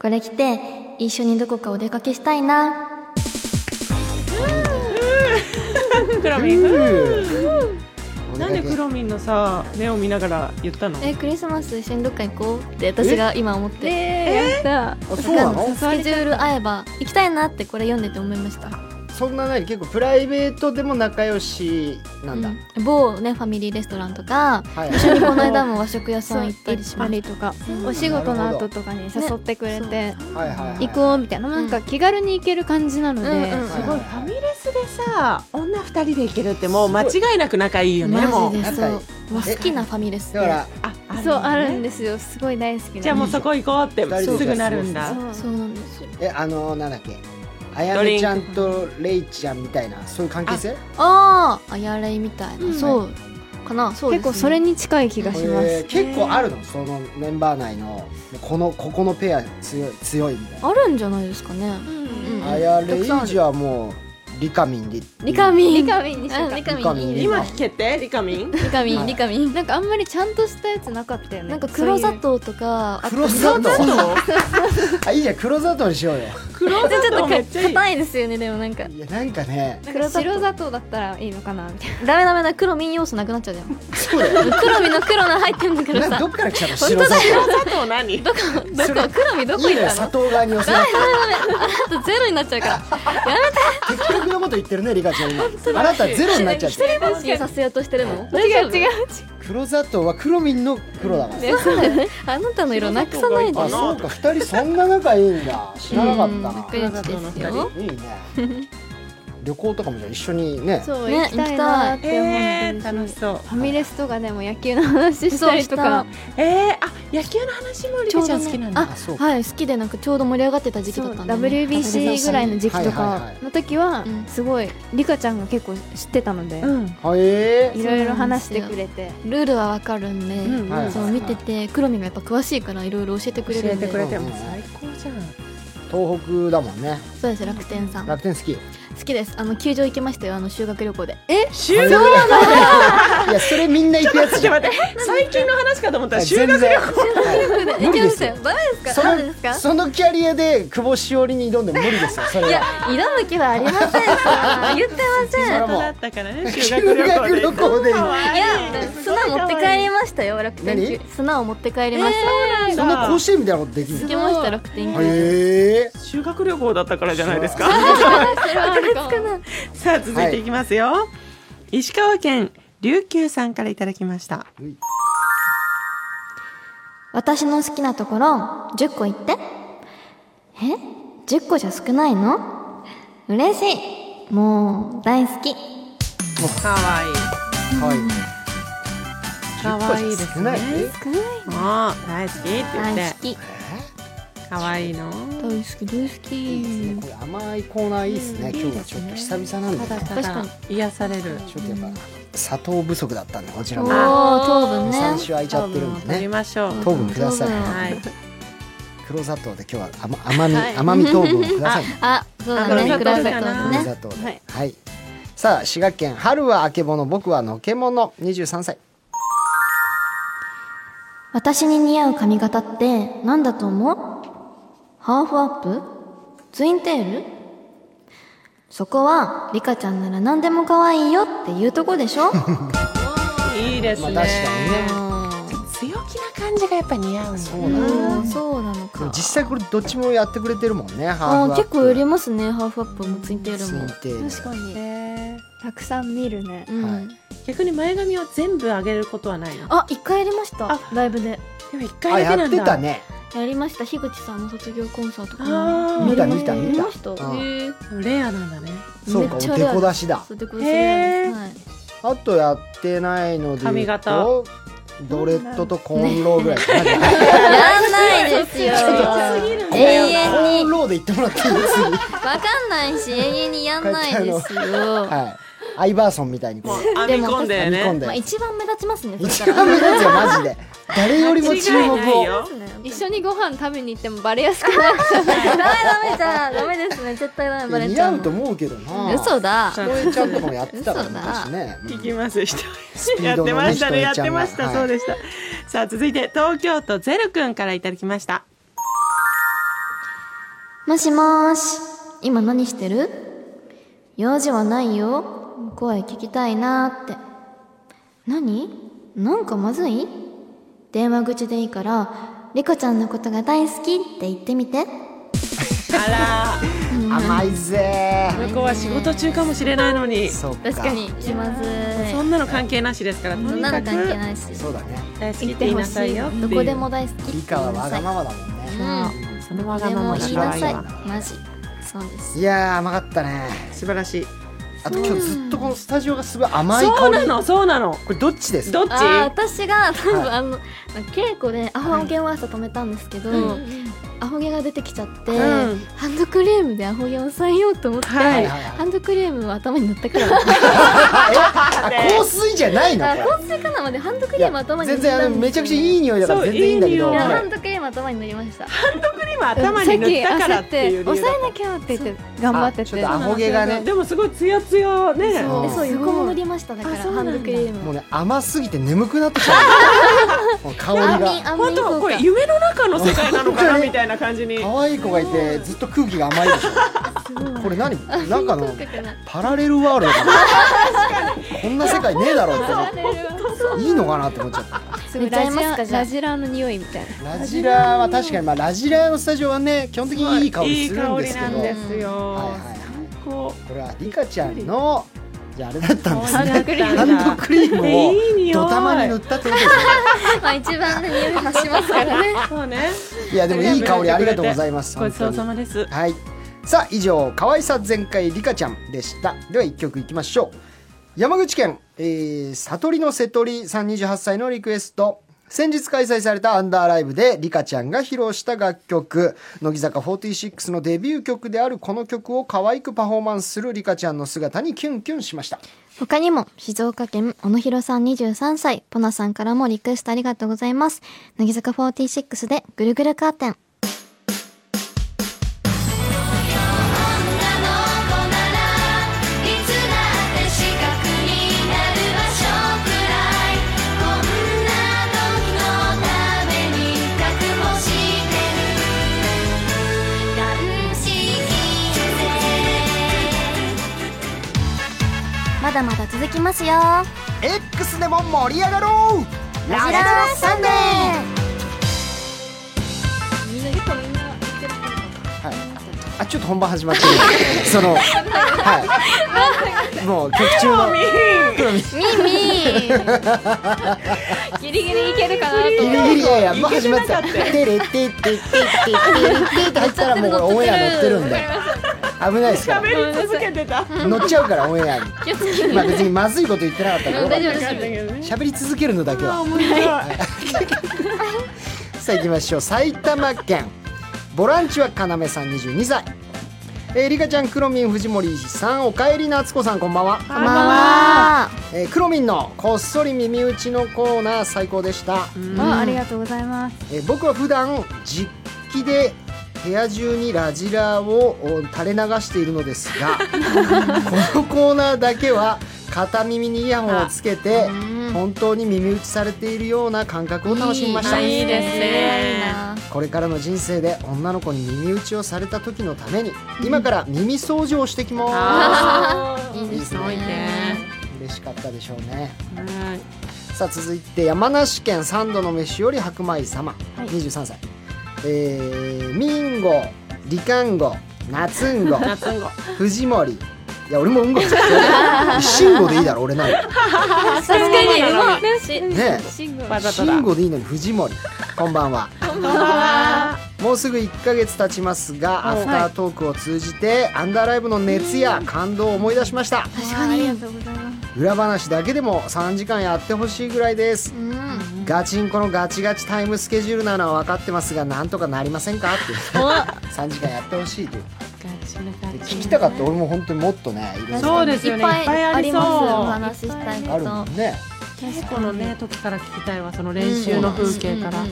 Speaker 5: これ着て一緒にどこかお出かけしたいな
Speaker 3: クロミン。
Speaker 2: お
Speaker 3: な
Speaker 2: 願
Speaker 3: ん
Speaker 2: い
Speaker 3: でクロミンのさ、目を見ながら言ったの。
Speaker 5: えクリスマス一緒にどっか行こうって私が今思って
Speaker 4: えー、やっ
Speaker 2: あそうなの
Speaker 5: スケジュール合えば行きたいなってこれ読んでて思いました
Speaker 2: そんな何結構プライベートでも仲良しなんだ、
Speaker 5: うん某ねファミリーレストランとか
Speaker 2: はい
Speaker 5: 一緒にこの間も和食屋さん行ったり
Speaker 4: 行
Speaker 5: し
Speaker 4: っ
Speaker 5: ま
Speaker 4: た
Speaker 5: し
Speaker 4: りとかお仕事の後とかに誘ってくれて、
Speaker 2: はいはいはい
Speaker 4: 行こうみたいななんか気軽に行ける感じなので、
Speaker 5: うんうん
Speaker 2: う
Speaker 3: すごいファミレスでさ女二人で行けるってもう間違いなく仲いいよ
Speaker 5: た
Speaker 3: ね
Speaker 5: マ
Speaker 3: も
Speaker 5: ジ
Speaker 3: う
Speaker 5: でそう
Speaker 2: なんか
Speaker 5: うわ好きなファミレス
Speaker 2: だから
Speaker 3: あ
Speaker 4: そうあるん
Speaker 3: で
Speaker 4: ですよすごい大好き
Speaker 3: じゃあ
Speaker 4: な
Speaker 3: もうそこ行こうって
Speaker 2: 二人です
Speaker 3: ぐなるんだ
Speaker 4: そう
Speaker 5: そうなんですよ
Speaker 2: えあのなんだっけあや
Speaker 3: ドリ
Speaker 2: ね
Speaker 3: ンク
Speaker 2: ちゃんとレイちゃんみたいなそういう関係性
Speaker 5: あああやれみたいな、そうかなそう
Speaker 4: 結構それ
Speaker 5: に
Speaker 4: に近い気がしま
Speaker 2: え
Speaker 4: す
Speaker 2: ー結構あるのそのメンバー内のこのここのペア強い強いみたいな
Speaker 5: あるんじゃないですかねうん
Speaker 2: あやれ
Speaker 5: た
Speaker 2: イ
Speaker 5: くさんあ
Speaker 2: ー
Speaker 5: る
Speaker 2: ジはもうリカミンで
Speaker 5: リカミン
Speaker 4: リカミンにしようか
Speaker 5: リ
Speaker 2: リカミン
Speaker 5: いい
Speaker 3: 今
Speaker 5: ね
Speaker 3: 聞けてリカミン
Speaker 5: リカミ
Speaker 2: は
Speaker 5: ン
Speaker 2: い
Speaker 5: リカミン
Speaker 4: なんかあんまりちゃんとしたやつなかったよね
Speaker 5: なんか黒砂糖とかあと
Speaker 2: 黒砂糖
Speaker 5: そう
Speaker 2: あいいじゃん黒砂糖にしようよ
Speaker 3: 黒
Speaker 4: そういうちょっと
Speaker 3: めっちゃ
Speaker 4: か
Speaker 3: いい
Speaker 4: 硬いですよねでもなんか
Speaker 2: いやなんかね
Speaker 4: なん
Speaker 5: 黒
Speaker 4: か
Speaker 5: 砂糖
Speaker 4: 白砂糖だったらいいのかなみたいな
Speaker 5: ダメダメだ黒民要素なくなっちゃうじゃん
Speaker 2: そうだよ
Speaker 5: 黒身の黒の入ってんだから
Speaker 2: なんか
Speaker 5: さ
Speaker 2: ど
Speaker 5: ど
Speaker 2: っから来たの白砂
Speaker 3: 黒砂糖何ど
Speaker 2: そ
Speaker 5: こ黒身ど
Speaker 2: 糖
Speaker 5: こ
Speaker 2: いい
Speaker 5: 行
Speaker 2: のよ
Speaker 5: ったの
Speaker 2: 砂糖側に寄せなくて
Speaker 5: あとゼロになっちゃうから
Speaker 2: 的確なこと言ってるねリカちゃん今あなたゼロになっちゃってる
Speaker 5: 何をさせようとしてるの
Speaker 4: 違う
Speaker 5: 大丈夫
Speaker 4: 違う
Speaker 2: 黒砂糖は黒みんの黒だから、
Speaker 5: いやそうだよねあなたの色なくさないで
Speaker 2: あそうか二人そんな仲いいんだ知らなかったな、
Speaker 5: 仲良しですよ
Speaker 2: いいね 旅行とかもじゃあ一緒にね
Speaker 4: そう、
Speaker 5: ね
Speaker 4: 行きたいなって思う、
Speaker 3: えー、楽しそう
Speaker 4: ファミレスとかでも野球の話したりとか
Speaker 3: えー、あ野球の話もリカちゃん好きなんだ、
Speaker 2: あそうか
Speaker 5: はい好きでなんかちょうど盛り上がってた時期だったんだよね
Speaker 4: WBC ぐらいの時期と
Speaker 2: はいはいは
Speaker 4: か
Speaker 2: い
Speaker 4: の時は
Speaker 5: うん
Speaker 4: すごいリカちゃんが結構知ってたので、
Speaker 3: うん
Speaker 2: はいえ
Speaker 4: いろいろ話してくれて
Speaker 5: ルールはわかるんで、
Speaker 3: うん
Speaker 2: はい
Speaker 5: そう見てて黒見がやっぱ詳しいからいろいろ教えてく
Speaker 3: 教
Speaker 5: れる
Speaker 3: え
Speaker 5: んで
Speaker 3: てくれて
Speaker 2: うん
Speaker 3: もう最高じゃん
Speaker 2: 東北だもんね
Speaker 5: そうです楽天さん好
Speaker 2: 楽天好き
Speaker 5: きですあの球場行きましたよあの修学旅行で
Speaker 3: 修学
Speaker 2: そうなのいやそれみんな行くやつじ
Speaker 3: ちょ
Speaker 2: ゃん
Speaker 3: っと待って最近の話かと思ったら修学
Speaker 2: 全然はい無理ですよ
Speaker 5: ダメです
Speaker 2: そのそのキャリアで久保しおりに挑んでも無理ですよそれはい
Speaker 5: や挑む気はありませんそんな言ってません
Speaker 2: それはも
Speaker 3: だ
Speaker 2: う
Speaker 3: ったからね
Speaker 2: 修
Speaker 3: 修
Speaker 2: 学
Speaker 3: 学
Speaker 2: 旅
Speaker 3: 旅
Speaker 2: 行
Speaker 3: 行
Speaker 2: で
Speaker 3: で
Speaker 2: 可
Speaker 5: いや砂持って帰りましたよ楽天球
Speaker 2: 何
Speaker 5: 砂を持って帰りました、
Speaker 2: そんな甲子園みたいなことできる
Speaker 5: 行きました楽天球
Speaker 2: のへえ
Speaker 3: 修学旅行だったからじゃないですか さあ続いていきますよ、石川県琉球さんからいただきました
Speaker 5: 私の好きなところ10個言ってえ10個じゃ少ないの嬉しいもう大好き
Speaker 3: かわいい
Speaker 2: かわいい
Speaker 3: かわいいですね
Speaker 2: 10
Speaker 5: 少ない
Speaker 3: もう大好きって言
Speaker 5: 大
Speaker 3: っ
Speaker 5: 好き
Speaker 3: てかわいいの
Speaker 5: 大好き大好
Speaker 2: いいです
Speaker 5: き
Speaker 2: ねこれ甘いコーナーいいですね今日はちょっと久々なんで
Speaker 3: ただ
Speaker 2: ね
Speaker 3: た
Speaker 5: 確か
Speaker 3: だ癒される
Speaker 2: ちょっとやっぱ砂糖不足だったんでこちら
Speaker 5: お
Speaker 2: も
Speaker 3: あ
Speaker 5: ー糖分ね
Speaker 2: 三種空いちゃってる
Speaker 3: を
Speaker 2: ん
Speaker 3: 取
Speaker 2: で
Speaker 3: り
Speaker 2: ね
Speaker 3: ましょう、
Speaker 2: 糖分ください
Speaker 3: はい
Speaker 2: 黒砂糖で今日は甘甘み甘み糖分をください
Speaker 5: あそうだね
Speaker 3: あ
Speaker 5: 比べた
Speaker 3: 黒
Speaker 5: ら
Speaker 3: 砂糖
Speaker 2: 黒
Speaker 5: ね
Speaker 2: 砂糖
Speaker 4: は
Speaker 2: で
Speaker 4: い
Speaker 2: はいさあ滋賀県春はあけぼの僕はのけもの23歳
Speaker 5: 私に似合う髪型って何だと思うハーフアップツインテールそこはリカちゃんなら何でも可愛いよって いうとこでしょ
Speaker 3: いいですね,、
Speaker 2: まあ確
Speaker 3: 強気な感じがやっぱ似合うんだ
Speaker 2: そうなの
Speaker 5: うんそうなのか
Speaker 2: 実際これどっちもやってくれてるもんねハ
Speaker 5: あ
Speaker 2: ーフ
Speaker 5: ー
Speaker 2: アップ
Speaker 5: 結構売りますねハーフアップもツインテールも
Speaker 2: ついてる
Speaker 4: 確かに、たくさん見るね
Speaker 5: うん、
Speaker 2: はい
Speaker 3: 逆に前髪を全部上げることはないの
Speaker 5: あ一回やりました
Speaker 3: あ
Speaker 5: ライブで
Speaker 3: でも
Speaker 2: あ
Speaker 3: 一回だけ
Speaker 2: や
Speaker 3: な
Speaker 2: っ
Speaker 3: んだ
Speaker 2: てたね
Speaker 5: やりました樋口さんの卒業コンサートかな
Speaker 3: あ
Speaker 2: 見
Speaker 3: ー
Speaker 2: た見た見
Speaker 5: や
Speaker 2: た
Speaker 5: りました
Speaker 2: うん
Speaker 5: へー
Speaker 3: レアなんだね
Speaker 2: そうかお
Speaker 5: めっ
Speaker 2: 手
Speaker 5: ちゃレア
Speaker 2: こ出しだ
Speaker 5: そうでこれそれ
Speaker 3: へー
Speaker 5: はい
Speaker 2: あとやってないので言
Speaker 3: 髪
Speaker 2: う
Speaker 3: 型
Speaker 2: とドレッドとコーンローぐらいかなじゃあ
Speaker 5: やんないですよ
Speaker 2: コ
Speaker 5: 永遠
Speaker 2: ーン
Speaker 5: に
Speaker 2: ローで言ってもらっていいです
Speaker 5: わかんないし永遠にやんないですよ
Speaker 2: はいアイバーソンみたいにこ
Speaker 3: もう
Speaker 2: う
Speaker 3: 編み込んで
Speaker 2: 編み込ん
Speaker 3: ね
Speaker 2: で
Speaker 5: まあ一番目立ちますね そ
Speaker 2: 一
Speaker 5: れから
Speaker 2: 番目立つよマジで誰よりも注目
Speaker 3: 間違いない
Speaker 2: を
Speaker 3: よ
Speaker 4: 一緒にご飯食べに行ってもバレやすくなる
Speaker 5: ダメダメじゃんダメですね絶対ダメバレ
Speaker 2: 似
Speaker 5: ちゃ
Speaker 2: 合
Speaker 5: う
Speaker 2: うと思うけどな
Speaker 5: 嘘だ
Speaker 2: こえちゃんとかもやってたもん
Speaker 5: 嘘
Speaker 2: ね
Speaker 5: だ
Speaker 2: 昔ねうん
Speaker 3: 聞きます人
Speaker 2: スピー
Speaker 3: や
Speaker 2: ド
Speaker 3: っ
Speaker 2: のね
Speaker 3: てましたねやっ
Speaker 2: 人
Speaker 3: て
Speaker 2: や
Speaker 3: ま
Speaker 2: っ
Speaker 3: して
Speaker 2: まし
Speaker 3: た
Speaker 2: た
Speaker 3: そうでしたさあ続いて東京都ゼルくんからいただきました
Speaker 5: もしもーし今何してる用事はないよ声聞きたいなーって何なんかまずい電話口でいいからリコちゃんのことが大好きって言ってみて
Speaker 3: あ
Speaker 2: 甘いぜ
Speaker 3: ら向こうは仕事中かもしれないのに
Speaker 2: そうか
Speaker 5: 確かに気まずい
Speaker 3: そんなの関係なしですからと
Speaker 5: そん
Speaker 3: に
Speaker 5: なの
Speaker 3: か
Speaker 5: 関係
Speaker 3: く
Speaker 5: ないし
Speaker 2: そうだね
Speaker 3: 大好きって言いなさいよっていう
Speaker 5: どこでも大好きっ
Speaker 2: 理
Speaker 5: て言い
Speaker 2: 科は
Speaker 5: な
Speaker 2: わ
Speaker 5: さ
Speaker 2: が
Speaker 5: い
Speaker 2: ままだもんね
Speaker 5: う
Speaker 3: そのわ
Speaker 5: どこ
Speaker 3: が
Speaker 5: で
Speaker 3: ま
Speaker 5: も
Speaker 3: ま
Speaker 5: 言
Speaker 3: が可
Speaker 5: いな
Speaker 3: 愛い
Speaker 5: さい
Speaker 3: わ
Speaker 5: マジそうです
Speaker 2: いやー甘かったね
Speaker 3: 素晴らしい
Speaker 2: あと今日ずっとこのスタジオがすごい甘い
Speaker 3: そう
Speaker 2: 香
Speaker 3: な
Speaker 2: り
Speaker 3: のそうなの
Speaker 2: これどっちですか
Speaker 3: どっち
Speaker 5: あー私が多分
Speaker 2: はい
Speaker 5: あのなんか稽古でアホアホゲンワースト止めたんですけど、アホ毛が出てきちゃって、
Speaker 3: うん
Speaker 5: ハンドクリームでアホ毛を抑えようと思って、
Speaker 3: はい
Speaker 2: はいはい
Speaker 5: ハンドクリームは頭に塗ったから
Speaker 2: あ香水じゃないの
Speaker 5: あ
Speaker 2: こ
Speaker 5: 香水かなまでハンドク
Speaker 2: れ
Speaker 5: リーム頭に塗
Speaker 2: 全
Speaker 5: った
Speaker 2: 然あのめちゃくちゃいい匂いだから
Speaker 3: そう
Speaker 2: 全然いいんだけど
Speaker 3: い
Speaker 5: いや
Speaker 3: い匂
Speaker 5: ハ
Speaker 3: い
Speaker 5: ンドクリーム頭に塗りました
Speaker 3: 今頭に塗ったからっていう理由だ
Speaker 4: 抑えなきゃって言って頑張って
Speaker 2: ちょってとアホ毛が
Speaker 3: ね
Speaker 2: ね
Speaker 3: でもすごいツヤツヤね
Speaker 2: そう
Speaker 5: えそう
Speaker 4: すごい
Speaker 5: 横も塗りましただから
Speaker 4: あそうな
Speaker 5: ハ
Speaker 4: ん
Speaker 5: ン
Speaker 4: だ
Speaker 5: ドクリーム
Speaker 2: もうね甘すぎて眠くなってきたもう香り
Speaker 5: 安
Speaker 2: が
Speaker 5: 眠安
Speaker 3: 本
Speaker 5: 眠
Speaker 3: 当
Speaker 5: 効
Speaker 3: こ
Speaker 5: 果
Speaker 3: れ夢の中の世界なの
Speaker 2: 本
Speaker 3: か
Speaker 2: 当
Speaker 3: な
Speaker 2: に
Speaker 3: みたいな感 じに
Speaker 2: 可愛い子がいてずっと空気が甘いでしょこれ何なんかの
Speaker 5: 効果かな
Speaker 2: パラレルワールドかなこんな世界ねえだろうって思っていいのかなって思っちゃった
Speaker 4: すごい
Speaker 5: 寝ちゃ
Speaker 4: ラ
Speaker 5: い
Speaker 4: ジ
Speaker 5: ます
Speaker 4: ラ
Speaker 5: かじゃあ
Speaker 4: ラジラーの匂いみたいな
Speaker 2: ラジラーは確かに、まあ、ラジラーのスタジオはね基本的にいい香りするんですけど
Speaker 3: いい香りなんですよ
Speaker 2: はいはいはい
Speaker 3: 最高
Speaker 2: これはリカちゃんのじゃああれだったんですね
Speaker 3: ハンドクリーム
Speaker 2: ハ
Speaker 3: だ
Speaker 2: ンドクリー
Speaker 3: いい
Speaker 2: ム
Speaker 3: 匂
Speaker 2: を
Speaker 3: い
Speaker 2: ドタマに塗ったってことですね
Speaker 5: まあ一番ね匂い発しますからね
Speaker 3: そうね
Speaker 2: いやでもいい香りありがとうございます
Speaker 3: ごちそう
Speaker 2: 本当
Speaker 3: さ
Speaker 2: に
Speaker 3: まです
Speaker 2: はいさあ以上可愛さ全開リカちゃんでしたでは一曲いきましょう山口県、えー、悟りの瀬戸りさん28歳のリクエスト先日開催されたアンダーライブでリカちゃんが披露した楽曲乃木坂46のデビュー曲であるこの曲を可愛くパフォーマンスするリカちゃんの姿にキュンキュンしました
Speaker 5: 他にも静岡県小野広さん23歳ポナさんからもリクエストありがとうございます乃木坂46でぐるぐるカーテン
Speaker 8: 女の子ならいつだって四角になる場所くらいこんな時のために覚悟してる男子
Speaker 5: まだまだ続きますよ
Speaker 2: X でも盛り上がろうラジラサンデーはいあちょっと本番始まって るそのはいもう曲中の黒み
Speaker 4: ギリギリいけるかなと
Speaker 2: ギリギリいやいやもう始まってたテレテテテテテテテって入ったらもうこれオンエア乗ってるんで危ないですから
Speaker 3: 喋り続けてた
Speaker 2: 乗っちゃうからオンエアにまあ別にまずいこと言ってなかったからよかった
Speaker 3: だけどね
Speaker 2: 喋り続けるのだけは
Speaker 3: 面白い
Speaker 2: さあ行きましょう埼玉県ボランチはかなめさん22歳えー、リカちゃん、クロミン、藤森さん、おかえりなつこさん、こんばんは。
Speaker 5: こんばんは
Speaker 2: えー、クロミンのこっそり耳打ちのコーナー、最高でした。
Speaker 4: あありがとうございます
Speaker 2: えー僕は普段実機で部屋中にラジラーをお垂れ流しているのです がこのコーナーだけは片耳にイヤホンをつけて本当に耳打ちされているような感覚を楽しみました
Speaker 6: いいですね
Speaker 2: これからの人生で女の子に耳打ちをされた時のために今から耳掃除をしてきます
Speaker 3: あ
Speaker 5: いい
Speaker 2: いい
Speaker 5: で
Speaker 2: ですす
Speaker 5: ね
Speaker 2: ね
Speaker 3: ね
Speaker 2: 嬉しかったでしょうね
Speaker 3: はい
Speaker 2: さあ続いて山梨県三度の飯より白米様、23歳えー、ミンゴリカンゴナツン ゴ
Speaker 3: 夏んご
Speaker 2: 藤森いや俺もうんご つってるシンゴでいいだろ俺なんか
Speaker 4: 確かにうまい
Speaker 2: ね
Speaker 3: わざ
Speaker 2: シ
Speaker 3: とだ
Speaker 2: ンゴでいいのに藤森こんばんはもうすぐ1ヶ月経ちますがアフタートークを通じてアンダーライブの熱や感動を思い出しました
Speaker 5: 確かに
Speaker 2: 裏話だけでも3時間やってほしいぐらいです
Speaker 5: うん
Speaker 2: ガチンコのガチガチタイムスケジュールなのは分かってますがなんとかなりませんかって3時間やってほしいというで聞きたかった俺も本当にもっとねいろいろ
Speaker 3: そうですよね
Speaker 5: いっぱいあります
Speaker 3: いっぱいありそう
Speaker 5: お話ししたい
Speaker 2: あ
Speaker 5: こ
Speaker 2: るも
Speaker 5: と
Speaker 2: んね
Speaker 3: 結構のね時から聞きたいわその練習の風景から
Speaker 2: ね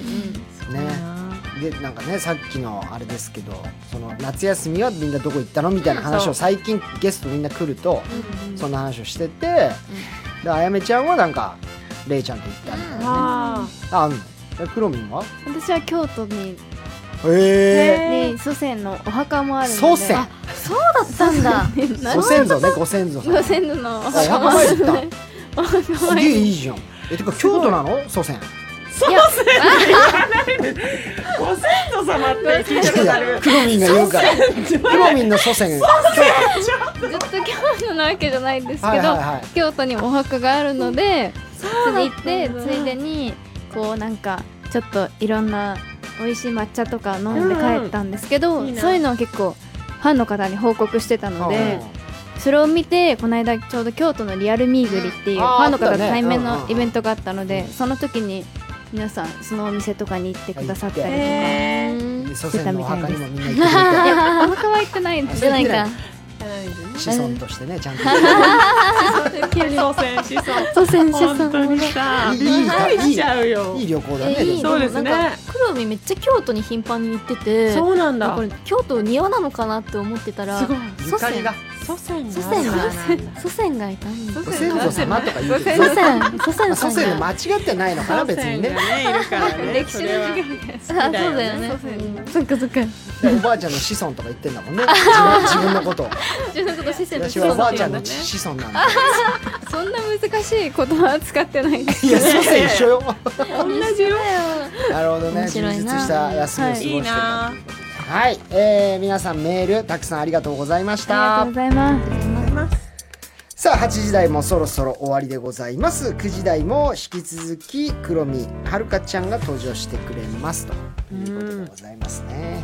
Speaker 2: でなんかねさっきのあれですけどその夏休みはみんなどこ行ったのみたいな話
Speaker 3: そ
Speaker 2: を
Speaker 3: う
Speaker 2: 最近ゲストみんな来るとそんな話をしててであやめちゃんはなんかれいちゃんと行ったみたいなね
Speaker 3: あ
Speaker 2: ああんのでくろみんは
Speaker 4: 私は京都に
Speaker 2: へえ
Speaker 4: で祖先のお墓もあるので
Speaker 2: 祖先
Speaker 5: だったんだ
Speaker 2: ご先祖ねご先祖さん
Speaker 4: 祖先のお
Speaker 2: あや
Speaker 4: 墓も
Speaker 2: ば
Speaker 4: あ
Speaker 2: いっ
Speaker 4: るの
Speaker 2: た
Speaker 4: で
Speaker 2: すげえいいじゃん。え、てか京都なの祖先。
Speaker 3: あご先祖様って聞いたこ
Speaker 2: い
Speaker 3: とあ
Speaker 2: や、
Speaker 3: る
Speaker 2: クロミンが言うから。クロミンの祖先。
Speaker 4: ずっと京都なわけじゃないんですけど、
Speaker 2: はいはいはい
Speaker 4: 京都にもお墓があるのでそれ行ってついでにこうなんかちょっといろんな美味しい抹茶とか飲んで帰ったんですけど、
Speaker 3: んいいな
Speaker 4: そういうのを結構ファンの方に報告してたので、
Speaker 2: う
Speaker 4: それを見てこの間ちょうど京都のリアルミーグリって
Speaker 2: う
Speaker 4: いう
Speaker 2: ん
Speaker 4: フ
Speaker 2: あー
Speaker 4: ァンの方
Speaker 2: あっ
Speaker 4: と
Speaker 2: たね
Speaker 4: 対面
Speaker 2: うんうんう
Speaker 4: の
Speaker 2: ん
Speaker 4: イベントがあったので、その時に皆さんそのお店とかに行ってくださったりとか、
Speaker 2: 行って
Speaker 5: うん
Speaker 2: に祖先のお墓にもみんな行って
Speaker 4: いやあんま可愛くない です
Speaker 5: じゃないか
Speaker 2: 子孫としてねちゃんと
Speaker 3: 祖先子孫
Speaker 4: 祖先子
Speaker 3: 本当
Speaker 4: 孫
Speaker 3: にさ
Speaker 2: いいいい
Speaker 3: びっくりしちゃうよ
Speaker 2: いい旅行だね
Speaker 5: えいい
Speaker 2: でも
Speaker 3: そうですね
Speaker 5: なんか黒海めっちゃ京都に頻繁に行ってて
Speaker 3: そうなんだ
Speaker 5: これ京都庭なのかなって思ってたら
Speaker 3: すごい
Speaker 2: ゆかりが
Speaker 3: 祖先が
Speaker 5: 祖先が祖先がいたんだ
Speaker 2: ご先祖様とか言うけ
Speaker 5: 祖
Speaker 2: ど
Speaker 5: 先祖
Speaker 2: ま
Speaker 5: 先
Speaker 2: あ祖
Speaker 5: さ
Speaker 2: 先
Speaker 5: ん
Speaker 2: の
Speaker 5: が
Speaker 2: 間違ってないのかな別に ね
Speaker 3: いるからね
Speaker 4: 歴史の授業みたいな
Speaker 5: あそうだよねそっかそっか
Speaker 2: おばあちゃんの子孫とか言ってんだもんね自分自分のことを
Speaker 4: 自分のこと祖先
Speaker 2: 私はおばあちゃんの子孫なんだ
Speaker 4: そんな難しい言葉は使ってないです
Speaker 2: いや祖先一緒よ
Speaker 5: 同じよ
Speaker 2: なるほどね
Speaker 5: 面
Speaker 2: 充
Speaker 5: 白いな
Speaker 2: 実した休みを過ごして
Speaker 3: いい
Speaker 2: る
Speaker 3: な
Speaker 2: はい、えー、皆さんメールたくさんありがとうございまし
Speaker 9: ありが
Speaker 2: た
Speaker 9: とうございます
Speaker 2: さあ8時台もそろそろ終わりでございます9時台も引き続き黒見はるかちゃんが登場してくれますということでございますね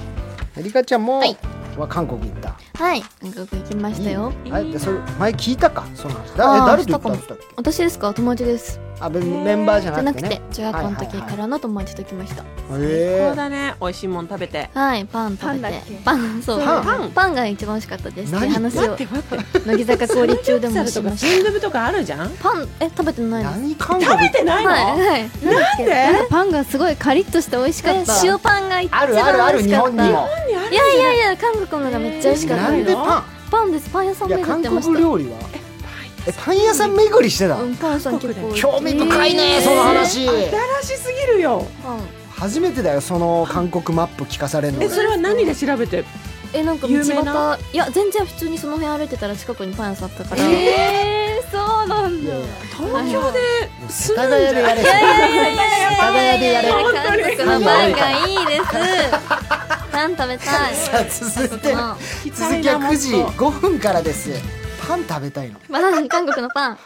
Speaker 2: りかちゃんも、
Speaker 5: はい
Speaker 2: は韓国行った
Speaker 5: はい韓国行きましたよ
Speaker 2: いいねはいでそれ前聞いたかそうなんです
Speaker 5: あ
Speaker 2: だ
Speaker 5: ー
Speaker 2: え誰と行ったんだっけ
Speaker 5: 私ですか友達です
Speaker 2: あメンメンバーじ
Speaker 5: じゃ
Speaker 2: ゃな
Speaker 5: な
Speaker 2: く
Speaker 5: く
Speaker 2: て
Speaker 5: て
Speaker 2: ね
Speaker 5: 中学校の時
Speaker 2: はいはいはい
Speaker 5: からの友達と来ました
Speaker 2: へ
Speaker 3: そうだね美味しいもん食べて
Speaker 5: はいパン食べてパンそう
Speaker 2: パン
Speaker 5: パンが一番美味しかったですっていう話
Speaker 3: 待っ
Speaker 5: を
Speaker 3: て待って
Speaker 5: 乃木坂氷中でもし
Speaker 3: と
Speaker 5: ま
Speaker 3: か
Speaker 5: し
Speaker 3: スンドゥブとかあるじゃん
Speaker 5: たパンえ食べてな
Speaker 2: え
Speaker 5: いです
Speaker 2: 何韓国
Speaker 3: 食べてないの、
Speaker 5: はいはい
Speaker 3: なんで
Speaker 4: なんかパンがすごいカリッとして美味しかった
Speaker 5: 塩パンが一番
Speaker 2: あるあるある日
Speaker 5: 美味しかった
Speaker 2: 本にも
Speaker 5: いやいやいや韓国のがめっちゃ美味しかった
Speaker 2: なんでパ
Speaker 5: パンですパン屋さん
Speaker 2: ンいや
Speaker 5: 巡っ
Speaker 2: 韓
Speaker 5: てまし
Speaker 2: 国
Speaker 5: た
Speaker 2: 料理はえパン屋さん巡りしてた
Speaker 5: うんパン屋さん結構
Speaker 2: 興味深いねその話
Speaker 3: 新しすぎるよ
Speaker 5: パン
Speaker 2: 初めてだよその韓国マップ聞かされるの
Speaker 3: えそれは何で調べて
Speaker 5: えなんか道
Speaker 3: 有名
Speaker 5: 端
Speaker 3: ない
Speaker 5: や全然普通にその辺歩いてたら近くにパン屋さんあったから
Speaker 4: えー、そうなん
Speaker 2: い
Speaker 4: だ
Speaker 2: やいや
Speaker 3: 東京で
Speaker 2: もう世田谷でやれ世田谷でやれ
Speaker 5: 韓国のパンがいいですパン食べたい
Speaker 2: さあ続いて
Speaker 5: まあ
Speaker 3: 聞きた
Speaker 2: 続
Speaker 3: い
Speaker 2: きは
Speaker 3: な
Speaker 2: 9時
Speaker 3: もっと
Speaker 2: 5分からですパン食べたいの
Speaker 5: まあ韓国のパン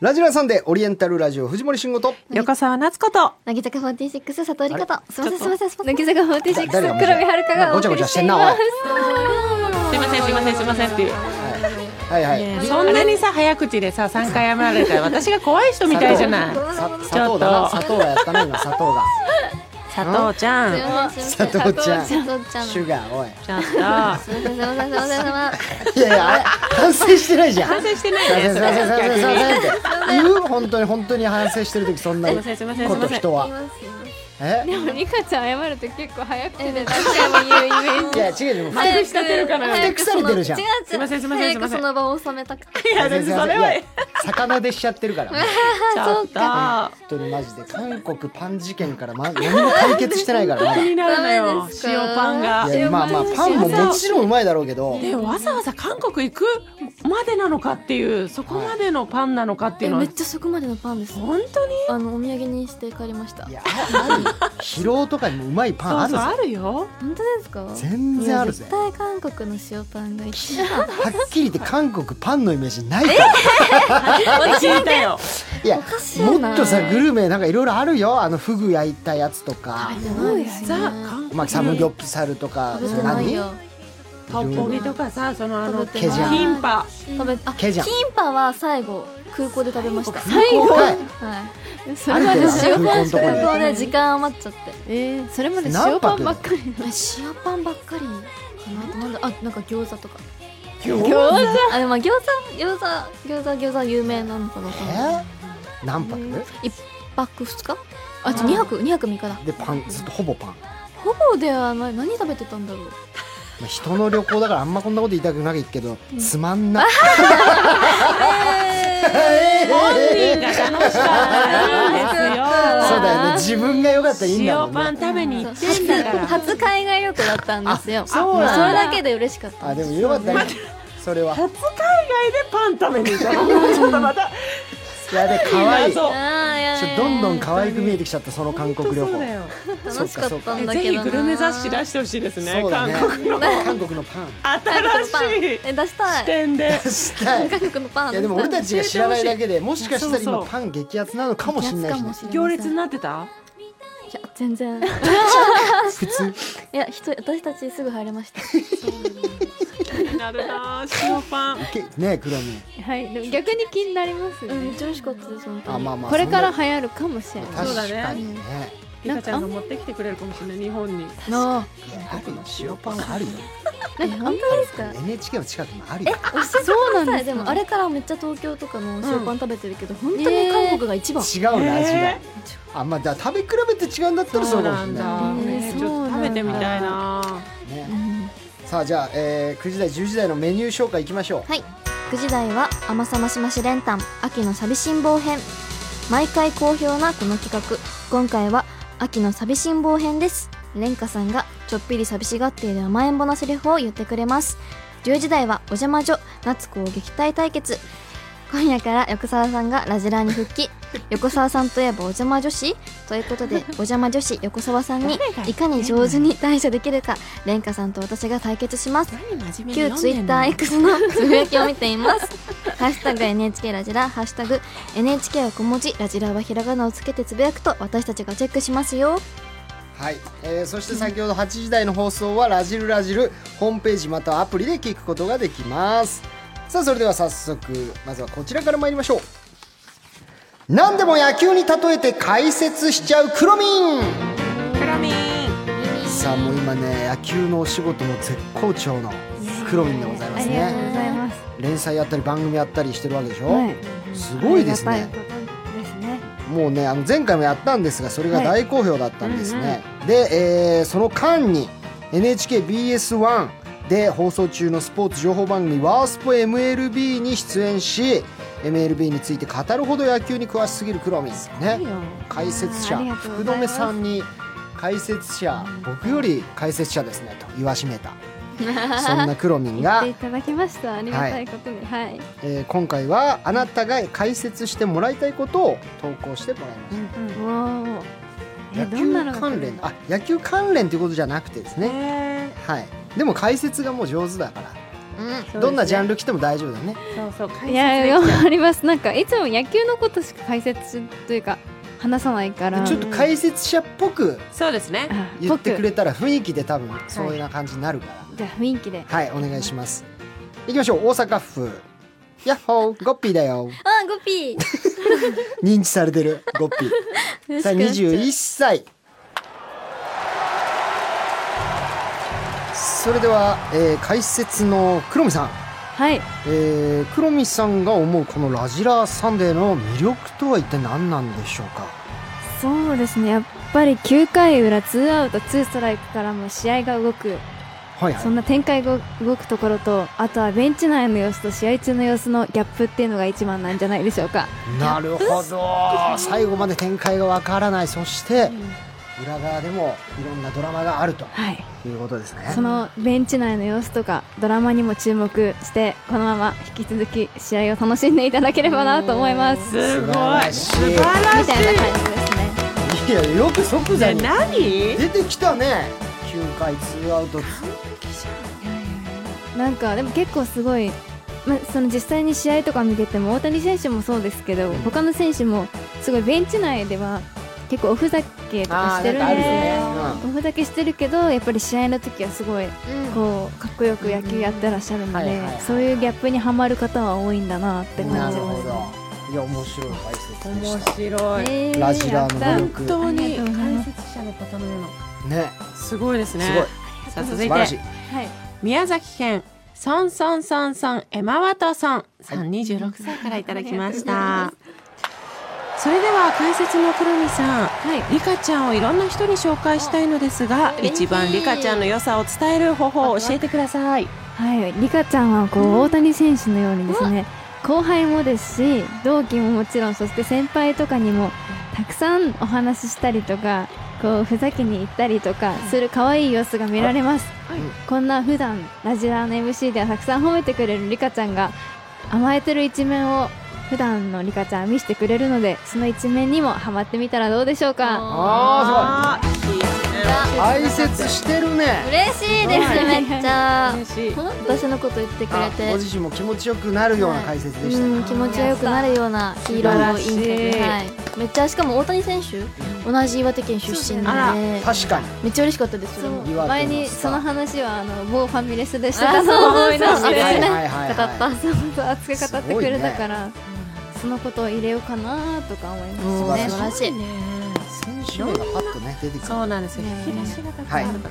Speaker 2: ラジラさんでオリエンタルラジオ藤森慎吾と
Speaker 10: 横澤夏子と
Speaker 5: 乃木坂46佐藤理香とすいませんすいませんすいませ
Speaker 4: 乃
Speaker 5: ん
Speaker 4: 木坂
Speaker 2: 誰
Speaker 4: 46黒
Speaker 2: が
Speaker 4: 見遥が
Speaker 2: ごちゃごちゃしてんなおい
Speaker 3: すいませんすいませんすいませんっていう
Speaker 2: はいはい
Speaker 3: そんなにさ早口でさ3回謝られたら私が怖い人みたいじゃない
Speaker 2: さ砂糖だな砂糖がやったね今砂糖が
Speaker 3: 佐藤ちゃん
Speaker 5: すいませ
Speaker 2: 砂
Speaker 5: んすいません
Speaker 2: 糖ちゃんシ
Speaker 5: 佐藤ちゃんすい
Speaker 2: ュガーおい
Speaker 3: ちょっと
Speaker 5: ませんすいませんすいませんすいません
Speaker 2: いやいやあれ反省してないじゃん
Speaker 3: 反省してな
Speaker 2: すいま
Speaker 3: い
Speaker 2: せん
Speaker 3: ね
Speaker 2: す
Speaker 3: そ
Speaker 2: いませんすいませんすいま
Speaker 3: れ
Speaker 2: せんって言う本当に本当に反省してる時そんなこ
Speaker 3: 逆にすいませんすいませんすい
Speaker 2: と
Speaker 3: ません
Speaker 2: 人はえ
Speaker 4: でもリカちゃん謝ると結構早くてね
Speaker 5: 何回も言うイメー
Speaker 2: い
Speaker 5: ジ
Speaker 2: や違う違う
Speaker 3: 隠し立てるかな
Speaker 5: 早くその
Speaker 2: 隠されてるじゃん
Speaker 5: 違う違う
Speaker 3: すいませんすいませんすいません
Speaker 5: 早くその場を収めたくて
Speaker 3: いや別にそれはい
Speaker 2: や
Speaker 3: い
Speaker 2: 魚でしちゃってるから
Speaker 3: ちょっと
Speaker 2: 本当にマジで韓国パン事件からま何も解決してないからまだ
Speaker 3: 気に
Speaker 2: い
Speaker 3: なるのよ
Speaker 5: ダメですか
Speaker 3: 塩パンが
Speaker 2: やまあまあパンももちろんうまいだろうけど
Speaker 3: でわざわざ韓国行くまでなのかっていうそこまでのパンなのかっていう
Speaker 5: え
Speaker 3: の
Speaker 5: め
Speaker 3: は
Speaker 5: っちゃそこまでのパンです
Speaker 3: 本当に
Speaker 5: あのお土産にして帰りました
Speaker 2: いやある疲労とかにもうまいパン
Speaker 3: そ
Speaker 2: ある
Speaker 3: うそう
Speaker 2: ぞ
Speaker 3: あるよ
Speaker 5: 本当ですか
Speaker 2: 全然あるぜ
Speaker 5: 絶
Speaker 2: は
Speaker 5: 対韓国の塩パンが一番
Speaker 2: っきり言って韓国パンのイメージないから
Speaker 3: 私聞いたよ
Speaker 2: いや
Speaker 5: かしいな
Speaker 2: もっとさグルメなんかいろいろあるよあのフグ焼いたやつとか
Speaker 5: じゃないです
Speaker 3: ザ
Speaker 5: よね
Speaker 3: 韓
Speaker 2: まあ
Speaker 3: 国
Speaker 2: サムギョプサルとか
Speaker 5: 食べてないよ
Speaker 3: トッポギとかさそのあの
Speaker 5: 食
Speaker 2: て
Speaker 5: べ
Speaker 3: キ
Speaker 2: ない
Speaker 3: ンパ
Speaker 5: 食べあキ
Speaker 2: ケジャン
Speaker 5: ンパは最後空港で食べましたは
Speaker 2: 最後ある
Speaker 4: それま
Speaker 2: け
Speaker 4: で
Speaker 2: ど
Speaker 4: 塩
Speaker 2: 空港のとこ
Speaker 5: 空
Speaker 2: に
Speaker 5: 港で時間余っちゃって
Speaker 4: えー、それまで
Speaker 2: 何
Speaker 4: 塩パ
Speaker 2: 泊
Speaker 4: ンばっかり
Speaker 5: あ塩パンばっかりかなあとなんだあなんか餃子とか
Speaker 4: 餃子
Speaker 5: あでもまあ餃子餃子餃子餃子有名なのかなわかんな
Speaker 2: え
Speaker 5: い
Speaker 2: 何泊
Speaker 5: 一泊二日あちょ二泊二泊三日だ
Speaker 2: でパンずっとほぼパン
Speaker 5: ほぼではない何食べてたんだろう
Speaker 2: まあ人の旅行だからあんまこんなこと言いたくないけど、つまんな。
Speaker 3: 本人が楽しかった
Speaker 2: そうだよね。自分が良かったらいいんだも
Speaker 3: 塩
Speaker 2: ん
Speaker 3: パン
Speaker 2: ね。
Speaker 3: 食べに行ってんだから
Speaker 5: 初初海外旅行だったんですよ
Speaker 2: そうなんだ
Speaker 5: もそれだけで嬉しかった
Speaker 2: あでも良かったね。それは。
Speaker 3: 初海外でパン食べに行った のちょっとまた
Speaker 2: いやで可愛い。ちょ
Speaker 3: 謎
Speaker 5: あーいやいやいや
Speaker 2: どんどん可愛く見えてきちゃったその韓国旅
Speaker 3: そう
Speaker 2: 行。
Speaker 3: だよ
Speaker 5: 楽しかったん
Speaker 3: え
Speaker 5: だ
Speaker 3: ぜ
Speaker 5: けど
Speaker 3: ひ
Speaker 5: な
Speaker 3: グルメ雑誌出してほしいですね
Speaker 2: そうだね
Speaker 3: 韓国
Speaker 2: 韓
Speaker 3: の。
Speaker 2: 国のパン。
Speaker 5: 韓国のパン
Speaker 3: 新しい
Speaker 5: え出した
Speaker 3: 視
Speaker 5: い
Speaker 3: 点で
Speaker 2: したい。
Speaker 5: 韓国のパン
Speaker 2: いやでも俺たちが知らないだけで、もしかしたら
Speaker 3: そう
Speaker 2: 今
Speaker 3: そう
Speaker 2: パン激アツなのかもしれないしね。
Speaker 3: 行列になってた
Speaker 5: いや全 然
Speaker 2: 普通。
Speaker 5: いや人私たちすぐ入れました
Speaker 3: なるな塩パン
Speaker 2: けねクラム
Speaker 4: はい、でも逆に気になりますよ
Speaker 1: うん、めっ
Speaker 4: ね。
Speaker 1: ちゃ美味しかったです本当
Speaker 2: あ
Speaker 1: に
Speaker 2: まあまあ
Speaker 4: これから
Speaker 2: そ
Speaker 4: 流行るかもしれ
Speaker 2: ん
Speaker 4: な。
Speaker 2: ない
Speaker 3: そうだね
Speaker 2: 確かにね
Speaker 3: リカちゃんが持ってきてくれるかもしれない日本に
Speaker 4: ない
Speaker 2: やあるよ塩パンはあるよ
Speaker 4: あ、なんかあんま
Speaker 1: ですか
Speaker 2: NHK の近くもあるよ
Speaker 4: そうなん
Speaker 1: は
Speaker 4: で
Speaker 1: い
Speaker 4: す
Speaker 1: で
Speaker 4: か
Speaker 1: もあれからめっちゃ東京とかの塩パン食べてるけど、本当に
Speaker 4: ね
Speaker 1: 韓国が一番、
Speaker 2: 違うな味が
Speaker 3: え
Speaker 2: あまあだから食べ比べて違うんだったらそうかもしれない
Speaker 3: そうなんだ
Speaker 4: ね
Speaker 3: ねちょっと食べてみたいな
Speaker 2: ねさあじゃあ、えー、9時台10時台のメニュー紹介いきましょう
Speaker 1: はい9時台は「甘さましまし練炭秋の寂しん坊編」毎回好評なこの企画今回は「秋の寂しん坊編」です蓮華さんがちょっぴり寂しがっている甘えんぼなセリフを言ってくれます10時台は「お邪魔女夏子を撃退対決」今夜から横澤さんがラジラーに復帰横澤さんといえばお邪魔女子ということでお邪魔女子横澤さんにいかに上手に対処できるか蓮華さんと私が対決します
Speaker 3: 何真面
Speaker 1: 旧ツイッター X のつぶやきを見ています。 ハッシュタグ NHK ラジラ、ハッシュタグ NHK は小文字、ラジラはひらがなをつけてつぶやくと私たちがチェックしますよ。
Speaker 2: はい、えー、そして先ほど8時台の放送は「ラジルラジル」ホームページまたはアプリで聞くことができますさあそれでは早速まずはこちらから参りましょう何でも野球に例えて解説しちゃうクロミン
Speaker 11: クラミン
Speaker 2: さあもう今ね野球のお仕事も絶好調のクロミンでございます
Speaker 12: ありがとう
Speaker 2: ね
Speaker 12: ございます。
Speaker 2: 連載やったり番組やったりしてるわけでしょ、
Speaker 12: はい。
Speaker 2: すごいです
Speaker 12: ありが
Speaker 2: ね
Speaker 12: たいことですね。
Speaker 2: もうねあの前回もやったんですがそれが大好評だったんですね、で、えーその間に NHKBS1 で放送中のスポーツ情報番組「ワースポ MLB」に出演し MLB について語るほど野球に詳しすぎるクロミンね解説者
Speaker 12: あーありがとうご
Speaker 2: 福
Speaker 12: ざい
Speaker 2: 留
Speaker 12: ます
Speaker 2: さんに解説者僕より解説者ですねと言わしめ たそんなクロミンが
Speaker 4: 言っていただきました。ありがたいことに。はい。
Speaker 2: えー今回はあなたが解説してもらいたいことを投稿してもらいまし
Speaker 4: おー
Speaker 2: た、
Speaker 4: えどんな
Speaker 2: 野
Speaker 4: の
Speaker 2: 球
Speaker 4: が
Speaker 2: 関連あ野球関連ということじゃなくてですね、
Speaker 11: ね
Speaker 2: はいでも解説がもう上手だから、
Speaker 11: そうですね
Speaker 2: どんなジャンル来ても大丈夫だね
Speaker 11: そうそう解説
Speaker 4: いや、よくあります。なんかいつも野球のことしか解説というか話さないから。
Speaker 2: ちょっと解説者っぽく
Speaker 3: そうですね
Speaker 4: あ
Speaker 2: 言ってくれたら雰囲気で多分そういう感じになるから
Speaker 4: 僕じゃあ雰囲気で。
Speaker 2: はい、お願いしますいきましょう大阪府ヤッホーゴッピーだよ
Speaker 1: あ、ゴピー。
Speaker 2: 認知されてるゴッピ ーさあ21歳それでは、えー解説の黒見さん、
Speaker 4: はい。
Speaker 2: えー、黒見さんが思うこの「ラジラーサンデー」の魅力とは一体何なんでしょうか
Speaker 4: そうですね。やっぱり9回裏ツーアウトツーストライクからも試合が動く。
Speaker 2: はいはい
Speaker 4: そんな展開が動くところと、あとはベンチ内の様子と試合中の様子のギャップっていうのが一番なんじゃないでしょうか。
Speaker 2: なるほ ど最後まで展開がわからないそして裏側でもいろんなドラマがあると
Speaker 4: はい。
Speaker 2: いうことですね
Speaker 4: そのベンチ内の様子とか、ドラマにも注目して、このまま引き続き試合を楽しんでいただければなと思います。み
Speaker 3: す
Speaker 2: 素
Speaker 3: ごい
Speaker 2: 晴らしい
Speaker 4: たいな感じですね。
Speaker 2: いやよく即座に
Speaker 3: 何
Speaker 2: 出てきたね9回ツーアウト
Speaker 4: なんかでも結構すごい、ま、その実際に試合とか見てても大谷選手もそうですけど他の選手もすごいベンチ内では結構おふざけとかしてる
Speaker 2: あーなん
Speaker 4: んですよ
Speaker 2: かあるよね
Speaker 4: おふざけしてるけどやっぱり試合の時はすごいこうかっこよく野球やってらっしゃるの
Speaker 2: うんはい
Speaker 4: で
Speaker 2: はいはい
Speaker 4: そういうギャップにはまる方は多いんだなって
Speaker 2: な
Speaker 4: 感
Speaker 2: る
Speaker 4: じま
Speaker 2: ほ
Speaker 4: す
Speaker 2: どいや面白い解説で
Speaker 3: 面
Speaker 2: し
Speaker 3: 白い
Speaker 4: えー
Speaker 2: ラジラーの
Speaker 4: やった
Speaker 11: 本
Speaker 2: 魅力
Speaker 4: ー
Speaker 11: 当
Speaker 4: あり
Speaker 11: に
Speaker 4: がとうござい
Speaker 11: 解
Speaker 4: ます
Speaker 11: 説者の方のような
Speaker 2: たね
Speaker 3: すごいですね
Speaker 2: すごい
Speaker 3: さあ続
Speaker 2: 素晴
Speaker 3: い
Speaker 2: らしてい
Speaker 4: はい
Speaker 3: 宮崎県ソンソンソンソンエマワトソンさん26歳からいただきましたそれでは解説の黒見さん、
Speaker 4: は
Speaker 3: リカちゃんをいろんな人に紹介したいのですが一番リカちゃんの良さを伝える方法を教えてください
Speaker 4: はい、リカちゃんはこう大谷選手のようにですね、後輩もですし同期ももちろんそして先輩とかにもたくさんお話ししたりとかこうふざけに行ったりとかする可愛い様子が見られます、こんな普段ラジラーの MC ではたくさん褒めてくれるリカちゃんが甘えてる一面を普段のリカちゃんは見せてくれるのでその一面にもハマってみたらどうでしょうか
Speaker 2: あ
Speaker 3: あ
Speaker 2: あすごい解説してるね
Speaker 1: 嬉しいです、めっちゃ。
Speaker 3: 嬉しい
Speaker 1: 私のこと言ってくれ
Speaker 2: あ
Speaker 1: て
Speaker 2: ご。自身も気持ちよくなるような解説でした
Speaker 1: うん、
Speaker 2: ね
Speaker 1: 気持ちよくなるようなヒーローをインタビュー。はい。
Speaker 5: めっちゃしかも大谷選手同じ岩手県出身な
Speaker 3: あ
Speaker 5: んで
Speaker 2: 確かに
Speaker 5: めっちゃ嬉しかったです
Speaker 4: そ
Speaker 5: よ
Speaker 2: 岩
Speaker 4: う
Speaker 2: 手の
Speaker 4: 前に
Speaker 2: スタ
Speaker 4: そ
Speaker 2: ー
Speaker 4: の話はあの某ファミレスでしてたのを思い出して
Speaker 5: そうそう
Speaker 2: はい
Speaker 5: そう
Speaker 2: はいはい
Speaker 4: 語った
Speaker 2: はい
Speaker 4: そうそう熱く語ってくれたから、そのことを入れようかなとか思い
Speaker 5: 素
Speaker 4: ま
Speaker 2: 晴
Speaker 4: す
Speaker 2: ら
Speaker 4: ね
Speaker 2: しい
Speaker 5: 晴らしい
Speaker 2: 選手名がパッとね出てくる
Speaker 3: そうなんですよ
Speaker 4: ね
Speaker 3: 引き出しがたく
Speaker 2: はい
Speaker 3: さんあるか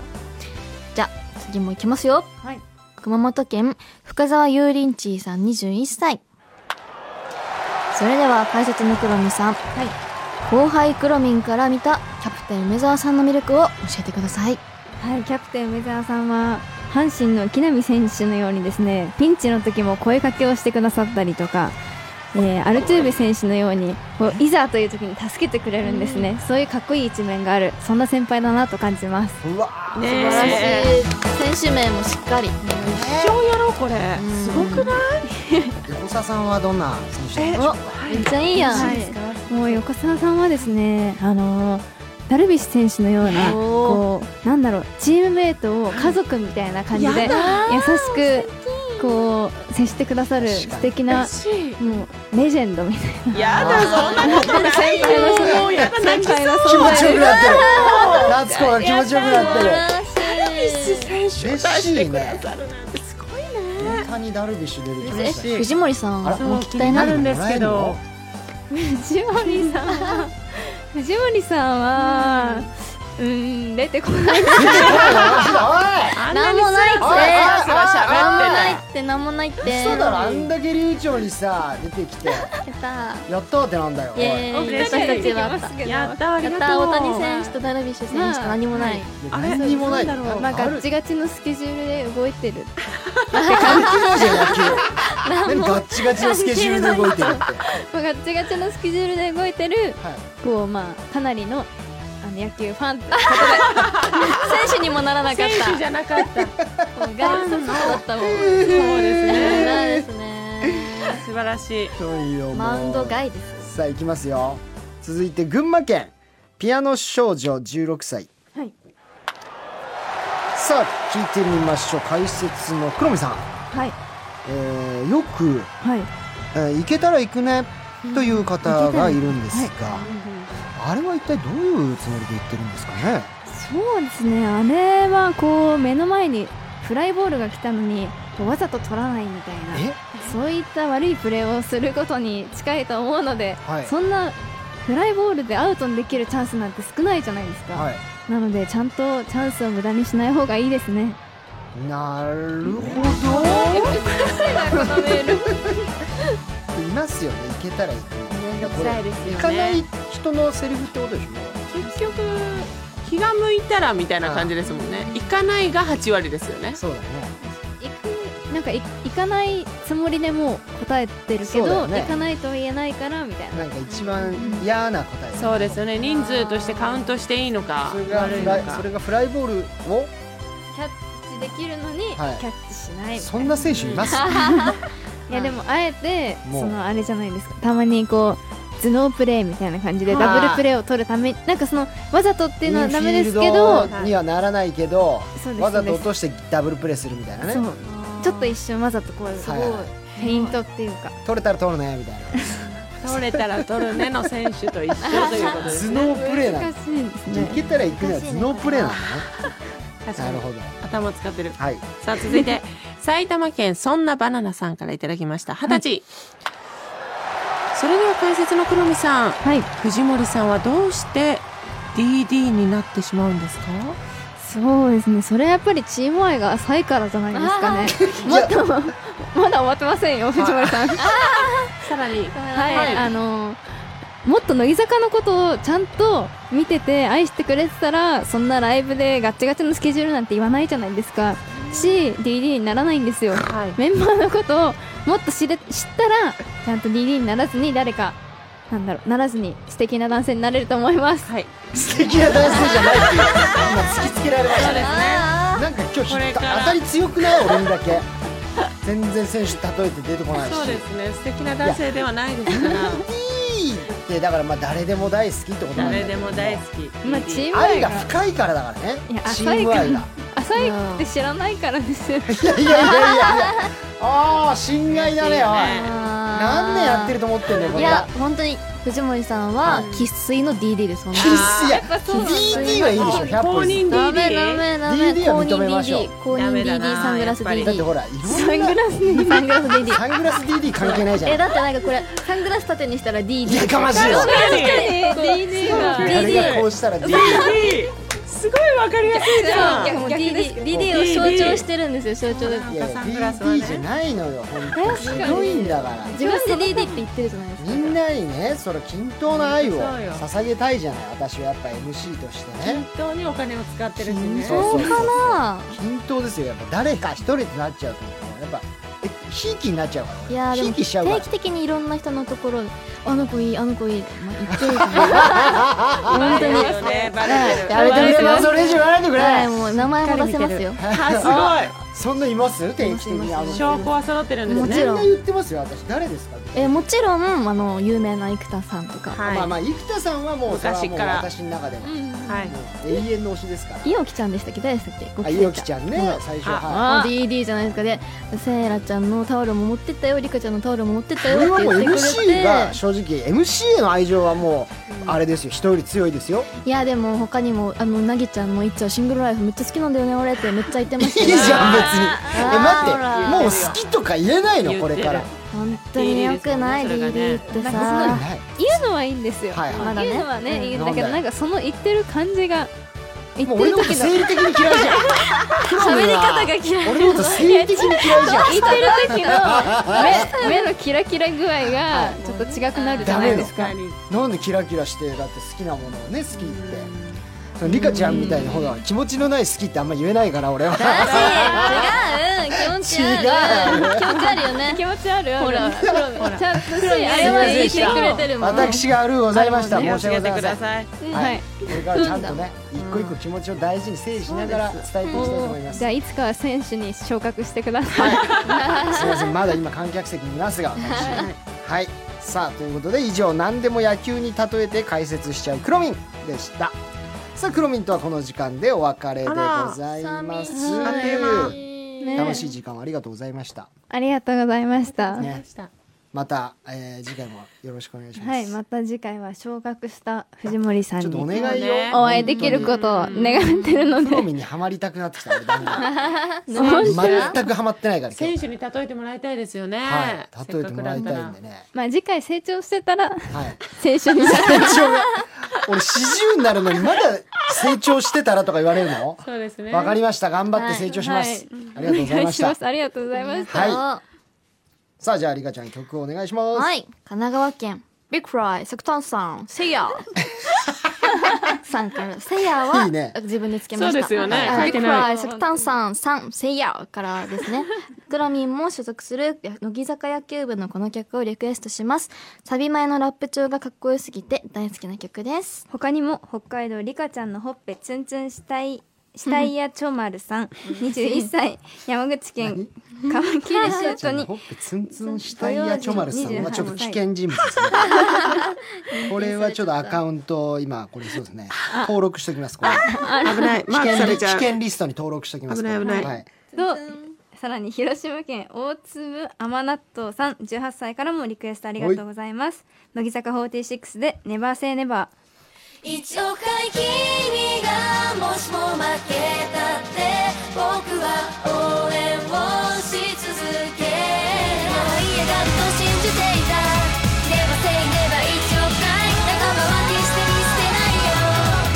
Speaker 3: ら
Speaker 5: 次も行きますよ、
Speaker 4: はい
Speaker 5: 熊本県深沢油林地さん21歳それでは解説の黒見さん、後輩黒民から見たキャプテン梅澤さんの魅力を教えてください
Speaker 4: はい、キャプテン梅澤さんは阪神の木浪選手のようにですねピンチの時も声かけをしてくださったりとか、えーアルトゥーベ選手のようにこういざという時に助けてくれるんですね、そういうかっこいい一面があるそんな先輩だなと感じます
Speaker 2: うわ
Speaker 3: ね
Speaker 5: 素晴らしい、選手名もしっかり、
Speaker 3: 一生やろうこれすごくない
Speaker 2: 横澤さんはどんな選手でしょうか
Speaker 5: めっちゃいいやん、
Speaker 4: もう横澤さんはですね、あのーダルビッシュ選手のようなこうなんだろうチームメイトを家族みたいな感じで優
Speaker 3: や
Speaker 4: しくこう接してくださる
Speaker 2: 確かに
Speaker 4: 素敵なもうレジェンドみたい
Speaker 3: やだそんなことないよもうやだ
Speaker 4: な
Speaker 3: 泣き
Speaker 4: 先輩の
Speaker 2: 気
Speaker 4: 存
Speaker 2: 持ちよ
Speaker 4: 在
Speaker 2: くなってる夏子が気持ちよくなってる嬉しいね大谷ダルビッシュ出てきましたね
Speaker 5: 藤森さん
Speaker 2: あら
Speaker 5: もう聞きた
Speaker 3: 気
Speaker 5: い
Speaker 3: にな
Speaker 5: な
Speaker 3: るんですけど
Speaker 4: 藤森さんは藤森さんはうーん出てこない
Speaker 2: 出てこないよマジだ
Speaker 3: あんな
Speaker 5: 何
Speaker 3: に
Speaker 5: もないって
Speaker 2: おいおいおい
Speaker 5: 何もない
Speaker 2: おい
Speaker 5: って何もないって
Speaker 2: 嘘だろあんだけ流暢にさ出てき て
Speaker 5: やった
Speaker 2: やったーってなんだよお
Speaker 5: イ
Speaker 2: い
Speaker 5: エーイ
Speaker 3: 嬉しい
Speaker 5: 私たちはあ
Speaker 4: ま
Speaker 5: った
Speaker 4: すけど
Speaker 3: やったあり
Speaker 5: や
Speaker 3: が
Speaker 5: っ
Speaker 3: と
Speaker 5: た
Speaker 3: う
Speaker 5: 大谷選手とダルビッシュ選手しか何もない、
Speaker 3: あれ
Speaker 2: 何にもない
Speaker 3: なんだろう
Speaker 4: まあガ
Speaker 2: る
Speaker 4: ッチガチのスケジュールで動いてる
Speaker 2: 関係ないじゃん野球何ガッチガチのスケジュールで動いてる って
Speaker 4: まあガッチガチのスケジュールで動いてる
Speaker 2: はい
Speaker 4: こうまあかなりのあの野球ファンってことで選手にもならなかっ
Speaker 3: 選手
Speaker 4: た
Speaker 3: じゃなかった
Speaker 4: もうガイドだったもん
Speaker 3: そうですね
Speaker 5: 偉いですね
Speaker 3: 素晴らしい
Speaker 2: そうよもう
Speaker 5: マウンド外です
Speaker 2: さあ行きますよ続いて群馬県ピアノ少女16歳
Speaker 4: はい
Speaker 2: さあ聞いてみましょう解説の黒見さん、
Speaker 4: はい
Speaker 2: えーよく、
Speaker 4: はい
Speaker 2: えー行けたら行くねという方がいるんですが、あれは一体どういうつもりで言ってるんですかね
Speaker 4: そうですねあれはこう目の前にフライボールが来たのにこうわざと取らないみたいな
Speaker 2: え
Speaker 4: そういった悪いプレーをすることに近いと思うので、
Speaker 2: はい
Speaker 4: そんなフライボールでアウトにできるチャンスなんて少ないじゃないですか、
Speaker 2: はい
Speaker 4: なのでちゃんとチャンスを無駄にしない方がいいですね
Speaker 2: なるほ どいますよね行けたら行く
Speaker 3: 面倒くさいですよね
Speaker 2: 行かない人のセリフってことでしょ
Speaker 3: 結局気が向いたらみたいな感じですもんね行かないが8割ですよね
Speaker 2: そうだね
Speaker 4: 行くなんかい行かないつもりでもう答えてるけ
Speaker 2: そうだよ
Speaker 4: ど、
Speaker 2: ね
Speaker 4: 行かないと言えないからみたいな
Speaker 2: なんか一番嫌な答え
Speaker 3: そうですよね人数としてカウントしていいのか
Speaker 2: それが
Speaker 3: 悪い
Speaker 2: フ
Speaker 3: の
Speaker 2: ライそ
Speaker 3: か
Speaker 2: れがフライボールを
Speaker 4: キャッチできるのに、
Speaker 2: はい
Speaker 4: キャッチしないみたいな
Speaker 2: そんな選手います
Speaker 4: いやでもあえて
Speaker 2: もう
Speaker 4: そのあれじゃないですかたまにこう頭脳プレーみたいな感じでダブルプレーを取るためなんかそのわざとっていうのはダメですけ
Speaker 2: イ
Speaker 4: ど
Speaker 2: ンフィールドにはならないけど
Speaker 4: そうです
Speaker 2: わざと落としてダブルプレーするみたいな
Speaker 4: そ
Speaker 2: ね
Speaker 4: うちょっと一瞬わざとこうすごい
Speaker 2: は
Speaker 4: フ
Speaker 2: いはい
Speaker 4: ェイントっていうか
Speaker 2: 取れたら取るねみたい
Speaker 3: 取れたら取るねの選手と一緒ということ
Speaker 2: な
Speaker 3: で
Speaker 2: 頭
Speaker 3: す
Speaker 2: 脳プレーな
Speaker 4: 難
Speaker 2: ん
Speaker 4: し
Speaker 2: だ
Speaker 4: いです
Speaker 2: 行
Speaker 4: ね
Speaker 2: けたら行くのは頭脳プレーなんだ
Speaker 3: 確
Speaker 2: ね
Speaker 3: か
Speaker 2: なる
Speaker 3: に
Speaker 2: ほど
Speaker 3: 頭使ってる
Speaker 2: はい
Speaker 3: さあ続いて埼玉県そんなバナナさんからいただきました二十歳、それでは解説の黒見さん
Speaker 4: はい
Speaker 3: 藤森さんはどうして DD になってしまうんですか
Speaker 4: そうですねそれはやっぱりチーム愛が浅いからじゃないですか ねもっとまだ終わってませんよ藤森さん
Speaker 3: さらに
Speaker 4: はい、
Speaker 3: はい
Speaker 4: あのもっと乃木坂のことをちゃんと見てて愛してくれてたらそんなライブでガッチガチのスケジュールなんて言わないじゃないですかし DD にならないんですよ
Speaker 3: はい
Speaker 4: メンバーのことをもっと知れ知ったらちゃんと DD にならずに誰かなんだろうならずに素敵な男性になれると思います
Speaker 3: はい
Speaker 2: 素敵な男性じゃないっていう今突きつけられましたねなんか今日
Speaker 3: こ
Speaker 2: 引っ
Speaker 3: れ
Speaker 2: か
Speaker 3: から
Speaker 2: 当たり強くない俺にだけ全然選手例えて出てこないし
Speaker 3: そうですね素敵な男性ではないですから
Speaker 2: いいってだからまあ誰でも大好きってことなんだけ
Speaker 3: 誰
Speaker 2: ど
Speaker 3: でも大好き
Speaker 4: まあチーム
Speaker 2: 愛
Speaker 4: 愛
Speaker 2: が
Speaker 4: が
Speaker 2: 深いからだからね
Speaker 4: いや
Speaker 2: チーム愛が
Speaker 4: 浅いって知らないからですよ
Speaker 2: いやいやいやいやいやああ侵害だねおい
Speaker 3: ね
Speaker 2: 何年やってると思ってんだよこ
Speaker 5: い
Speaker 2: れは
Speaker 5: や本当に藤森さんは生粋の DD です本
Speaker 2: 必須や DD はいいでしょ100
Speaker 3: 公
Speaker 2: 歩譲
Speaker 3: 認
Speaker 2: っ
Speaker 5: 当にダメ
Speaker 3: DD?
Speaker 5: ダメダメ
Speaker 2: DD
Speaker 5: 公
Speaker 2: は
Speaker 5: 認
Speaker 2: 認めましょう
Speaker 5: DD 公
Speaker 3: ダ
Speaker 5: 認
Speaker 3: メだ
Speaker 5: DD
Speaker 3: な
Speaker 5: サングラス
Speaker 3: やっぱり
Speaker 2: てだって
Speaker 5: DD
Speaker 2: ほらいろんな
Speaker 4: サングラスに
Speaker 5: サングラス DD
Speaker 2: サングラス DD 関係ないじゃ
Speaker 5: え
Speaker 2: ん
Speaker 5: だってなんかこれサングラス縦にしたら DD
Speaker 2: いやかましいわあ
Speaker 5: DD
Speaker 2: れがこうしたら DD
Speaker 3: すごいわかりやすいじゃん
Speaker 5: もう DD, DD を象徴してるんですよ象徴で
Speaker 2: いや
Speaker 3: サングラスは
Speaker 2: DD じゃないのよ本当にひどいんだから
Speaker 5: 自分で DD って言ってるじゃないですか
Speaker 2: みんなにねその均等な愛を
Speaker 3: そうよ
Speaker 2: 捧げたいじゃない私はやっぱ MC としてね
Speaker 3: 本当にお金を使ってるしね
Speaker 2: そうそうそう
Speaker 5: あ
Speaker 2: 均等ですよやっぱ誰か一人になっちゃうとやっぱえひいきになっちゃうから
Speaker 5: いやーで
Speaker 2: ひい
Speaker 5: も
Speaker 2: きしちゃうから
Speaker 5: 定期的にいろんな人のところあの子いいあの子いい、まあ、言ってるかな本当に
Speaker 3: そうですねバレてる
Speaker 2: やめてくれよそれ以上言わないでくれ、
Speaker 5: はいもう名前も出せますよ
Speaker 3: あす
Speaker 2: そんないます定期的にあの
Speaker 3: ごい証拠は揃ってるんです
Speaker 5: も
Speaker 3: ね
Speaker 5: ちろん
Speaker 2: みんな言ってますよ私誰ですか
Speaker 5: えもちろんあの有名な生田さんとか、
Speaker 3: はい
Speaker 2: まあまあ生田さんはもうそれは
Speaker 3: 昔
Speaker 2: もう
Speaker 3: から
Speaker 2: 私の中では、
Speaker 3: はい
Speaker 2: 永遠の推しですから
Speaker 5: いおきちゃんでしたっけ誰でしたっけご
Speaker 2: あ
Speaker 5: き
Speaker 2: いおきちゃんね
Speaker 5: うん
Speaker 2: 最初
Speaker 3: あ
Speaker 2: は
Speaker 5: あ DD じゃないですかでセイラちゃんのタオルも持ってったよリカちゃんのタオルも持ってった
Speaker 2: い
Speaker 5: よ
Speaker 2: これは
Speaker 5: って
Speaker 2: も
Speaker 5: 言
Speaker 2: う
Speaker 5: ってくれ
Speaker 2: MC が
Speaker 5: て
Speaker 2: 正直 MC への愛情はもうあれですよ人より強いですよ
Speaker 5: いやでも他にもあのなぎちゃんのいっちゃんシングルライフめっちゃ好きなんだよね俺ってめっちゃ言ってま
Speaker 2: い
Speaker 5: し
Speaker 2: い
Speaker 5: た
Speaker 2: じ
Speaker 5: ね
Speaker 2: ゃん別にえ
Speaker 5: あーほら
Speaker 2: 待ってもう好きとか言えないのこれから
Speaker 5: 本当に良くない
Speaker 3: DD で
Speaker 5: DD っ
Speaker 3: す
Speaker 5: て
Speaker 2: そんなの
Speaker 5: さ
Speaker 2: ない
Speaker 4: 言うのはいいんですよ、
Speaker 2: はいはい
Speaker 5: まだね
Speaker 4: 言うのはね、いいん
Speaker 2: な
Speaker 4: だけど
Speaker 2: んだよ
Speaker 4: なんかその言ってる感じが言
Speaker 2: も
Speaker 4: っ
Speaker 2: う
Speaker 4: て
Speaker 2: 俺
Speaker 4: る
Speaker 2: のこと
Speaker 4: 時の
Speaker 2: 生理的に嫌いじゃん
Speaker 4: 喋り方が嫌い
Speaker 2: 俺のこと生理的に嫌いじゃん
Speaker 4: 言ってる時の目目のキラキラ具合がちょっと違くなるじゃないですか
Speaker 3: 確に
Speaker 2: なんでキラキラしてだって好きなものをね好きってそのリカちゃんみたいなほら気持ちのない好きってあんま言えないから俺は
Speaker 5: 違う気持ちある気持ちあるよね
Speaker 4: 気持ちあるほ
Speaker 5: ら
Speaker 4: ちゃんとしあれは言ってくれてるもんね
Speaker 2: 私があるございました
Speaker 3: 気
Speaker 2: 申
Speaker 3: を
Speaker 2: し
Speaker 3: つ
Speaker 2: 訳
Speaker 3: け
Speaker 2: ございませ
Speaker 3: てくだ
Speaker 2: ん
Speaker 3: さい
Speaker 4: うん
Speaker 2: は
Speaker 4: はいい、
Speaker 2: これからちゃんとね、一個一個気持ちを大事に整理しながら伝えていきたいと思います。
Speaker 4: じゃあいつかは選手に昇格してください
Speaker 2: すみません、まだ今観客席にいますが、私はい、さあ、ということで、以上、何でも野球に例えて解説しちゃうクロミンでした。さあ、クロミンとはこの時間でお別れでございます。
Speaker 3: あっという
Speaker 4: ね
Speaker 2: 楽しい時間をありがとうございました。
Speaker 4: ありがとうございました、
Speaker 2: ね、また、えー次回もよろしくお願いします。
Speaker 4: はいまた次回は昇格した藤森さん
Speaker 2: ちょっとお
Speaker 4: に
Speaker 2: 願いよ。
Speaker 4: お会いできることを願ってるの
Speaker 2: クロ
Speaker 4: で
Speaker 2: ミンにはまりたくなってきた。俺だんだん
Speaker 4: そう
Speaker 2: 全くはまってないから。今
Speaker 3: 選
Speaker 2: 日
Speaker 3: 手に例えてもらいたいですよね、
Speaker 2: はい、例えてもらいたいんで
Speaker 3: ね
Speaker 2: ね。
Speaker 4: まあ次回成長して た
Speaker 2: は
Speaker 4: ら
Speaker 2: い。
Speaker 4: 青春に
Speaker 2: 成長が俺40になるのにまだ成長してたらとか言われるの
Speaker 3: そうですね
Speaker 2: わかりました頑張って成長します、ありがとうございました
Speaker 4: お願いしますありがとうございました
Speaker 2: はいさあじゃあリカちゃん曲をお願いします、
Speaker 5: はい、神奈川県ビッグフライセクタンさんセイヤさんからセイヤはい
Speaker 2: いね
Speaker 5: 自分でつけました
Speaker 3: そうですよね
Speaker 5: は
Speaker 3: 書
Speaker 5: い
Speaker 3: いて
Speaker 5: ビッグフ
Speaker 3: ない
Speaker 5: ライセクタンさんさんセイヤからですね グラミンも所属する乃木坂野球部のこの曲をリクエストしますサビ前のラップ調がかっこよすぎて大好きな曲です
Speaker 7: 他にも北海道リカちゃんのほっぺツンツンしたいしたいやちょまるさん21歳 山口県カマキリシュー トに
Speaker 2: ほっぺツンツンしたいやちょまるさんはちょっと危険人物ですねこれはちょっとアカウントを今これそうですね登録しておきますこれ
Speaker 3: 危ない
Speaker 2: 危
Speaker 3: マーク
Speaker 2: 険
Speaker 3: され
Speaker 2: リ危
Speaker 3: ちゃう
Speaker 2: 険リストに登録しておきます
Speaker 3: 危ない危ない
Speaker 2: はい、
Speaker 4: とさらに広島県大粒甘納豆さん18歳からもリクエストありがとうございます乃木坂46で「ネバーセーネバー」
Speaker 8: 一億回君がもしも負けたって僕は応援をし続けるもう嫌だと信じていた Never say never 一億回仲間は決して見捨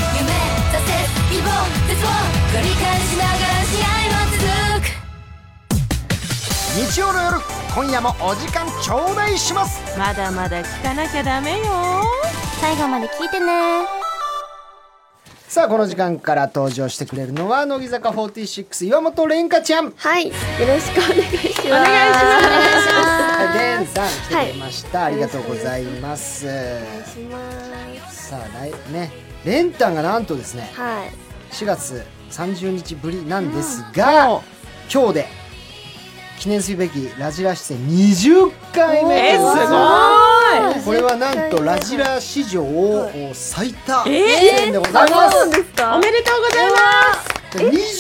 Speaker 8: てないよ夢挫折希望絶望繰り返しながら試合は続く
Speaker 2: 日曜の夜今夜もお時間頂戴します
Speaker 3: まだまだ聞かなきゃダメよ
Speaker 5: 最後まで聞いてね
Speaker 2: さあこの時間から登場してくれるのは乃木坂46岩本蓮香ちゃん
Speaker 5: はいよろしくお願いしますお願いし
Speaker 2: デンさん来てくれました、ありがとうございますさあ来ねレンタンがなんとですね
Speaker 5: はい
Speaker 2: 4月30日ぶりなんですが、今日で記念すべきラジラ出演20回目
Speaker 3: え
Speaker 2: ですす
Speaker 3: ごい
Speaker 2: これはなんとラジラ史上最多出演でございます、
Speaker 3: おめでとうございます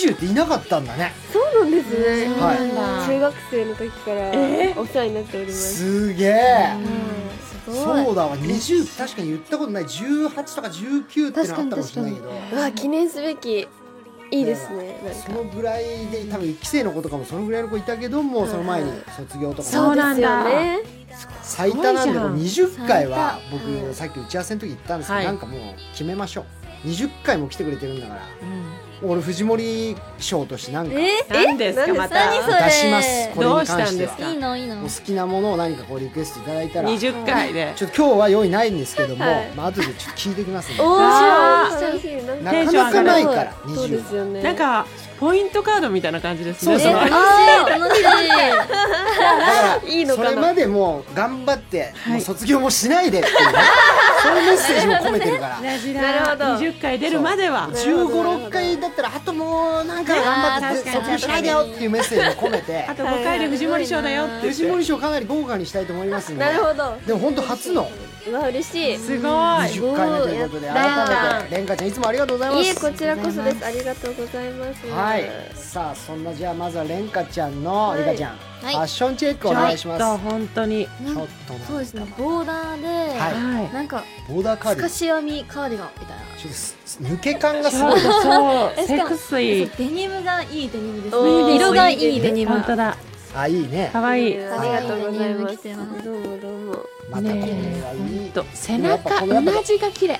Speaker 2: 20っていなかったんだね
Speaker 13: そうなんですね。
Speaker 2: はい
Speaker 13: 中学生の時からお世話になっております。
Speaker 2: すげえ、
Speaker 5: ごい
Speaker 2: そうだわ20確かに言ったことない18とか19ってのあったかもしれないけど
Speaker 13: うわ記念すべきいいですねなん
Speaker 2: そ
Speaker 13: か
Speaker 2: のぐらいで多分1期生の子とかもそのぐらいの子いたけどもその前に卒業とかね
Speaker 3: そうなんだ
Speaker 13: ですよね
Speaker 2: 最多なんで
Speaker 3: ごいじゃん
Speaker 2: こう20回は
Speaker 13: 最多
Speaker 2: 僕さっき打ち合わせの時言ったんですけど、
Speaker 3: はい
Speaker 2: なんかもう決めましょう20回も来てくれてるんだから、俺藤森賞としてなんか
Speaker 5: え
Speaker 3: 何ですかまた
Speaker 5: 何それ
Speaker 2: 出しますこれに関して
Speaker 3: どうした
Speaker 2: は
Speaker 3: んで
Speaker 5: いいのいいの
Speaker 2: お好きなものを何かこうリクエストいただいたらちょっ
Speaker 3: 20回で
Speaker 2: と今日は用意ないんですけども、
Speaker 13: はい
Speaker 2: まあ後でちょっと聞いてきますね
Speaker 13: お
Speaker 3: わ
Speaker 13: ー楽しいなん
Speaker 2: な
Speaker 13: か
Speaker 2: かなかないから
Speaker 13: そうで
Speaker 2: 20
Speaker 13: すよね
Speaker 3: なんかポイントカードみたいな感じです
Speaker 2: そ
Speaker 3: ね
Speaker 2: うそう
Speaker 3: れ
Speaker 5: あー楽しい
Speaker 2: だから
Speaker 13: いいの
Speaker 2: そ
Speaker 13: かな
Speaker 2: れまでもう頑張って、もう卒業もしないでっていうね そういうメッセージも込めてるから
Speaker 3: ラジ
Speaker 13: な
Speaker 3: ラ
Speaker 13: るほど
Speaker 3: 20回出るまでは
Speaker 2: 1 5 6回だったらあともうなんか頑張って
Speaker 3: ねあー確
Speaker 2: 卒
Speaker 3: かに
Speaker 2: 業しないでよっていうメッセージを込め て
Speaker 3: あと5回で藤森賞だよって言って
Speaker 2: 藤森賞かなり豪華にしたいと思いますので
Speaker 13: なるほど
Speaker 2: でも本当初の
Speaker 13: うわ嬉しい
Speaker 3: すごい
Speaker 2: 20回目ということで改めてレンカちゃんいつもありがとうございます
Speaker 13: いえこちらこそですありがとうございます
Speaker 2: はいさあそんなじゃあまずはレンカちゃんの
Speaker 13: はい
Speaker 2: レンカちゃんフ
Speaker 5: はい
Speaker 2: ァッションチェックお願いします
Speaker 3: ちょっと本当に
Speaker 2: ちょっと
Speaker 5: そう
Speaker 2: な
Speaker 5: ですねボーダーで、
Speaker 2: はい
Speaker 3: はい
Speaker 5: なんか
Speaker 2: ボーダーカー
Speaker 5: 透
Speaker 2: デ
Speaker 5: か
Speaker 2: ィちょ
Speaker 5: し編みカーディガンみたいな
Speaker 2: っとす抜け感がす
Speaker 3: そ
Speaker 2: ご
Speaker 3: う
Speaker 2: いです
Speaker 3: そう
Speaker 5: し
Speaker 3: セ
Speaker 5: かも
Speaker 3: クシー
Speaker 5: デニムがいいデニムです
Speaker 13: お
Speaker 5: ね
Speaker 13: ー
Speaker 5: 色がいいデニム
Speaker 3: 本当だ
Speaker 2: あいいね
Speaker 3: 可愛い
Speaker 13: ありがと
Speaker 5: 可愛
Speaker 13: うございま
Speaker 5: いデニム着てます
Speaker 13: すどうもどうも
Speaker 2: またこれはいい
Speaker 3: と背
Speaker 2: やっぱ
Speaker 3: 中
Speaker 2: このやっぱ
Speaker 3: 同じが綺麗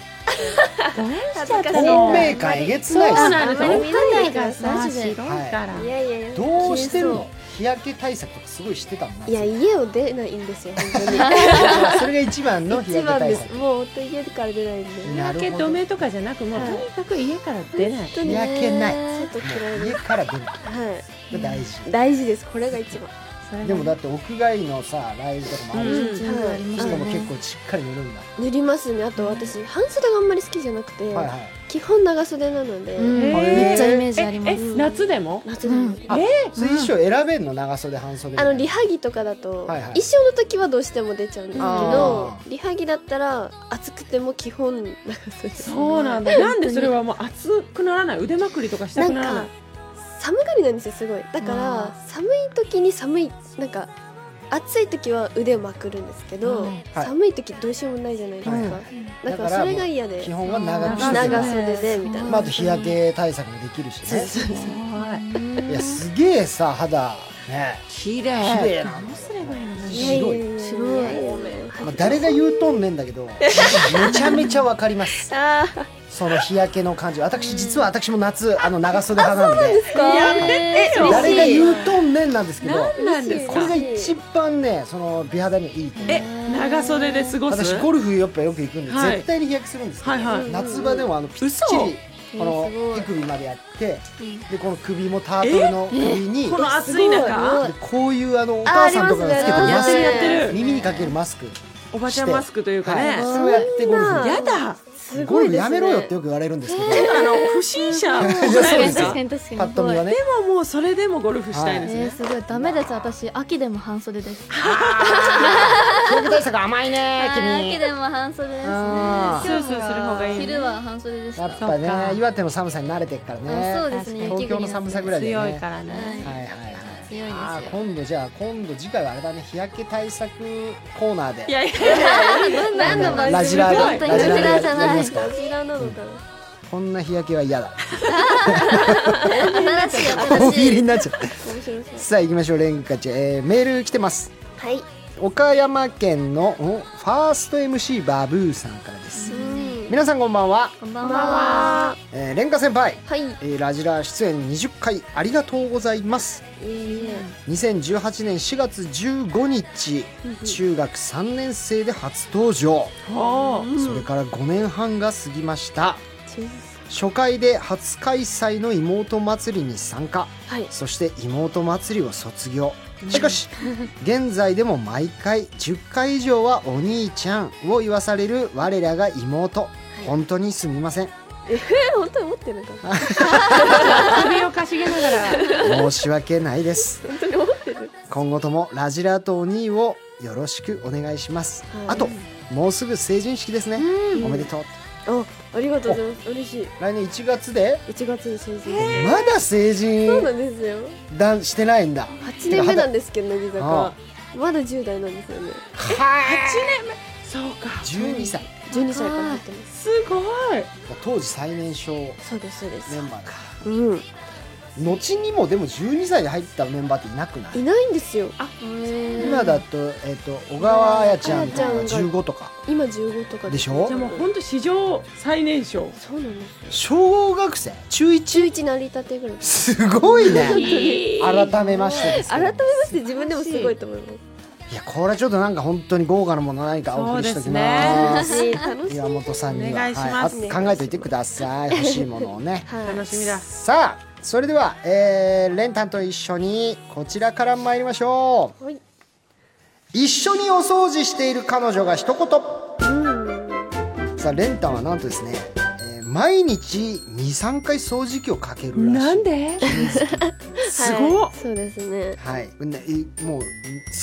Speaker 3: どうしちゃった
Speaker 13: 恥
Speaker 3: の
Speaker 13: ず
Speaker 2: 透明感えげつないっ
Speaker 3: そ
Speaker 2: す
Speaker 3: う
Speaker 2: ね
Speaker 3: なんです
Speaker 13: あんま
Speaker 3: よお
Speaker 13: り見な
Speaker 3: 二
Speaker 13: い
Speaker 3: 人
Speaker 13: から
Speaker 3: がさ
Speaker 5: マジで
Speaker 3: 白いから
Speaker 13: いやいやいや
Speaker 2: どうしてんの日焼け対策とかすごいしてたもんない
Speaker 13: や家を出ないんですよ本当に
Speaker 2: それが一番の日
Speaker 13: 一
Speaker 2: 焼け
Speaker 13: 番
Speaker 2: 対
Speaker 13: で
Speaker 2: 策
Speaker 13: すもう本当家から出ないんで
Speaker 3: 日焼け止めとかじゃなくもう
Speaker 13: は
Speaker 3: と
Speaker 13: い
Speaker 3: にかく家から出ない
Speaker 13: 本当に
Speaker 2: 日
Speaker 13: ね
Speaker 2: 焼けない
Speaker 13: ちょっと嫌い
Speaker 2: もう
Speaker 13: で
Speaker 2: 家
Speaker 13: す
Speaker 2: から出ない
Speaker 13: は
Speaker 2: が大事
Speaker 13: い大事ですこれが一番
Speaker 3: それが
Speaker 2: でもだって屋外のさライブとかもあるじゃん、
Speaker 3: うん
Speaker 13: はい
Speaker 2: しかも結構しっかり塗るんだ、
Speaker 13: 塗りますねあと私半袖があんまり好きじゃなくて、
Speaker 2: はいはい
Speaker 13: 基本長袖なので、
Speaker 5: うん
Speaker 3: へー
Speaker 5: めっちゃイメージありま
Speaker 3: え
Speaker 5: す
Speaker 3: え夏でも
Speaker 13: 夏なのに、
Speaker 2: あそういう衣装選べんの長袖半袖
Speaker 13: あのリハ着とかだと、
Speaker 2: はいはい
Speaker 13: 衣装の時はどうしても出ちゃうんですけど
Speaker 2: あ
Speaker 13: リハ着だったら暑くても基本長袖
Speaker 3: そうなんだなんでそれはもう熱くならない腕まくりとかしたくならな
Speaker 13: ないん寒がりなんですよすごいだから寒い時に寒いなんか暑い時は腕をまくるんですけど、
Speaker 3: うんはい
Speaker 13: 寒い時どうしようもないじゃないですか、
Speaker 2: はい
Speaker 13: だからそれが嫌で
Speaker 2: 基本は長くして
Speaker 13: 長袖でみたいな、
Speaker 2: まあ、あと日焼け対策もできるしね
Speaker 3: はい
Speaker 2: いやすげえさ肌ね
Speaker 3: 綺
Speaker 2: 綺
Speaker 3: 麗
Speaker 2: 麗なの、
Speaker 3: すればいいの
Speaker 13: いやいや
Speaker 2: 白
Speaker 13: い
Speaker 2: い
Speaker 13: や
Speaker 2: まあ、誰が言うとんねんだけどめちゃめちゃわかります
Speaker 13: あ
Speaker 2: その日焼けの感じ私実は私も夏あの長袖派なんで
Speaker 13: やめてよ
Speaker 2: 誰が言うとんねんなんですけど
Speaker 3: 何なんです
Speaker 2: これ
Speaker 3: か
Speaker 2: が一番ねその美肌にはいいと思う
Speaker 3: え長袖で過ごす
Speaker 2: 私ゴルフやっぱよく行くんで、
Speaker 3: はい
Speaker 2: 絶対に日焼けするんですけど、
Speaker 3: はいはい
Speaker 2: 夏場でもあのぴっち
Speaker 3: 嘘
Speaker 2: りこの手首までやってでこの首もタートルの首に
Speaker 3: この暑い中
Speaker 2: でこういうあのお母さんとかがつけてる
Speaker 13: あ
Speaker 3: や
Speaker 2: マ
Speaker 3: っ
Speaker 2: ス
Speaker 3: て
Speaker 2: ク、
Speaker 3: るやってる
Speaker 2: 耳にかけるマスク、
Speaker 3: おばちゃんマスクというか
Speaker 2: はい、
Speaker 3: ね
Speaker 2: そうやってゴルフ
Speaker 3: やだ
Speaker 13: す
Speaker 2: ゴ
Speaker 13: ご
Speaker 2: ル
Speaker 13: い
Speaker 2: フ
Speaker 13: ですね
Speaker 2: やめろよってよく言われるんですけど、
Speaker 3: あの不審者じ
Speaker 2: いや
Speaker 3: ゃな
Speaker 2: そ
Speaker 3: いうで
Speaker 2: ですすよ
Speaker 3: か
Speaker 5: 確かに確かに
Speaker 2: ぱっと見はね
Speaker 3: でももうそれでもゴルフしたいです
Speaker 5: えー
Speaker 3: ね。
Speaker 5: すごいダメです私秋でも半袖です
Speaker 2: 日焼け対策甘いね
Speaker 5: 秋
Speaker 2: 君
Speaker 5: でも半袖ですね
Speaker 2: あー
Speaker 3: スースーする方がいいね
Speaker 5: 昼は半袖でし
Speaker 2: やっ
Speaker 5: た
Speaker 2: ぱ
Speaker 3: そっか
Speaker 2: ね岩手の寒さに慣れてっからね
Speaker 5: あそうですね
Speaker 2: 東京の寒さぐらいで、ね、
Speaker 3: 強いからね。
Speaker 5: はい
Speaker 2: はいはいはい
Speaker 5: 強いですよ
Speaker 2: あー今度じゃあ今度次回はあれだね日焼け対策コーナーで
Speaker 3: いやいやいや
Speaker 5: 何の番組
Speaker 2: ラジラ
Speaker 5: 本当にラジラじゃ
Speaker 2: ラジラでやり
Speaker 5: な
Speaker 2: ま
Speaker 5: い
Speaker 2: す
Speaker 13: こちらなのかな
Speaker 2: こんな日焼けは嫌だ大喜
Speaker 5: 新しい新し
Speaker 2: 利
Speaker 5: い
Speaker 2: になっちゃった
Speaker 13: 面白そう
Speaker 2: さあ行きましょうレンカちゃん、えー、メール来てます
Speaker 13: はい
Speaker 2: 岡山県のんファースト MC バブーさんからです
Speaker 13: うん
Speaker 2: 皆さんこんばんは、
Speaker 5: こんばんは
Speaker 2: えー、レンカ先輩、
Speaker 13: はいい
Speaker 2: えーラジラ出演20回ありがとうございます
Speaker 13: えいえ
Speaker 2: 2018年4月15日中学3年生で初登場
Speaker 3: おー
Speaker 2: それから5年半が過ぎました初回で初開催の妹祭りに参加
Speaker 13: はい
Speaker 2: そして妹祭りを卒業しか し現在でも毎回10回以上は「お兄ちゃん」を言わされる我らが妹本当にすみません
Speaker 13: え本当に持ってる のかな
Speaker 3: 首をかしげながら。
Speaker 2: 申し訳ないです
Speaker 13: 本当に持ってる
Speaker 2: 今後ともラジラとお兄をよろしくお願いします
Speaker 13: は
Speaker 2: あ
Speaker 13: い
Speaker 2: ともうすぐ成人式ですねおめでとう
Speaker 13: あありがとうございます嬉しい
Speaker 2: 来年1月で
Speaker 13: 1月に成人
Speaker 2: まだ成
Speaker 13: そ
Speaker 2: 人
Speaker 13: うなんですよ
Speaker 2: だしてないんだ
Speaker 13: 8年目なんですけど乃木
Speaker 2: あ
Speaker 13: 坂まだ10代なんですよね
Speaker 3: 八年目。そうか
Speaker 2: 12歳
Speaker 13: 12歳から入ってます
Speaker 3: すごい
Speaker 2: 当時最年少メ
Speaker 13: そうですそうです
Speaker 2: ンバーで
Speaker 13: うん
Speaker 2: 後にもでも12歳で入ったメンバーっていなくない
Speaker 13: いないんですよあ
Speaker 2: 今だと,、えっと小川彩ちゃんとか
Speaker 13: 彩ちゃん
Speaker 2: 15とか
Speaker 13: 今15とか
Speaker 2: でしょ
Speaker 3: じゃあもう本当史上最年少
Speaker 13: そうなんですよ
Speaker 2: 小学生中 1?
Speaker 13: 11成り立てぐら い
Speaker 2: すごい ね改めましてですけ
Speaker 13: 改
Speaker 2: ど
Speaker 13: めまして自分でもすごいと思います
Speaker 2: いやこれはちょっとなんか本当に豪華なもの何かお送りしときま
Speaker 3: 楽
Speaker 2: す
Speaker 13: しい楽 しい
Speaker 2: 岩本さんには
Speaker 3: お願いします
Speaker 2: はいあ考えておいてください欲しいものをね
Speaker 13: は
Speaker 3: 楽しみだ
Speaker 2: さあそれでは、えー、レンタンと一緒にこちらから参りましょう、
Speaker 13: はい
Speaker 2: 一緒にお掃除している彼女が一言、さあレンタンはなんとですね、えー毎日23回掃除機をかけるらしい
Speaker 3: なんですごっ
Speaker 13: いそうですね
Speaker 2: はい、ねえもう好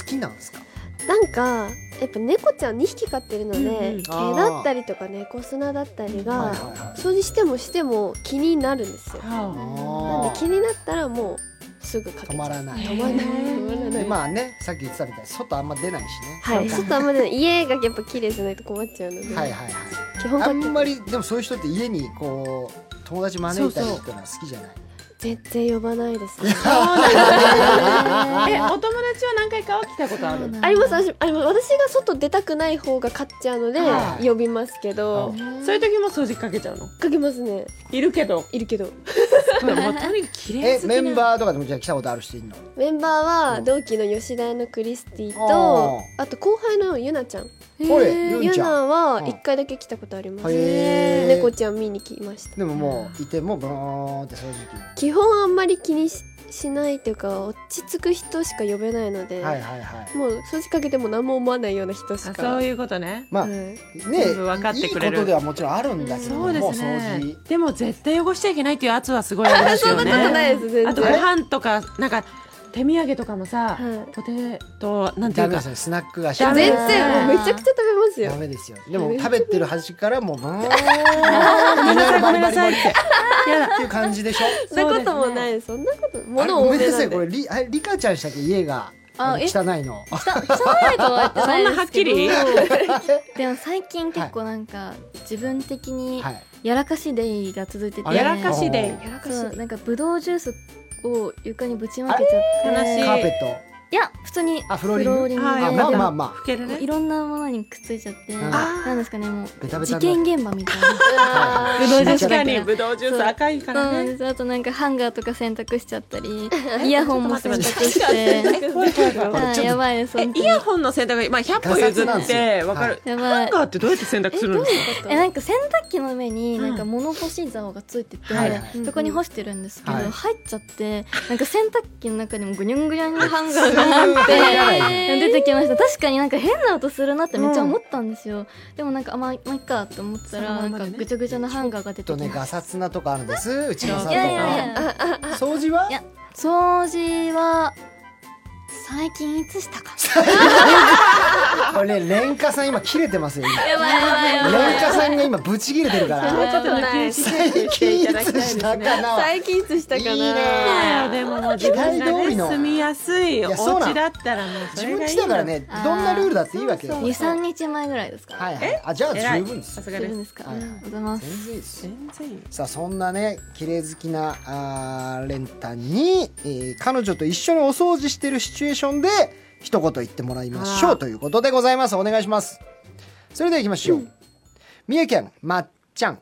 Speaker 2: きなんですか
Speaker 13: なんかやっぱ猫ちゃん2匹飼ってるので、毛
Speaker 2: あー
Speaker 13: だったりとか猫砂だったり
Speaker 2: はい
Speaker 13: が
Speaker 2: はいはい
Speaker 13: 掃除してもしても気になるんですよ
Speaker 2: あ
Speaker 3: は
Speaker 13: なん
Speaker 2: ー
Speaker 13: で気になったらもうすぐかけちゃ
Speaker 2: 止
Speaker 13: う
Speaker 2: まらない
Speaker 13: 止まらない止まらな
Speaker 2: で
Speaker 13: い、
Speaker 2: まあねさっき言ってたみたいに外あんま出ないしね
Speaker 13: はいちょっとあんまりね家がやっぱ綺麗じゃないと困っちゃうので、
Speaker 2: はいはいはい
Speaker 13: 基本
Speaker 2: あ
Speaker 13: かけ
Speaker 2: んまりでもそういう人って家にこう友達招いたりとか好きじゃない
Speaker 13: 全然呼ばないですね
Speaker 3: いえお友達は何回かは来たことある
Speaker 13: ありますありますあります私が外出たくない方が飼っちゃうので
Speaker 2: はい
Speaker 13: 呼びますけど
Speaker 3: そういう時も掃除機かけちゃうの
Speaker 13: かけますね
Speaker 3: いるけど
Speaker 13: いるけど
Speaker 3: もうとにかく綺麗
Speaker 2: え
Speaker 3: 好きな
Speaker 2: メンバーとかでもじゃあ来たことある人いるの
Speaker 13: メンバーは同期の吉田屋のクリスティ
Speaker 2: あ
Speaker 13: とあと後輩のゆなちゃん
Speaker 2: ほれゆ
Speaker 13: ゆ
Speaker 2: んちゃん
Speaker 13: なは一回だけ来たことあります
Speaker 2: へー
Speaker 13: 猫ちゃん見に来ました
Speaker 2: でももういてもブーンって掃除機
Speaker 13: 基本あんまり気にししないというか落ち着く人しか呼べないので、
Speaker 2: はいはいはい
Speaker 13: もう掃除かけても何も思わないような人し
Speaker 3: あ
Speaker 13: か
Speaker 3: そういうことね
Speaker 2: まあね
Speaker 13: はい
Speaker 3: 全部分かってくれる
Speaker 2: いいことではもちろんあるんだけど
Speaker 3: そ
Speaker 2: も
Speaker 3: うで
Speaker 2: もう
Speaker 3: す
Speaker 2: 掃
Speaker 3: ね
Speaker 2: 除
Speaker 3: でも絶対汚しちゃいけないっていう圧はすごいありますよ
Speaker 13: そん
Speaker 3: ね
Speaker 13: なことないです全然
Speaker 3: あとご飯とかなんか手土産とかもさ、
Speaker 13: はい
Speaker 3: ポテトなんてい
Speaker 2: ダ
Speaker 3: う
Speaker 2: メで
Speaker 3: か
Speaker 2: すねスナック菓子
Speaker 3: ダメ
Speaker 13: 全然もうめちゃくちゃ食べます
Speaker 2: ダ
Speaker 13: よ
Speaker 2: メですよでも食べてる端からもうブーンごめんなさい
Speaker 3: ごめんなさい
Speaker 2: ってっ
Speaker 3: やだ
Speaker 2: ていう感じでしょ
Speaker 13: そんなことも
Speaker 3: そうです
Speaker 13: な
Speaker 3: ね
Speaker 13: いですそんなこ
Speaker 2: あ
Speaker 13: と
Speaker 2: れ
Speaker 13: 物を
Speaker 2: ご
Speaker 13: 多
Speaker 2: めん
Speaker 13: め
Speaker 2: な
Speaker 13: な
Speaker 2: さ
Speaker 13: ん
Speaker 2: いこれ
Speaker 13: で
Speaker 2: りあれリカちゃんでしたっけ家があの
Speaker 4: あえ
Speaker 2: 汚いの
Speaker 4: 汚いとは言って
Speaker 3: そ
Speaker 4: ない
Speaker 3: ん
Speaker 4: で
Speaker 3: な
Speaker 4: すけど
Speaker 3: はっきり
Speaker 5: でも最近結構なんか自分的に
Speaker 2: はい
Speaker 5: やらかしデイが続いてて、
Speaker 2: あ
Speaker 3: やらかしで
Speaker 13: やらかし
Speaker 5: そう
Speaker 13: い
Speaker 5: なんかブドウジュースを床にぶちまけちゃって
Speaker 3: 悲しい
Speaker 2: カーペット
Speaker 5: いや普通に
Speaker 2: あフロ
Speaker 5: フロ
Speaker 2: ー
Speaker 5: ー
Speaker 2: リ
Speaker 5: リ
Speaker 2: ング
Speaker 5: ングで
Speaker 2: あ
Speaker 3: あ
Speaker 2: まあ
Speaker 3: でも
Speaker 2: まあま
Speaker 3: 老ける
Speaker 5: い
Speaker 3: ね
Speaker 5: ろんなものにくっついちゃってなんですかねもう
Speaker 2: ベタベタ
Speaker 5: 事
Speaker 2: にな
Speaker 5: 件現場みた いな
Speaker 2: あ
Speaker 3: ぶどうジュース確かに
Speaker 5: そう
Speaker 3: ぶどうジュース赤いか
Speaker 5: そう
Speaker 3: ら
Speaker 5: なん
Speaker 3: ね
Speaker 5: ですあとなんかハンガーとか洗濯しちゃったり イヤホンも洗濯して
Speaker 3: 怖い怖い怖い
Speaker 2: これちょっ
Speaker 5: はい
Speaker 2: と
Speaker 5: やばいです
Speaker 3: え
Speaker 5: 本当
Speaker 3: イ
Speaker 5: に
Speaker 3: ヤホンの洗濯機まあ100歩
Speaker 2: ガ
Speaker 3: 譲
Speaker 2: サツなん
Speaker 3: っ
Speaker 2: です
Speaker 3: て
Speaker 2: よ
Speaker 3: わかる
Speaker 5: や
Speaker 3: ハ
Speaker 5: ば
Speaker 3: ン
Speaker 5: い
Speaker 3: ガーってどうやって洗濯するんですか
Speaker 5: えなんか洗濯機の上になんか物干し竿がついてて、
Speaker 2: はいはい
Speaker 5: そこに干してるんですけど、
Speaker 2: はい
Speaker 5: 入っちゃってなんか洗濯機の中にもぐにゅんぐにゅんのハンガーがあって出てきました確かになんか変な音するなってめっちゃ思ったんですよ、でもなんかあまあまあいっかって思った
Speaker 3: その
Speaker 5: ら
Speaker 3: ま
Speaker 5: なん
Speaker 3: まで
Speaker 5: か
Speaker 3: ね
Speaker 5: ぐちゃぐちゃなハンガーが出
Speaker 2: ち
Speaker 5: て
Speaker 2: ょっ
Speaker 5: き
Speaker 2: と
Speaker 5: ま
Speaker 2: ね
Speaker 5: した
Speaker 2: ガサツなとこあるんですうちのさんと
Speaker 5: い
Speaker 2: か
Speaker 5: やいやいや
Speaker 2: 掃除はい
Speaker 5: や掃除は最近いつしたか
Speaker 2: これね廉価さん今切れてますよ今
Speaker 5: やばいやばいやばい
Speaker 2: 廉価さんが今ブチ切れてるから
Speaker 3: ちょっとね禁止
Speaker 2: 最近いつしたかなは
Speaker 13: 最近いつしたかない
Speaker 2: いね
Speaker 3: でももう自分が
Speaker 2: 期待通り
Speaker 3: ね
Speaker 2: の
Speaker 3: 住みやすいお
Speaker 2: やそうなの
Speaker 3: 家だったらもうそ
Speaker 2: 自
Speaker 3: れ
Speaker 2: 分
Speaker 3: がい
Speaker 2: 来
Speaker 3: い
Speaker 2: た
Speaker 3: の
Speaker 2: からねどんなルールだっていいわけよ
Speaker 5: 二三日前ぐらいですか、
Speaker 2: はいはいあじゃあ
Speaker 3: 偉い
Speaker 2: 十分です
Speaker 3: さ
Speaker 2: よ
Speaker 3: すが
Speaker 5: い、
Speaker 3: で
Speaker 5: るん
Speaker 3: す
Speaker 5: ですか、
Speaker 2: はいはい
Speaker 5: ありがとうございます
Speaker 2: 全然いいですよ
Speaker 3: 全然いい
Speaker 2: さあそんなね綺麗好きなあーレンタンに、えー彼女と一緒にお掃除してるシチュエーションで一言言ってもらいましょ
Speaker 3: あ
Speaker 2: うということでございますお願いしますそれではいきましょう、三重県まっちゃん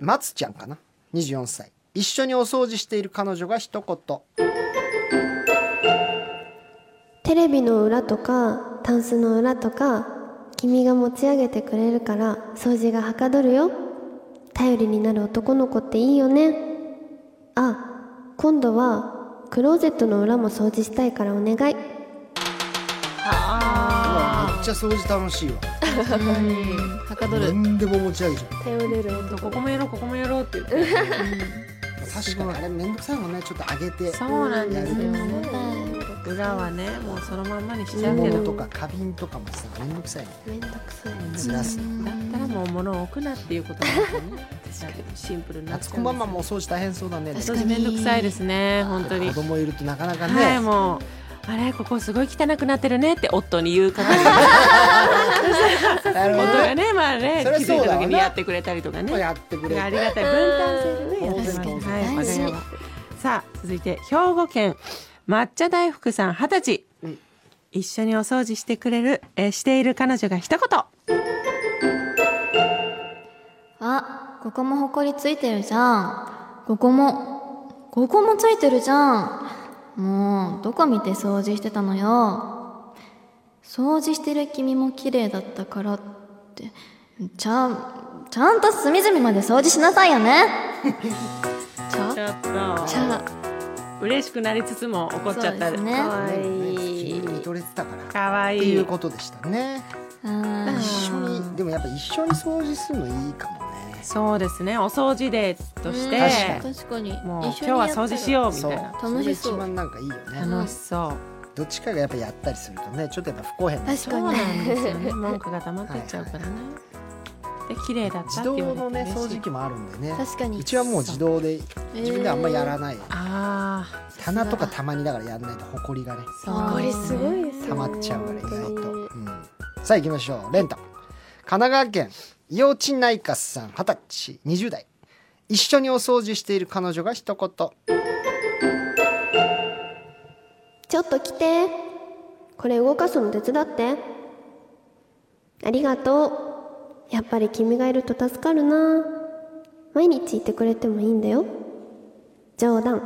Speaker 2: まつちゃんかな24歳一緒にお掃除している彼女が一言
Speaker 1: テレビの裏とかタンスの裏とか君が持ち上げてくれるから掃除がはかどるよ頼りになる男の子っていいよねあ今度はクローゼットの裏も掃除したいからお願い
Speaker 2: めっちゃ掃除楽しいわ
Speaker 5: はかどる
Speaker 2: 何でも持ち上げちゃう
Speaker 13: 頼れる
Speaker 3: こ
Speaker 13: 男
Speaker 3: こもやろうここもやろうって言って
Speaker 2: 確かにあれめんどくさいもんねちょっと上げて
Speaker 3: そうなんですよ
Speaker 2: ね
Speaker 3: 裏はねもうそのまんまにしちゃうけど
Speaker 2: 物とか花瓶とかもさめんどくさいね
Speaker 13: めんどくさい
Speaker 2: ずらすの
Speaker 3: だったらもう物を置くなっていうことなんだよねシンプルになっち
Speaker 2: 夏
Speaker 3: ゃ
Speaker 2: 子
Speaker 3: うん
Speaker 2: マ
Speaker 3: で
Speaker 2: マもお掃除大変そうだね
Speaker 3: すよそうですめんどくさいですね本当に
Speaker 2: 子供いるとなかなかね、
Speaker 3: はいもうあれここすごい汚くなってるねって夫に言う係
Speaker 2: なるほ
Speaker 3: 夫
Speaker 2: ど
Speaker 3: がねまあね
Speaker 2: そりゃ
Speaker 3: 気
Speaker 2: そ
Speaker 3: づ
Speaker 2: う
Speaker 3: い
Speaker 2: だわ
Speaker 3: た
Speaker 2: な
Speaker 3: 時にやってくれたりとかね
Speaker 2: やってくれ
Speaker 3: あ
Speaker 2: る
Speaker 3: りがたい分担制でねやってます
Speaker 2: うん
Speaker 3: はい
Speaker 1: 大事
Speaker 3: 我が家はさあ続いて兵庫県抹茶大福さん二十歳、
Speaker 2: うん
Speaker 3: 一緒にお掃除してくれるえーしている彼女が一言
Speaker 1: あここもほこりついてるじゃんここもここもついてるじゃんもうどこ見て掃除してたのよ掃除してる君も綺麗だったからってちゃんちゃんと隅々まで掃除しなさいよ ねちゃ
Speaker 3: ちょっ
Speaker 1: ちゃ
Speaker 3: と嬉しくなりつつも怒っちゃった
Speaker 1: そうですね
Speaker 3: 可愛
Speaker 2: 君
Speaker 3: い
Speaker 2: 見とれてたからっ
Speaker 3: 可愛
Speaker 2: て
Speaker 3: い
Speaker 2: いうことでしたね
Speaker 1: うん
Speaker 2: 一緒にでもやっぱ一緒に掃除するのいいかもね
Speaker 3: そうですねお掃除デーとして
Speaker 2: 確か
Speaker 1: 確かに
Speaker 3: もう今日は掃除しようみたいな
Speaker 2: それ
Speaker 1: 楽
Speaker 2: が
Speaker 1: し
Speaker 2: 一
Speaker 1: そう
Speaker 2: 番なんかいいよね
Speaker 3: 楽しそう
Speaker 2: どっちかがやっぱやったりするとねちょっとやっぱ不公平な
Speaker 13: 確
Speaker 3: そう
Speaker 13: か
Speaker 3: な
Speaker 13: に
Speaker 3: んですよね文句が溜まってっちゃうからねで綺麗だった
Speaker 2: 自
Speaker 3: って言
Speaker 2: 動
Speaker 3: われて
Speaker 2: のね
Speaker 3: 嬉しい
Speaker 2: 掃除機もあるんでね
Speaker 13: 確かに
Speaker 2: うちはもう自動で自分ではあんまやらない
Speaker 3: ああ
Speaker 2: 棚とかたまにだからやんないと埃がね
Speaker 3: そう
Speaker 13: これすごいですよ
Speaker 2: 溜まっちゃうから意
Speaker 13: 本当
Speaker 2: 外
Speaker 13: に
Speaker 2: と、うん、さあ行きましょうレンタ神奈川県幼稚内科さん二十歳20代一緒にお掃除している彼女が一言
Speaker 14: ちょっと来てこれ動かすの手伝ってありがとうやっぱり君がいると助かるな毎日いてくれてもいいんだよ冗談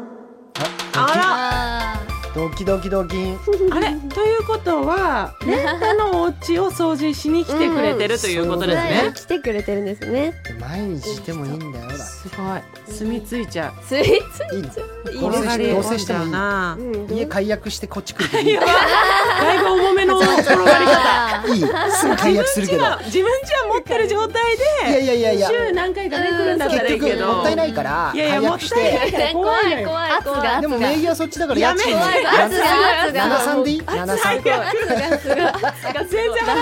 Speaker 3: あ
Speaker 2: ドキドキドキン
Speaker 3: らあれということはレンタのお家を掃除しに来てくれてるということですね
Speaker 14: 来てくれてるんですね
Speaker 2: 毎日してもいいんだよだ
Speaker 3: すごい住みついちゃう
Speaker 2: いいの
Speaker 3: い
Speaker 2: 同棲して同棲してもいいの
Speaker 3: な
Speaker 2: 家解約してこっち来るけどいいの
Speaker 3: だいぶ重めの転がり方
Speaker 2: いいすぐ解約するけど
Speaker 3: 自分ちは持ってる状態
Speaker 2: いや
Speaker 3: で
Speaker 2: いやいやいや
Speaker 3: 週何回かね来るんだったらい
Speaker 2: 結
Speaker 3: いけ
Speaker 2: 局
Speaker 3: ど
Speaker 2: もったいないから
Speaker 3: いやいや
Speaker 2: 解
Speaker 3: もっ
Speaker 2: 約した
Speaker 3: いな
Speaker 2: て
Speaker 3: いから怖いのよ
Speaker 1: 圧が
Speaker 2: でも名義はそっちだから家賃
Speaker 3: やめ
Speaker 1: 圧が圧
Speaker 2: 七
Speaker 1: が
Speaker 2: 三でいい七三
Speaker 3: 全然払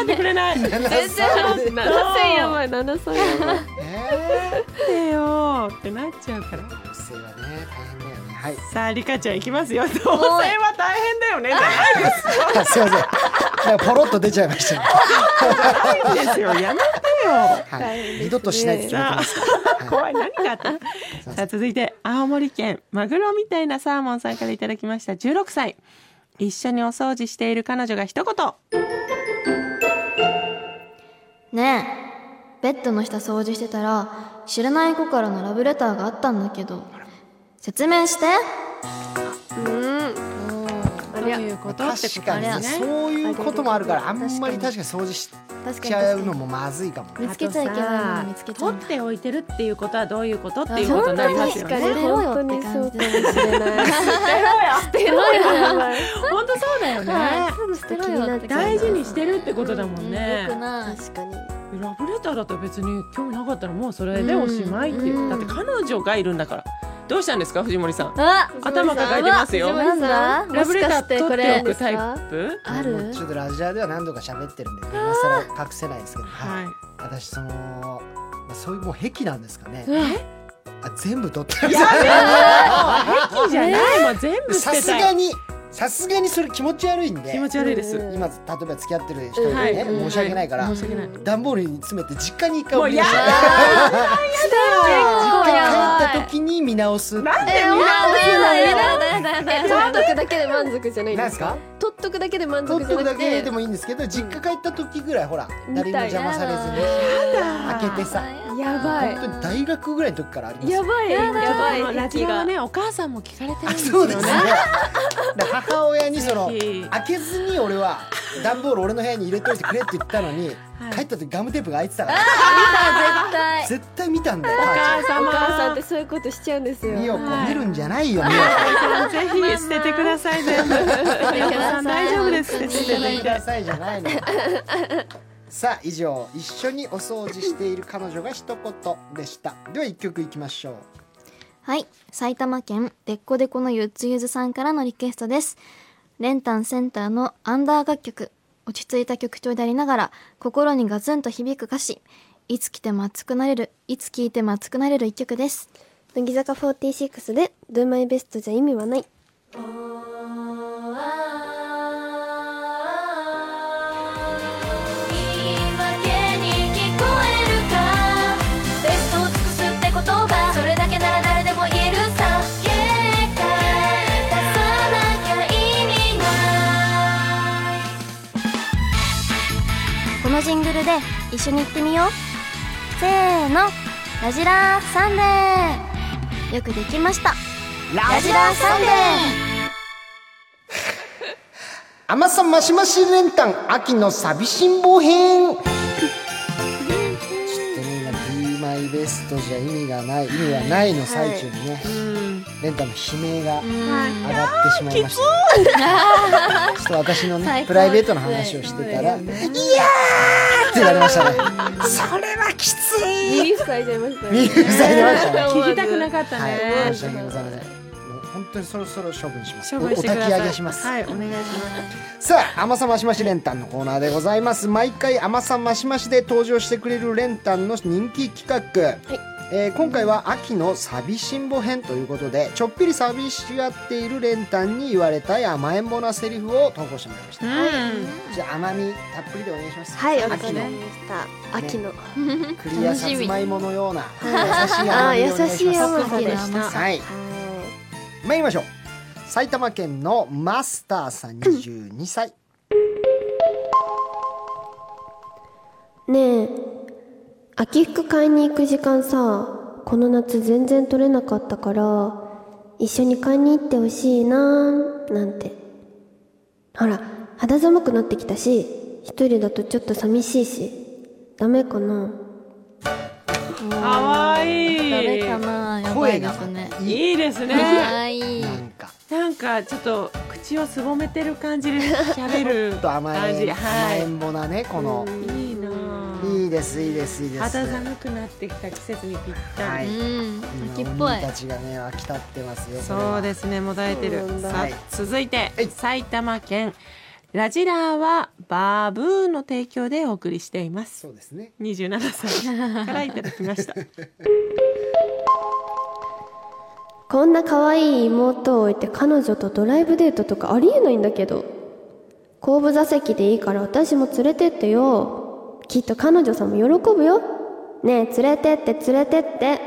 Speaker 3: ってくれない全然払ってやばい
Speaker 2: ね
Speaker 3: ってよってなっちゃうから
Speaker 2: 同棲はね大変だよねはい
Speaker 3: さあリカちゃんいきます よ同棲は大変だよねじゃないです
Speaker 2: あすいません。なんかポロッと出ちゃいました、ね。
Speaker 3: いいですよやめ
Speaker 2: はい。二度としないです。
Speaker 3: さあ怖い何があった
Speaker 2: ません
Speaker 3: さあ続いて青森県マグロみたいなサーモンさんからいただきました16歳一緒にお掃除している彼女が一言
Speaker 1: ねえベッドの下掃除してたら知らない子からのラブレターがあったんだけど説明して
Speaker 3: ということってこ
Speaker 2: 確
Speaker 3: と
Speaker 2: かに
Speaker 3: で
Speaker 2: ね
Speaker 3: すね
Speaker 2: そういうこともあるからあんまり確かに掃除し
Speaker 1: 確
Speaker 2: ちゃうのもまずいかもね。
Speaker 1: 見つけちゃいけないもの見つけちゃう
Speaker 3: 取っておいてるっていうことはどういうことっていうことになりますよ
Speaker 1: 捨
Speaker 3: ね
Speaker 1: てろよって感じで
Speaker 3: 本当そうだよね
Speaker 1: 捨てろよって
Speaker 3: 大事にしてるってことだもんね
Speaker 1: よくない
Speaker 13: 確かに
Speaker 3: ラブレターだったら別に興味なかったらもうそれでおしまいっていうだって彼女がいるんだからどうしたんですか藤森さん
Speaker 1: あ
Speaker 3: 頭抱えてますよ
Speaker 1: なんだ
Speaker 3: ラブレター
Speaker 1: もしかして
Speaker 3: 取っ
Speaker 1: こ
Speaker 3: て
Speaker 1: れ
Speaker 3: おくタイプ
Speaker 1: あ
Speaker 2: もう
Speaker 1: る
Speaker 2: ちょっとラジオでは何度か喋ってるんで今更隠せないですけど、はい
Speaker 3: はい
Speaker 2: 私その、まあ、そういうもう癖なんですかね。あ全部取ってる。
Speaker 3: いいじゃないもう全部 捨
Speaker 2: さ
Speaker 3: て
Speaker 2: す
Speaker 3: た
Speaker 2: が
Speaker 3: い
Speaker 2: にさすがにそれ気持ち悪いんで。
Speaker 3: 気持ち悪いです
Speaker 2: 今例えば付き合ってる人にね、
Speaker 3: はい
Speaker 2: 申し訳ないから、
Speaker 3: 申し訳ない
Speaker 2: 段ボールに詰めて実家に一回
Speaker 3: もう
Speaker 2: 送りま
Speaker 3: や
Speaker 2: した
Speaker 3: だ
Speaker 2: 実家に帰った時に見直すっていう
Speaker 3: なんで見直
Speaker 13: 取っとくだけで満足じゃないん
Speaker 2: なんです
Speaker 13: で
Speaker 2: す
Speaker 13: か
Speaker 2: か
Speaker 13: 取っとくだけで満足
Speaker 2: 取っ
Speaker 13: じゃ
Speaker 2: とく
Speaker 13: な
Speaker 2: だ
Speaker 13: く
Speaker 2: け
Speaker 13: て
Speaker 2: でもいいんですけど実家帰った時ぐらいほら
Speaker 13: みた
Speaker 2: 誰
Speaker 13: い
Speaker 2: にも邪魔されずに開けてさ
Speaker 13: やばい
Speaker 2: 本当に大学ぐらいの時からあります
Speaker 13: や
Speaker 2: よ
Speaker 13: ばいやばい
Speaker 3: すもうラジオはねお母さんも聞かれてるんです
Speaker 2: そ
Speaker 3: よ
Speaker 2: うですね
Speaker 3: ね
Speaker 2: で母親にその
Speaker 3: ぜひ
Speaker 2: 開けずに俺は段ボール俺の部屋に入れといてくれって言ったのに、
Speaker 3: はい
Speaker 2: 帰った時ガムテープが開いてたから
Speaker 1: 絶対
Speaker 2: 絶対見たんだよ
Speaker 3: お
Speaker 2: 母
Speaker 3: 母
Speaker 2: ち
Speaker 13: お母さん
Speaker 3: 様
Speaker 13: ってそういうことしちゃうんですよ
Speaker 2: ゃん美代子見
Speaker 3: はい
Speaker 2: るんじゃないよ美代
Speaker 3: ぜひ捨ててください全部親御さん大丈夫です捨て
Speaker 2: 子
Speaker 3: て
Speaker 2: 見
Speaker 3: い
Speaker 2: てく
Speaker 3: ただいて
Speaker 2: ださいじゃないのさあ以上一緒にお掃除している彼女が一言でしたでは一曲いきましょう
Speaker 1: はい埼玉県でっこでこのゆっつゆずさんからのリクエストですレンタンセンターのアンダー楽曲落ち着いた曲調でありながら心にガツンと響く歌詞いつ来ても熱くなれるいつ聴いても熱くなれる一曲です
Speaker 14: 乃木坂46で「Do My Best じゃ意味はない」
Speaker 15: 「
Speaker 1: ジングルで一緒に行ってみようせーのラジラーサンデーよくできましたラジラーサンデー
Speaker 2: 甘さマシマシ練炭秋の寂しんぼ 編ちょっとね今「Be My Best」じゃ意味がない意味がないの最中にね練炭、の悲鳴が上がってしまいました、ちょっと私のねプライベートの話をしてたら「いやー!」って言われましたねそれはきつい
Speaker 4: 耳塞いじゃいましたね
Speaker 2: 見塞いでましたね
Speaker 3: 聞きたくなかった
Speaker 2: はい、
Speaker 3: ね。
Speaker 2: 申し訳ございません。もう本当にそろそろ処分します。
Speaker 3: 処分してくだ
Speaker 2: おお焚
Speaker 3: さい。
Speaker 2: き上げします。
Speaker 3: はい、お願いし
Speaker 2: さあ、甘さましまし練炭のコーナーでございます。毎回甘さましましで登場してくれる練炭の人気企画。えー今回は秋の寂しんぼ編ということでちょっぴり寂しがっている練炭に言われたい甘えんぼなセリフを投稿してもらいました、じゃあ甘みたっぷりでお願いします
Speaker 4: はいわか
Speaker 2: 秋
Speaker 4: りま
Speaker 2: の
Speaker 4: した秋の
Speaker 2: 栗やさつまいものような優しい
Speaker 4: あ
Speaker 2: 甘
Speaker 4: あ
Speaker 2: み
Speaker 4: 優
Speaker 2: をお願い
Speaker 4: し
Speaker 2: しま
Speaker 4: い
Speaker 2: す
Speaker 4: 甘
Speaker 3: ま
Speaker 4: さ
Speaker 3: す
Speaker 4: でしたは
Speaker 2: はい参りましょう埼玉県のマスターさん22歳
Speaker 13: ねえ秋服買いに行く時間さこの夏全然取れなかったから一緒に買いに行ってほしいななんてほら肌寒くなってきたし一人だとちょっと寂しいしダメかな
Speaker 3: ます。可愛い
Speaker 5: 誰かなやば
Speaker 2: 声
Speaker 5: いで
Speaker 2: が
Speaker 5: すね
Speaker 2: いい
Speaker 3: いいですね。
Speaker 5: 可愛い
Speaker 2: なんか
Speaker 3: なんかちょっと口をすぼめてる感じで喋る
Speaker 2: ちょっと甘
Speaker 3: 感
Speaker 2: え
Speaker 3: じ。
Speaker 2: 甘
Speaker 3: は
Speaker 2: えんぼなねこの
Speaker 3: い。いいなあ。
Speaker 2: いいですいいですいいです
Speaker 3: 肌寒くなってきた季節にぴった
Speaker 2: は
Speaker 3: り。
Speaker 2: い
Speaker 5: うん
Speaker 2: 今
Speaker 5: 秋っぽい
Speaker 2: 鬼たちがね飽きたってますよ
Speaker 3: そうですすね、もだえてる
Speaker 4: そうなん。だ
Speaker 3: さ
Speaker 2: は
Speaker 3: あ
Speaker 2: い、
Speaker 3: 続いて
Speaker 2: はい、
Speaker 3: 埼玉県。ラジラーはバーブーの提供でお送りしています
Speaker 2: そ。うですね
Speaker 3: 27歳からいただきました。
Speaker 13: こんな可愛い妹を置いて彼女とドライブデートとかありえないんだけど後部座席でいいから私も連れてってよきっと彼女さんも喜ぶよねえ連れてって連れてって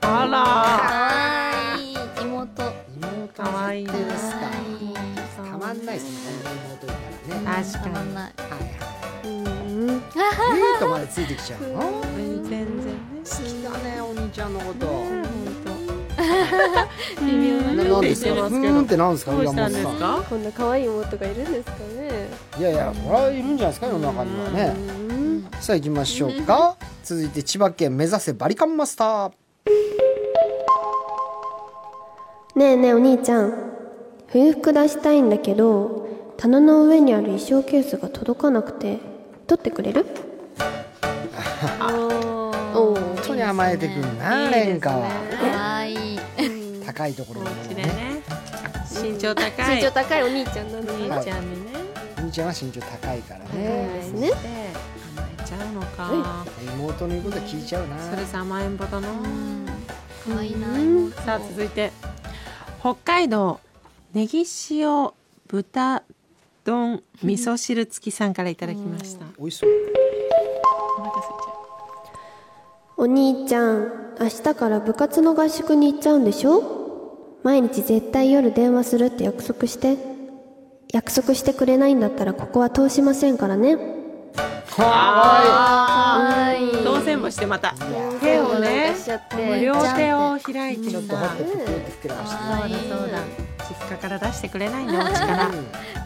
Speaker 3: あら
Speaker 5: 可愛い妹
Speaker 2: 妹
Speaker 3: 可愛い
Speaker 2: 設定ですか
Speaker 3: ー
Speaker 2: たまんないですねこの妹いたらね
Speaker 3: 確
Speaker 5: たま
Speaker 3: か
Speaker 5: ん
Speaker 3: に。
Speaker 5: ない
Speaker 2: はいはいニートまでついてきちゃうの好
Speaker 3: 全然ね。
Speaker 2: きだねお兄ちゃんのこと
Speaker 3: 微妙
Speaker 2: ななんですか
Speaker 3: ど
Speaker 2: うーんってなんですか
Speaker 3: どうしたんです
Speaker 2: 山本さ
Speaker 3: か
Speaker 4: こんな可愛い妹がいるんですかね
Speaker 2: んいやいやこれはいるんじゃないですか世の中にはねさあ行きましょうか続いて千葉県目指せバリカンマスター
Speaker 13: ねえねえお兄ちゃん冬服出したいんだけど棚の上にある衣装ケースが届かなくて取ってくれる
Speaker 4: おお
Speaker 2: 本当に甘えてくんなレンカは
Speaker 5: 可愛い
Speaker 2: 高いところにいるの
Speaker 3: で
Speaker 2: ね
Speaker 3: ね。身長高い。
Speaker 4: 身長高いお兄ちゃんなんで
Speaker 3: お兄ちゃんにね。
Speaker 2: お兄ちゃんは身長高いから
Speaker 4: 高い
Speaker 2: ね
Speaker 4: ですね
Speaker 3: 甘えちゃうのか。
Speaker 2: 妹の言うこと聞いちゃうな
Speaker 3: それさ甘えんぼだな。
Speaker 5: うん可愛いな妹
Speaker 3: さあ続いて北海道ネギ塩豚丼味噌汁付きさんからいただきました。
Speaker 2: 美味しそう
Speaker 3: お腹空いちゃ
Speaker 13: お兄ちゃん明日から部活の合宿に行っちゃうんでしょ毎日絶対夜電話するって約束して約束してくれないんだったらここは通しませんからね
Speaker 3: う。当選もしてまた手をね。もう両手を開いてさ。
Speaker 2: ぷくって膨らまして
Speaker 3: そうだそうだ。実家から出してくれないんだお家から。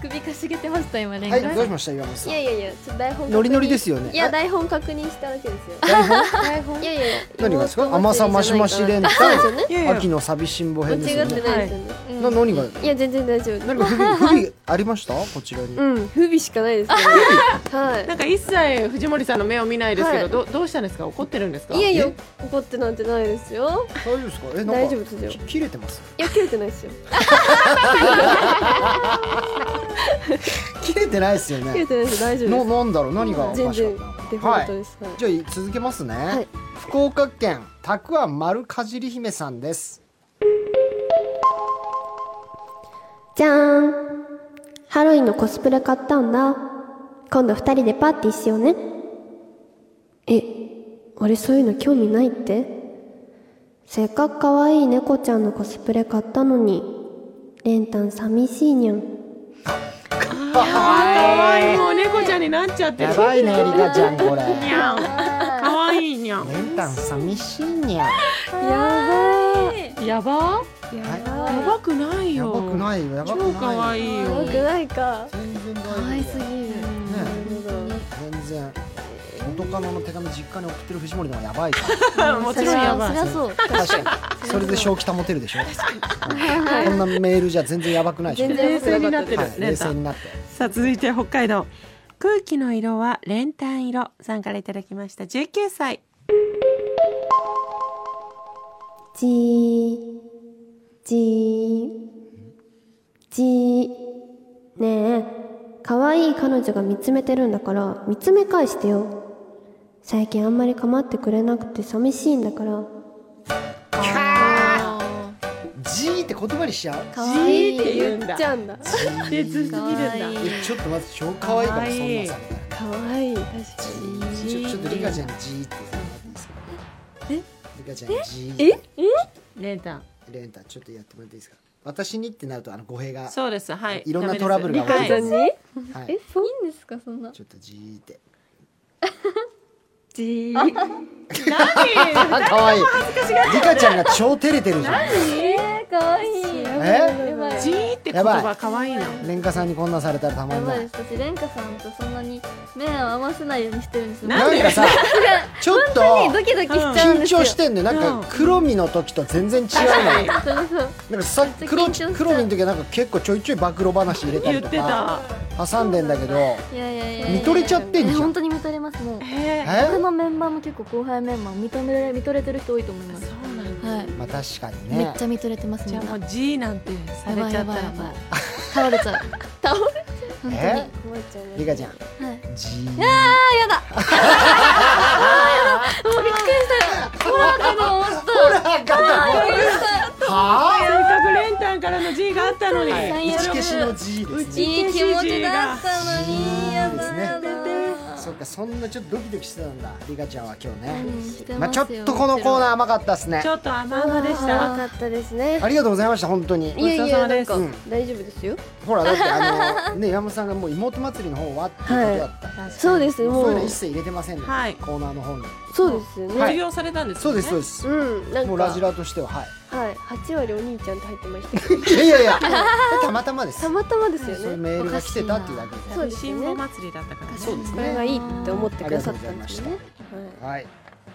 Speaker 5: 首かしげてました今レン
Speaker 2: は
Speaker 5: カ
Speaker 2: いどうしました岩本さ
Speaker 4: い
Speaker 2: ん
Speaker 4: やいやいやちょっと台本
Speaker 2: ノリノリですすよね
Speaker 4: いや台本確認しただけですよ
Speaker 2: 台本
Speaker 4: 台本いやいやいや
Speaker 2: 何がですか
Speaker 4: 妹
Speaker 2: 甘さマ
Speaker 4: 祭
Speaker 2: シ
Speaker 4: りじゃな
Speaker 2: マ
Speaker 4: いか
Speaker 2: シ連
Speaker 4: な
Speaker 2: ン
Speaker 3: いやいや
Speaker 2: 秋の寂しんぼ編です
Speaker 4: 間
Speaker 2: よ
Speaker 4: 違って
Speaker 2: ね
Speaker 4: ないですよね
Speaker 2: な何が
Speaker 4: いや全然大丈夫
Speaker 2: 何か不 備不備ありましたこちらに
Speaker 4: うん不備しかないですけどは
Speaker 3: なんか一切藤森さんの目を見ないですけど、
Speaker 4: はい
Speaker 3: どどうしたんですか怒ってるんですか
Speaker 4: いいやいや怒ってなんてないですよ
Speaker 2: 大丈夫ですかえなんか
Speaker 4: 大丈夫ですよ
Speaker 2: き切れてます
Speaker 4: いや切れてないですよ
Speaker 2: 切れてないですよ
Speaker 4: 切れ
Speaker 2: ね
Speaker 4: てないですよ大丈
Speaker 2: の
Speaker 4: 夫で
Speaker 2: なんだろう何がお
Speaker 4: す
Speaker 2: か
Speaker 4: 全
Speaker 2: しかったの
Speaker 4: 然
Speaker 2: か
Speaker 4: デフォルトですはい
Speaker 2: じゃあ続けますね、
Speaker 4: はい
Speaker 2: 福岡県たくあん丸かじり姫さんです
Speaker 13: じゃーんハロウィンのコスプレ買ったんだ今度二人でパーティーしようねえ俺そういうの興味ないってせっかく可愛い猫ちゃんのコスプレ買ったのにレンタン寂しいにゃん
Speaker 3: 可愛いもう猫ちゃんになっちゃってる
Speaker 2: やばいねリカちゃんこれ
Speaker 3: にゃん可愛いにゃん
Speaker 2: メンタン寂しいにゃ
Speaker 3: やば
Speaker 2: や
Speaker 3: やばくない
Speaker 2: や
Speaker 3: よ
Speaker 2: ばくないよやばくない
Speaker 3: 超可愛いよ
Speaker 16: よくないか
Speaker 2: 全然大丈
Speaker 4: 可愛す
Speaker 2: 夫
Speaker 4: ぎ
Speaker 2: だよ
Speaker 4: る
Speaker 2: ね全然元カノの手紙実家に送ってる藤森の方がや ばいか
Speaker 3: もちろんやば
Speaker 1: そ
Speaker 3: い
Speaker 1: りゃそう
Speaker 2: ら確かにそれで正気保てるでしょうんこんなメールじゃ全然やばくないでしょ
Speaker 16: 全然
Speaker 3: 冷静になってる
Speaker 2: はい
Speaker 3: レ
Speaker 2: 冷
Speaker 3: ンタ
Speaker 2: 静
Speaker 3: ン
Speaker 2: になって
Speaker 17: さあ続いて北海道空気の色はレンタン色さんからいただきました19歳
Speaker 13: じーじーじーねえ可愛い彼女が見つめてるんだから見つめ返してよ最近あんまり構ってくれなくて寂しいんだから
Speaker 2: じーって言葉にしちゃう
Speaker 1: 可愛い
Speaker 3: って言うんだ
Speaker 16: じゃんだ
Speaker 3: でずっと見るんだ
Speaker 2: えちょっと待って超可愛いかもそんなさ
Speaker 16: 可愛い確か
Speaker 2: ちょちょっとリカちゃんにじーって言ってもらっていいですかリカちゃんにじーって
Speaker 3: レンタン
Speaker 2: レンタちょっとやってもらっていいですか私にってなるとあの語弊が
Speaker 3: そうですはい
Speaker 2: いろんなトラブルが
Speaker 3: ダメ
Speaker 2: 起こ
Speaker 3: です
Speaker 2: る
Speaker 3: はい
Speaker 16: に
Speaker 2: はい
Speaker 4: えそういいんですかそんな
Speaker 2: ちょっとじーって
Speaker 16: じー
Speaker 2: あ可愛いリカちゃんが超照れてるじゃん
Speaker 4: えー可愛い
Speaker 2: え
Speaker 4: やばい
Speaker 3: じーって言葉可愛いな
Speaker 2: レンカさんにこんなされたらたま
Speaker 1: や
Speaker 2: ん
Speaker 1: ば
Speaker 2: ない
Speaker 1: で
Speaker 2: い
Speaker 1: す私レンカさんとそんなに目を合わせないようにしてるんですよ
Speaker 2: なんかさちょっと
Speaker 4: ドキドキしちゃうん
Speaker 2: 緊
Speaker 4: ですよ
Speaker 2: 張してんのよなんか黒身の時と全然違うの
Speaker 1: そ
Speaker 2: よ
Speaker 1: うそう
Speaker 2: なんかさ
Speaker 1: ちょっと緊
Speaker 2: 黒
Speaker 1: 張しちゃう
Speaker 2: 黒身の時はなんか結構ちょいちょい暴露話入れた
Speaker 3: 言
Speaker 2: り
Speaker 3: っ
Speaker 2: と
Speaker 3: て
Speaker 2: か
Speaker 3: た
Speaker 2: 挟んでんだけど
Speaker 1: いやいやいやいや
Speaker 2: 見とれちゃってん
Speaker 1: え
Speaker 2: じゃ
Speaker 1: 本
Speaker 2: ん
Speaker 1: 当に見とれますもう
Speaker 3: え
Speaker 2: え
Speaker 3: ー
Speaker 1: 他のメンバーも結構後輩メンバーも認められ見とれてる人多いと思います
Speaker 3: そうなんだ
Speaker 1: はい
Speaker 2: まあ確かに
Speaker 1: め
Speaker 2: ね
Speaker 1: っちゃ見とれてます
Speaker 3: じ
Speaker 1: み
Speaker 3: ゃあ
Speaker 1: ん
Speaker 3: も
Speaker 1: な
Speaker 3: う G なんてされちゃったらもう
Speaker 1: 倒れちゃう倒れ
Speaker 2: え
Speaker 16: 困っちゃうね
Speaker 2: リカちゃん
Speaker 1: はい
Speaker 2: じーあ ーやだもうびっくりしたよホラーかと思ったホラーかと思ったは
Speaker 3: せっかくレンタンからの G があったのに
Speaker 2: あ打ち消しの G ですね
Speaker 1: いい気持ちだったの
Speaker 2: い
Speaker 1: に
Speaker 2: い
Speaker 1: や
Speaker 2: です
Speaker 1: だ
Speaker 2: ね
Speaker 1: やだ
Speaker 2: そっかそんなちょっとドキドキしてたんだリカちゃんは今日ね、
Speaker 1: して
Speaker 2: まあ
Speaker 1: す
Speaker 2: ちょ
Speaker 1: よ
Speaker 2: っとこのコーナー甘かったですね
Speaker 3: ちょっと甘々でした
Speaker 16: かったですね
Speaker 2: ありがとうございました本当に
Speaker 16: いやい
Speaker 3: ごちそうさ
Speaker 16: や
Speaker 3: ま
Speaker 16: な
Speaker 3: で
Speaker 16: ん
Speaker 3: す
Speaker 16: か大丈夫ですよ
Speaker 2: ほらだってあのね山本さんがもう妹祭りの方はっていうことだった、
Speaker 16: そうですね
Speaker 2: もうそういう
Speaker 16: も
Speaker 2: の
Speaker 16: う
Speaker 2: 一切入れてませんので、
Speaker 3: はい
Speaker 2: コーナーの方に
Speaker 16: そうですよね
Speaker 2: はい
Speaker 3: 卒業されたんです
Speaker 2: そうで
Speaker 3: よね
Speaker 2: すそうです、
Speaker 16: うんなんか
Speaker 2: もうラジラとしてははい
Speaker 16: はい八割お兄ちゃんって入ってましたけど
Speaker 2: いやいやいやたまたまです
Speaker 16: たまたまですよ
Speaker 2: そうい
Speaker 16: ね
Speaker 2: うメールが来てたっていうだけで
Speaker 16: そうですね
Speaker 3: 新聞祭りだったからね
Speaker 2: そうです
Speaker 16: これが
Speaker 2: ね
Speaker 16: いいって思ってくださったんですよね
Speaker 2: はい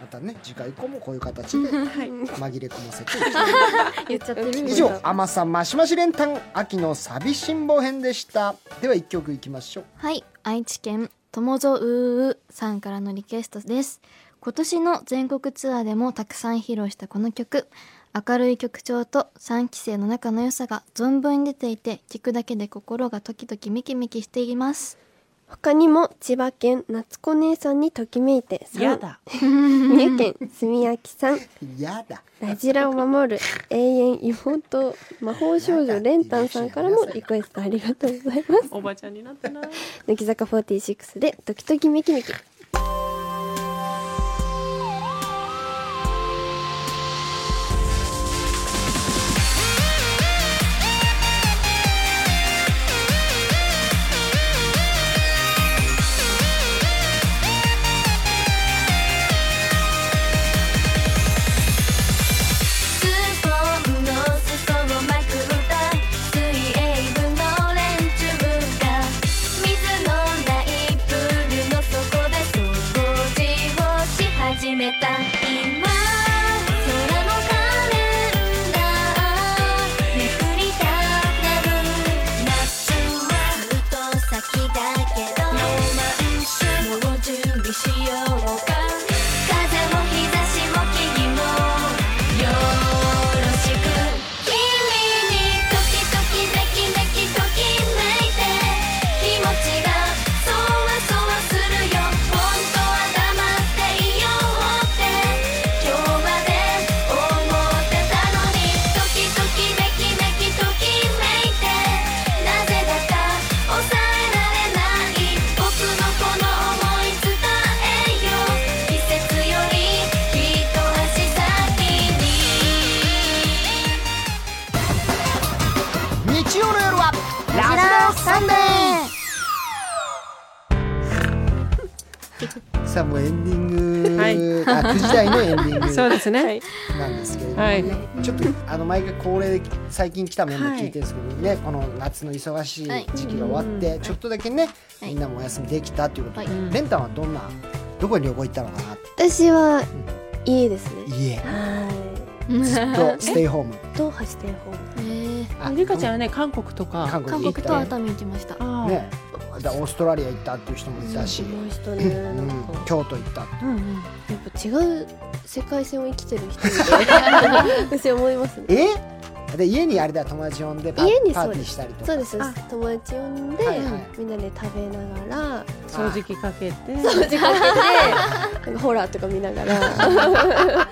Speaker 2: またね次回以降もこういう形で紛れ込ませていきます
Speaker 1: 言っちゃってる
Speaker 2: 以上甘さマシマシ連単秋の寂しん坊編でしたでは一曲いきましょう
Speaker 1: はい愛知県友蔵ううさんからのリクエストです今年の全国ツアーでもたくさん披露したこの曲明るい曲調と3期生の仲の良さが存分に出ていて聴くだけで心が時々ミキミキしています
Speaker 13: 他にも千葉県夏子姉さんにときめいてさん
Speaker 3: やだ
Speaker 13: 三重県すみや きさん
Speaker 2: やだ
Speaker 13: ラジラを守る永遠妹魔法少女レンタンさんからもリクエストありがとうございます
Speaker 3: おばちゃんになったな
Speaker 13: 乃木坂46でドキドキメキメキ
Speaker 5: スポンの裾をまくった水泳部の連中が水のないプールの底で掃除をし始めた今空のカレンダーめくりたくなる夏はずっと先だけどロマンスもう準備しようか風も日差しも木々もよろしく「君に時々メキメキときめいて」「気持ちがそわそわするよ」「本当は黙っていようって今日まで思ってたのに」「時々メキメキときめいて」「なぜだか抑えられない」「僕のこの想い伝えよう」「季節より一足先に」
Speaker 2: 日曜の夜はラジラサンデーさあもうエンディング、
Speaker 3: は
Speaker 2: はいい、あ9時台のエンディン
Speaker 3: そう
Speaker 2: グ
Speaker 3: ですね。
Speaker 2: なんですけれども、
Speaker 3: はい。
Speaker 2: ちょっとあの毎回恒例で最近来たメンバー聞いてるんですけどね、この夏の忙しい時期が終わって、
Speaker 3: は
Speaker 2: ちょっとだけね、
Speaker 5: はい
Speaker 2: みんなもお休みできたということで、
Speaker 5: はい
Speaker 2: レンタンはどんなどこに旅行行ったのかなって
Speaker 13: 私は家ですね
Speaker 2: 家
Speaker 13: は
Speaker 2: ずっとステイホーム
Speaker 13: いドーハしてホーム
Speaker 5: えー
Speaker 2: あ
Speaker 3: リカちゃんはね、韓国とか。
Speaker 2: 韓
Speaker 5: 韓
Speaker 2: 国行
Speaker 5: 国
Speaker 2: った
Speaker 5: と熱海行きました
Speaker 3: ああ。
Speaker 2: ねだオーストラリア行ったっていう人もいたし、
Speaker 13: すごい人
Speaker 2: う
Speaker 13: ね
Speaker 2: ん
Speaker 13: なんか
Speaker 2: 京都行ったって
Speaker 3: うんうん。
Speaker 13: やっぱ違う世界線を生きてる 人みたいな私思いますね
Speaker 2: えで家にあれだよ友達呼んでパー
Speaker 13: 家に
Speaker 2: パー
Speaker 13: そう
Speaker 2: テ
Speaker 13: で
Speaker 2: ィー
Speaker 13: す
Speaker 2: したりとか
Speaker 13: そうです
Speaker 3: あ
Speaker 13: 友達呼んで、
Speaker 2: はいはい
Speaker 13: みんなで食べながら
Speaker 3: 掃除機かけて。
Speaker 13: 掃除かけてなんかホラーとか見ながら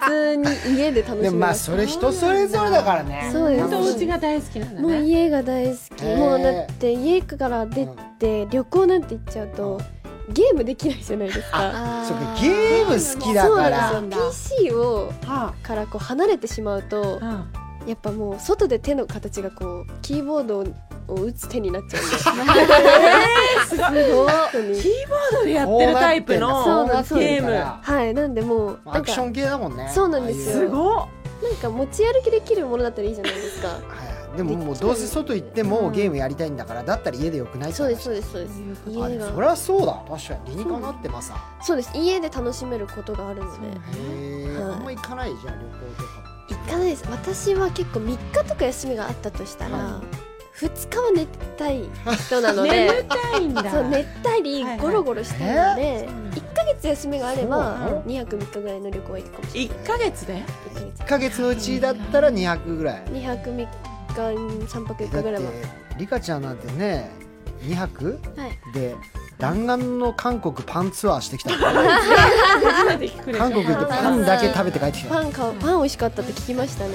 Speaker 13: 普通に家で楽しみ
Speaker 2: でもまあ
Speaker 13: す
Speaker 2: それ人それぞれだからね
Speaker 13: そうです
Speaker 3: 本当お家が大好きなんだ
Speaker 13: もう
Speaker 3: ね。
Speaker 13: 家が大好き、
Speaker 2: へー
Speaker 13: もうだって家から出て旅行なんて行っちゃうとゲームできないじゃないですか
Speaker 5: あ
Speaker 2: そうかゲーム好きだ
Speaker 13: そう
Speaker 2: か
Speaker 13: な
Speaker 2: ら
Speaker 13: んですよ PC を
Speaker 3: は
Speaker 13: からこう離れてしまうと
Speaker 3: あ。うん
Speaker 13: やっぱもう外で手の形がこうキーボードを打つ手になっちゃ
Speaker 3: キー
Speaker 13: うんですごい 本当に
Speaker 3: ボードでやってるタイプ
Speaker 2: こ
Speaker 3: の
Speaker 2: うなってんだそうなって
Speaker 3: ゲーム。
Speaker 2: んだか
Speaker 13: はいなんでもう
Speaker 2: ら
Speaker 13: な
Speaker 2: ア
Speaker 13: ん
Speaker 2: クショ
Speaker 13: か
Speaker 2: ン系だもんね
Speaker 13: そうなんですよ
Speaker 2: ああい
Speaker 3: す
Speaker 2: う
Speaker 3: ごっ。
Speaker 13: なんか持ち歩きできるものだったらいいじゃないですか
Speaker 2: はいでももうどうせ外行ってもゲームやりたいんだからだったら家でよくない
Speaker 13: そうですそう
Speaker 2: で
Speaker 13: ですそうです
Speaker 2: す
Speaker 13: 家
Speaker 2: そ
Speaker 13: が
Speaker 2: りゃそうだ確かに理にかなってますへ
Speaker 13: そうです家で楽しめることがあるので
Speaker 2: え
Speaker 13: はい
Speaker 2: あんま行かないじゃん旅行とか
Speaker 13: 行かないです私は結構3日とか休みがあったとしたら、
Speaker 2: は
Speaker 13: 二2日は寝たい人な ので
Speaker 3: 眠たいんだ。
Speaker 13: そう寝たり
Speaker 3: はいはい
Speaker 13: ゴロゴロしたいので、
Speaker 3: そうなんだ
Speaker 13: 1ヶ月休みがあれ
Speaker 2: そうな
Speaker 13: ば
Speaker 2: の
Speaker 13: 2泊3日ぐらいの旅行は行くかもしれ
Speaker 3: 一ヶ月で。
Speaker 13: ない
Speaker 2: 1ヶ月のうちだったら2泊ぐらい
Speaker 13: 2泊3日3泊
Speaker 2: だ
Speaker 13: 4
Speaker 2: っ
Speaker 13: 日ぐらい
Speaker 2: て
Speaker 13: は
Speaker 2: リカちゃんなんてね2泊
Speaker 5: はい
Speaker 2: で弾丸の韓国パンツアーしてきたからね
Speaker 3: 初めて聞くでしょ
Speaker 2: 韓国行ってパンだけ食べて帰ってきた
Speaker 13: パンかパン美味しかったって聞きましたね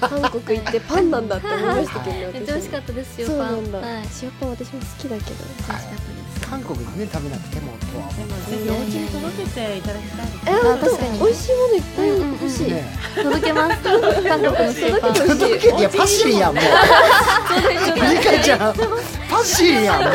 Speaker 13: 韓国行ってパンなんだって思いましたけどね
Speaker 5: めっちゃ美味しかったですよ
Speaker 13: そうなんだ、
Speaker 5: はい
Speaker 13: 塩パン私も好きだけど
Speaker 5: 美味しかったです
Speaker 2: 韓国でね食べなくてもとは思
Speaker 3: でもぜひお家に届けていただきたい。
Speaker 13: え
Speaker 5: あ
Speaker 13: 本当
Speaker 5: 確かに
Speaker 13: 美味しいものいっぱい欲し
Speaker 2: う
Speaker 13: い、
Speaker 2: ね
Speaker 5: 届けます韓国のスーパー
Speaker 13: 届
Speaker 2: 届け
Speaker 13: けてほしい
Speaker 2: ていやパシリやんもうリカちゃんパシリやんもう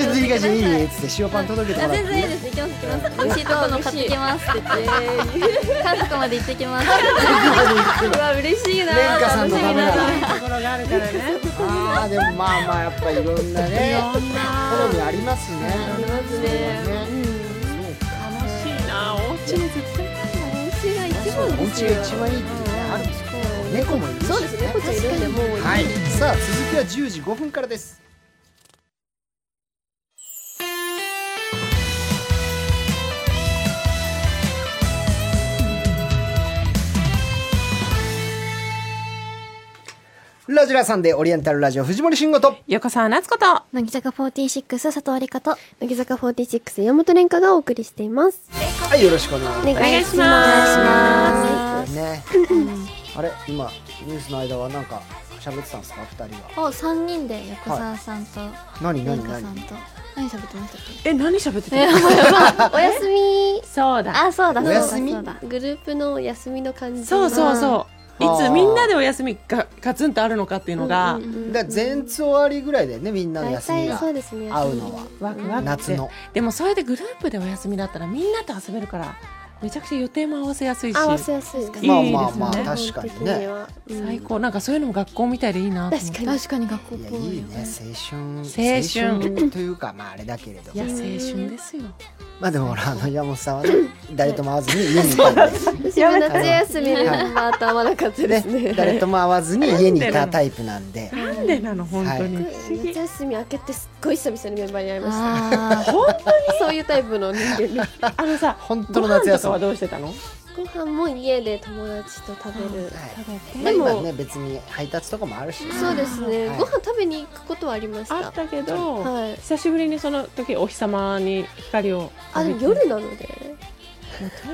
Speaker 2: ちょっとリカちゃんいいやつで塩パン届けて
Speaker 5: あ
Speaker 2: もらって
Speaker 5: 全然いいです行きます行きます美味しいとこの買ってきますって言って韓国まで行ってきますうわ嬉しいな
Speaker 2: レンカさんのためだ
Speaker 3: ところがあるからね。
Speaker 2: あーでもまあまあやっぱいろんなね
Speaker 3: いろんな
Speaker 2: 好みありますねありますねそうか
Speaker 3: 楽しいな。お家に絶対。
Speaker 2: お家が一番いいっていうのがあるんですけど猫もいるし
Speaker 13: そうですね猫ちゃんいるんでもう
Speaker 2: はいさあ続きは10時5分からですラジラさんでオリエンタルラジオ藤森慎吾と
Speaker 3: 横澤夏子と。
Speaker 5: 乃木坂46佐藤ありかと
Speaker 13: 乃木坂46山本蓮香がお送りしています
Speaker 2: はいよろしくお願いします
Speaker 13: お願いしま
Speaker 2: ね、あれ今ニュースの間はなんか喋ってたんですか二人は
Speaker 5: を3人で横澤さんと
Speaker 2: 何
Speaker 5: レン
Speaker 2: 何
Speaker 5: カさん
Speaker 2: 何
Speaker 5: と何喋ってましたっ
Speaker 3: え、何喋ってたの。
Speaker 13: お休み
Speaker 3: そうだ。
Speaker 5: けあそうだ
Speaker 2: お
Speaker 5: そうだ
Speaker 2: 休
Speaker 5: そ
Speaker 2: み
Speaker 5: うだ
Speaker 13: グループの休みの感じ
Speaker 3: そうそうそう。い
Speaker 2: あー
Speaker 3: つみんなでお休みがガツンとあるのかっていうのが
Speaker 2: だから前日終わりぐらいだよねみんなの
Speaker 13: 大
Speaker 2: 休み
Speaker 13: 体
Speaker 2: が
Speaker 13: そうですね
Speaker 2: 合うのは
Speaker 3: ワクワクって
Speaker 2: 夏の
Speaker 3: でもそれでグループでお休みだったらみんなと遊べるからめちゃくちゃ予定も合わせやすいし
Speaker 13: 合わせやすい
Speaker 3: いい
Speaker 2: まあ
Speaker 3: ですよね
Speaker 2: まあまあ確かにね
Speaker 3: 最高なんかそういうのも学校みたいでいいなと思っ
Speaker 13: 確
Speaker 3: て
Speaker 13: かに確かに
Speaker 5: 学校っ
Speaker 2: いや
Speaker 5: ぽ
Speaker 2: い
Speaker 5: い
Speaker 2: い
Speaker 5: よ
Speaker 2: ね
Speaker 5: ね
Speaker 2: 青春
Speaker 3: 青春
Speaker 2: というかまああれだけれど
Speaker 3: いや青春ですよ
Speaker 2: まあでもほらあの山本さんはね誰とも会わずに家にいたんで
Speaker 13: 私も夏休みでまあ頭なかったですね
Speaker 2: ね誰とも会わずに家にいたタイプなんで
Speaker 3: なんでなの本当に、
Speaker 13: 夏休み明けてすっごい久々にメンバーに会いまし
Speaker 5: あー
Speaker 13: たそういうタイプの人間です
Speaker 3: あのさ
Speaker 2: 本当
Speaker 3: ご
Speaker 2: の
Speaker 3: 飯
Speaker 2: 夏休
Speaker 3: とか
Speaker 2: み
Speaker 3: はどうしてたの
Speaker 13: ご飯も家で友達と食べる
Speaker 2: まあ
Speaker 13: でも
Speaker 2: 今ね別に配達とかもあるし
Speaker 13: そうですね
Speaker 2: はい
Speaker 13: ご飯食べに行くことはありました
Speaker 3: あったけど、
Speaker 13: はい
Speaker 3: 久しぶりにその時お日様に光を
Speaker 13: あでも夜なので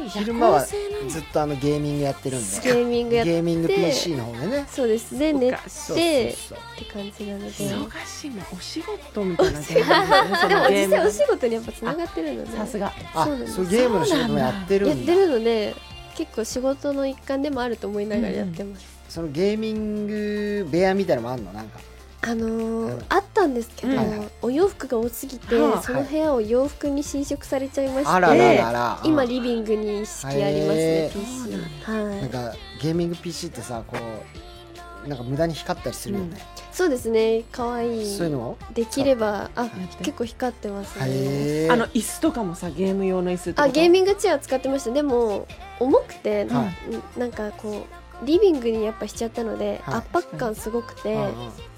Speaker 2: 昼間はずっとあのゲーミングやってるんで
Speaker 13: ゲーミングやって
Speaker 2: ゲーミング PC の方でね
Speaker 13: そうですで
Speaker 3: そう
Speaker 13: 寝てっ
Speaker 3: か
Speaker 2: そうそうそう
Speaker 13: て感じなので
Speaker 3: 忙しいねお仕事みたいなゲームなんだねそのゲー
Speaker 13: でも実
Speaker 3: ム
Speaker 13: 際お仕事にやっぱつながってるので
Speaker 3: さすが
Speaker 2: あ
Speaker 13: そうなんです
Speaker 2: そうゲームの仕事もやってる
Speaker 13: やっ
Speaker 2: ん
Speaker 13: て
Speaker 2: だ
Speaker 13: るので結構仕事の一環でもあると思いながらやってます、
Speaker 2: そのゲーミング部屋みたいなのもあんのなんか
Speaker 13: あ
Speaker 2: う
Speaker 13: の
Speaker 2: ん
Speaker 13: ーあったんですけど、
Speaker 6: はい
Speaker 2: はい
Speaker 13: お洋服が多すぎて、
Speaker 6: はあ
Speaker 13: その部屋を洋服に侵食されちゃいまして
Speaker 2: あらららら
Speaker 13: 今リビングに意識あり
Speaker 2: へ
Speaker 13: ますね
Speaker 2: え
Speaker 13: PC
Speaker 2: なん
Speaker 13: はい
Speaker 2: かゲーミング PC ってさこうなんか無駄に光ったりするよね、
Speaker 13: そうですね可愛い
Speaker 2: そういうのも
Speaker 13: できればあ
Speaker 6: て
Speaker 13: 結構光ってますね
Speaker 2: へえ
Speaker 3: あの椅子とかもさゲーム用の椅子ってこと
Speaker 13: あゲーミングチェア使ってましたでも重くて、
Speaker 2: は
Speaker 13: うんなんかこうリビングにやっぱしちゃったので、
Speaker 2: はい
Speaker 13: 圧迫感すごくて、
Speaker 2: うんうん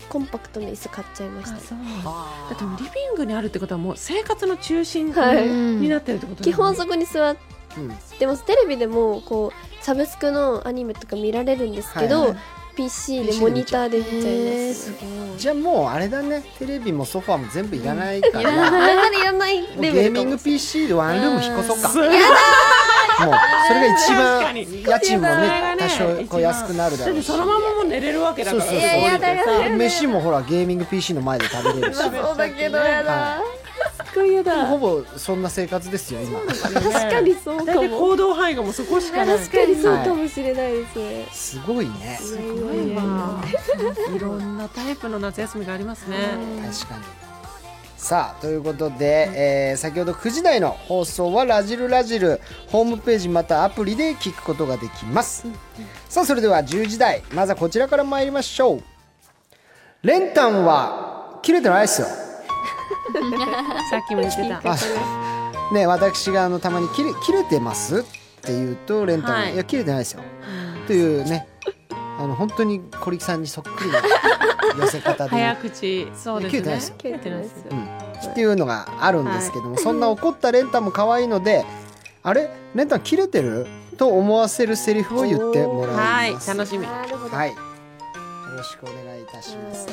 Speaker 13: コンパクトな椅子買っちゃいました
Speaker 3: あそうだ
Speaker 2: あ
Speaker 3: ってもうリビングにあるってことはもう生活の中心
Speaker 13: はい
Speaker 3: になってるってことだよね
Speaker 13: 基本そこに座っ
Speaker 2: ーうん
Speaker 13: てますテレビでもこうサブスクのアニメとか見られるんですけど、
Speaker 2: はいは
Speaker 13: PC でモニターで見ちゃいます
Speaker 2: じゃあもうあれだねテレビもソファーも全部いらないから、
Speaker 13: あん
Speaker 2: も
Speaker 13: まりやんないうレ
Speaker 2: ゲ
Speaker 13: ベ
Speaker 2: ー
Speaker 13: ルか
Speaker 2: ミン
Speaker 13: も
Speaker 2: グ PC でワンルーム引っ越そうか
Speaker 3: すごい
Speaker 2: もうそれが一
Speaker 3: 確か
Speaker 2: 番
Speaker 3: に
Speaker 2: 家賃もね多少こう安くなるだ
Speaker 3: だっ
Speaker 2: ろ
Speaker 3: て
Speaker 2: うし
Speaker 3: そのままもう寝れるわけだから
Speaker 2: そうそうそういやいやだ
Speaker 3: さ
Speaker 2: 飯もほらゲーミング PC の前で食べれるし
Speaker 13: そうだけどやだ、
Speaker 2: ほぼそんな生活ですよ今
Speaker 13: 確かにそうか
Speaker 3: 大体
Speaker 13: も
Speaker 3: 行動範囲がもうそこしかない
Speaker 13: 確かにそうかもしれないですね、
Speaker 2: すごいね
Speaker 3: す
Speaker 13: す
Speaker 3: ごいわいろんなタイプの夏休みがありますね
Speaker 2: 確かにさあということで、えー先ほど9時台の放送は「ラジルラジル」ホームページまたアプリで聞くことができます、さあそれでは10時台まずはこちらから参りましょう練炭は切れてないですよ
Speaker 3: さっきも言ってた
Speaker 2: あね私があのたまに切れ「切れてます?」って言うと練炭は、
Speaker 3: はい
Speaker 2: い、や切れてないですよ」というねあの本当に小力さんにそっくりな寄せ方で言
Speaker 3: 早
Speaker 2: う
Speaker 3: 口そうです
Speaker 2: 切れてない
Speaker 3: ね
Speaker 2: ですよ
Speaker 3: 切れてないですよ
Speaker 2: っていうのがあるんですけども、そんな怒ったレンタも可愛いのであれレンタ切れてると思わせるセリフを言っても
Speaker 3: は
Speaker 2: らい
Speaker 3: い
Speaker 2: ます
Speaker 3: 楽しみは
Speaker 2: はいよろしくお願いいたしますね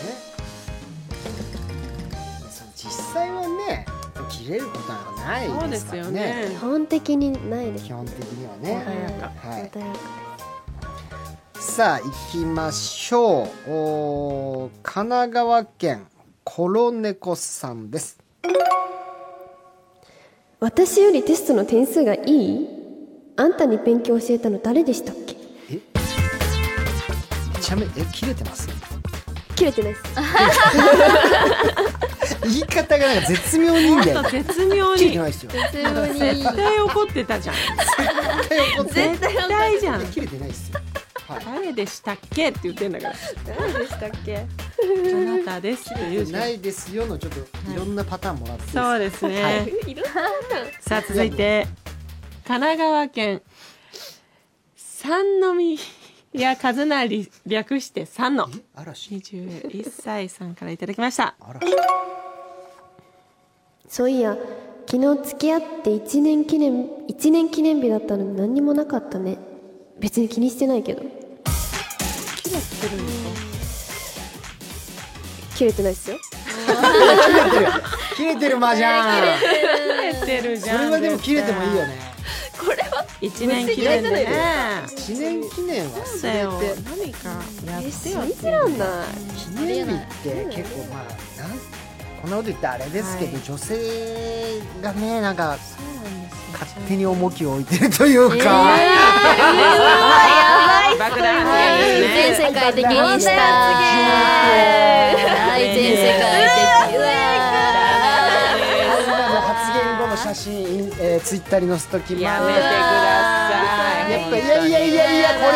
Speaker 2: その実際はね切れることはない
Speaker 3: そうで
Speaker 2: です
Speaker 3: す
Speaker 2: から
Speaker 3: よ
Speaker 2: ね
Speaker 3: ね
Speaker 1: 基本的にないです
Speaker 2: 基本的にはねはい
Speaker 1: 穏やか
Speaker 2: さあ行きましょうおー神奈川県コロネコさんです
Speaker 1: 私よりテストの点数がいいあんたに勉強教えたの誰でしたっけ
Speaker 2: ちなみにえ切れてます
Speaker 1: 切れてないです
Speaker 2: 言い方がなんか絶妙にいいん だよね
Speaker 3: 絶妙
Speaker 2: 切れて
Speaker 3: に
Speaker 2: ないですよ
Speaker 3: 絶対怒ってたじゃん絶対じゃん
Speaker 2: 切れてないですよはい
Speaker 3: 誰でしたっけって言ってんだから
Speaker 13: 何でしたっけ
Speaker 3: あなたですって言うじゃん
Speaker 2: ないですよのちょっといろんなパターンもらっていいですか
Speaker 3: そうですね、
Speaker 2: はい
Speaker 3: さあ続いて神奈川県三宮和成略して三の
Speaker 2: 嵐
Speaker 3: 21歳さんからいただきました
Speaker 2: 嵐
Speaker 1: そういや昨日付き合って1年記念1年記念日だったのに何にもなかったね別に気にしてないけど
Speaker 13: 切れてないですよ
Speaker 2: 切れてるまじゃんそ
Speaker 3: 切れてるじゃん
Speaker 2: れはでも切れてもいいよね
Speaker 3: 一年切れてね
Speaker 2: 記念記念は
Speaker 3: そう
Speaker 2: 忘
Speaker 3: だよ
Speaker 2: れて
Speaker 3: 何かやってよ
Speaker 13: 信じらんない
Speaker 2: 記念日って結構まあなんこんなこと言ってあれですけど、女性がねなんか勝手に重きを置いてるというか、
Speaker 3: 爆弾発言ですね
Speaker 5: 全世界的にしたはい全世界的うわ
Speaker 2: 今の発言後の写真、えー、ツイッターに載せときます
Speaker 3: やめてください
Speaker 2: やっぱいやいやいやいやこれは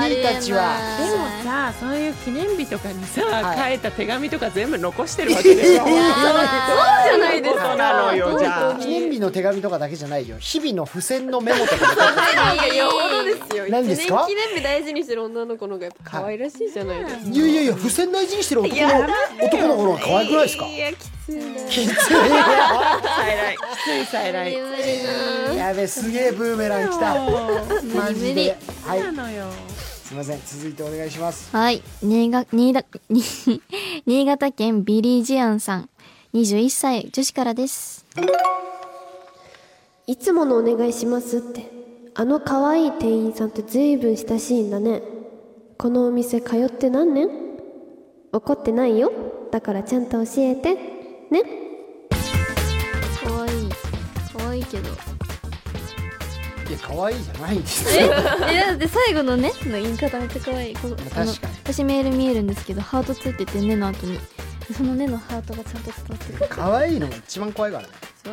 Speaker 2: ねお兄たちは
Speaker 3: でもさそういう記念日とかにさ、
Speaker 2: は
Speaker 3: 書いた手紙とか全部残してるわけでしょそうじゃないですかなの よじゃあ
Speaker 2: 記念日の手紙とかだけじゃないよ日々の付箋のメモとか
Speaker 13: いやよほどですよ
Speaker 2: 何ですか
Speaker 13: 一年記念日大事にしてる女の子の方がやっぱ可愛らしいじゃないですか、
Speaker 2: いやいやいや付箋大事にしてる男の男の子の方が可愛くないですか
Speaker 13: いやきついね
Speaker 2: きつい
Speaker 3: 再来きつい再来
Speaker 2: やべすげえブーメラン来たマジではい
Speaker 3: なのよ
Speaker 2: すいません続いてお願いします
Speaker 5: はい新潟新潟 新潟県ビリージアンさん21歳女子からです
Speaker 1: いつものお願いしますってあの可愛い店員さんと随分親しいんだねこのお店通って何年怒ってないよだからちゃんと教えてね
Speaker 5: かわいいかわいいけど
Speaker 2: いや可愛いじゃないんです
Speaker 5: え
Speaker 2: よ
Speaker 5: えだって最後のねの言い方めっちゃ可愛いこの
Speaker 2: 確
Speaker 5: あ
Speaker 2: か
Speaker 5: の
Speaker 2: に
Speaker 5: 私メール見えるんですけどハートついててねの後にそのねのハートがちゃんと伝わってくる
Speaker 2: 可愛いのが一番怖いからね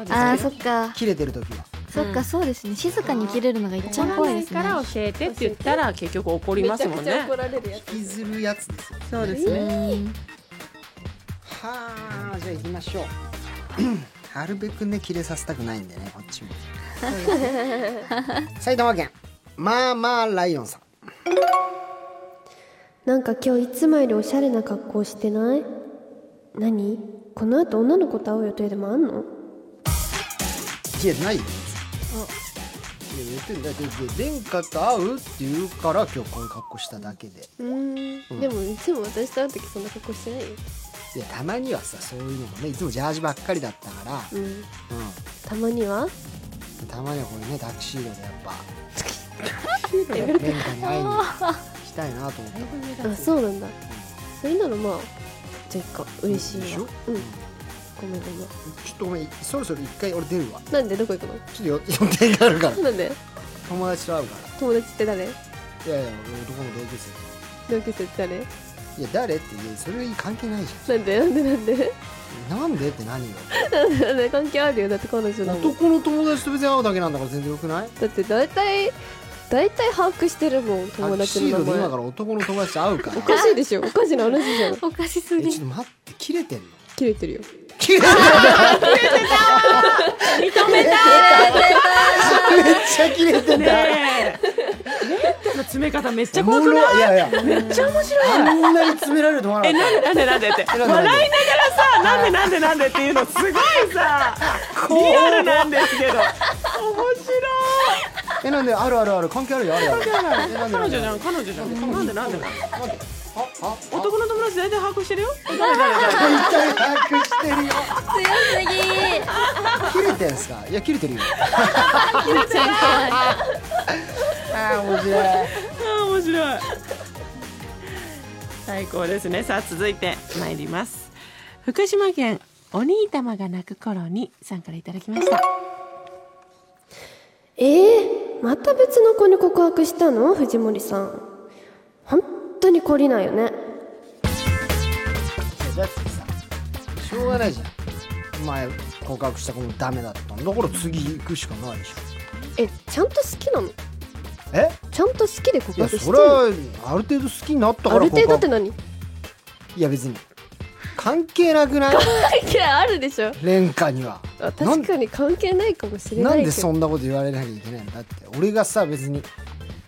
Speaker 5: あーそっか
Speaker 2: 切れてる時は
Speaker 5: そっかそうですね静かに切れるのが一番怖いですね
Speaker 3: から教えてって言ったら結局怒りますもん
Speaker 13: めちゃく
Speaker 3: ね
Speaker 13: ちゃ怒られるやつ
Speaker 2: 引きずるやつですよ
Speaker 3: そうですね
Speaker 5: うん
Speaker 2: はあじゃあ行きましょうなるべくね切れさせたくないんでねこっちも埼玉県まあまあライオンさん
Speaker 18: なんか今日いつもよりおしゃれな格好してない何この後女の子と会う予定でもあんの
Speaker 2: いやないよ別にいや言ってんだけど殿下と会うって言うから今日この格好しただけで
Speaker 13: うーんでもいつも私と会う時そんな格好してないよ
Speaker 2: いやたまにはさそういうのもねいつもジャージばっかりだったから、
Speaker 13: うん
Speaker 2: う
Speaker 13: たまには
Speaker 2: ん、たまにはこれねタクシードでやっぱ殿下に会いに来たいなと思った
Speaker 13: あそうなんだそれならまあじゃあいっか嬉しい
Speaker 2: でし
Speaker 13: わ
Speaker 2: ょ
Speaker 13: うんごめんごめん
Speaker 2: ちょっとごめんそろそろ一回俺出るわ
Speaker 13: なんでどこ行くの
Speaker 2: ちょっとよ予定があるから
Speaker 13: なんで
Speaker 2: 友達と会うか
Speaker 13: 友達って誰
Speaker 2: らいやいや俺男の同級生
Speaker 13: 同級生って誰
Speaker 2: いや誰っていやそれ関係ないじ
Speaker 13: なんでなんでなんで
Speaker 2: ゃんなんでって何よ
Speaker 13: なんで関係あるよだって彼女だもん
Speaker 2: 男の友達と別に会うだけなんだから全然よくない
Speaker 13: だって大体大体把握してるもん
Speaker 2: タ
Speaker 13: 友達の
Speaker 2: クシードで
Speaker 13: 名
Speaker 2: 今
Speaker 13: 前
Speaker 2: から男の友達と会うから
Speaker 13: おかしいでしょおかしな同じじゃん
Speaker 5: おかしす
Speaker 2: え
Speaker 5: ぎ
Speaker 2: ちょっと待って切れてんの
Speaker 13: 切れてるよ
Speaker 2: 切れてた 認めためっちゃ切れて
Speaker 3: ね
Speaker 2: た
Speaker 3: えレンタの詰め方めっちゃ
Speaker 2: おも
Speaker 3: 怖くない
Speaker 2: ろいやいやめっちゃ面白いあんなに詰められると思わな
Speaker 3: え
Speaker 2: かっ
Speaker 3: なんでなんでなんでって
Speaker 2: た
Speaker 3: 笑いながらさなんでなんでなんでっていうのすごいさリアルなんですけど面白い
Speaker 2: えなんであるあるある関係あるよあるあるえなんで
Speaker 3: 彼
Speaker 2: なんで
Speaker 3: 女じゃん彼女じゃんなんでなんでなんで
Speaker 2: なんであああ
Speaker 3: 男の友達大体把握してるよ
Speaker 2: 一体把握してるよ
Speaker 5: 強すぎ
Speaker 2: 切れてんすかいや切れてるよああ面白い
Speaker 3: あー面白い最高ですねさあ続いて参ります福島県お兄玉が泣く頃にさんからいただきました
Speaker 18: ええまた別の子に告白したの藤森さん本当に懲りないよね
Speaker 2: いやだってさしょうがないじゃん前告白した子もダメだったんだから次行くしかないでしょ
Speaker 13: えちゃんと好きなの
Speaker 2: え
Speaker 13: ちゃんと好きで
Speaker 2: い
Speaker 13: 告
Speaker 2: や
Speaker 13: 白して
Speaker 2: そ
Speaker 13: る
Speaker 2: れ
Speaker 13: の
Speaker 2: はある程度好きになった
Speaker 13: あ
Speaker 2: から
Speaker 13: る
Speaker 2: 告
Speaker 13: 程度って
Speaker 2: 白
Speaker 13: 何
Speaker 2: いや別に関係なくない
Speaker 13: いやあるでしょ
Speaker 2: 廉価には
Speaker 13: あ
Speaker 2: なん
Speaker 13: 確かに関係ないかもしれ
Speaker 2: な
Speaker 13: ない
Speaker 2: ん
Speaker 13: け
Speaker 2: で
Speaker 13: ど
Speaker 2: そんなこと言われなきゃいけないんだって俺がさ別にね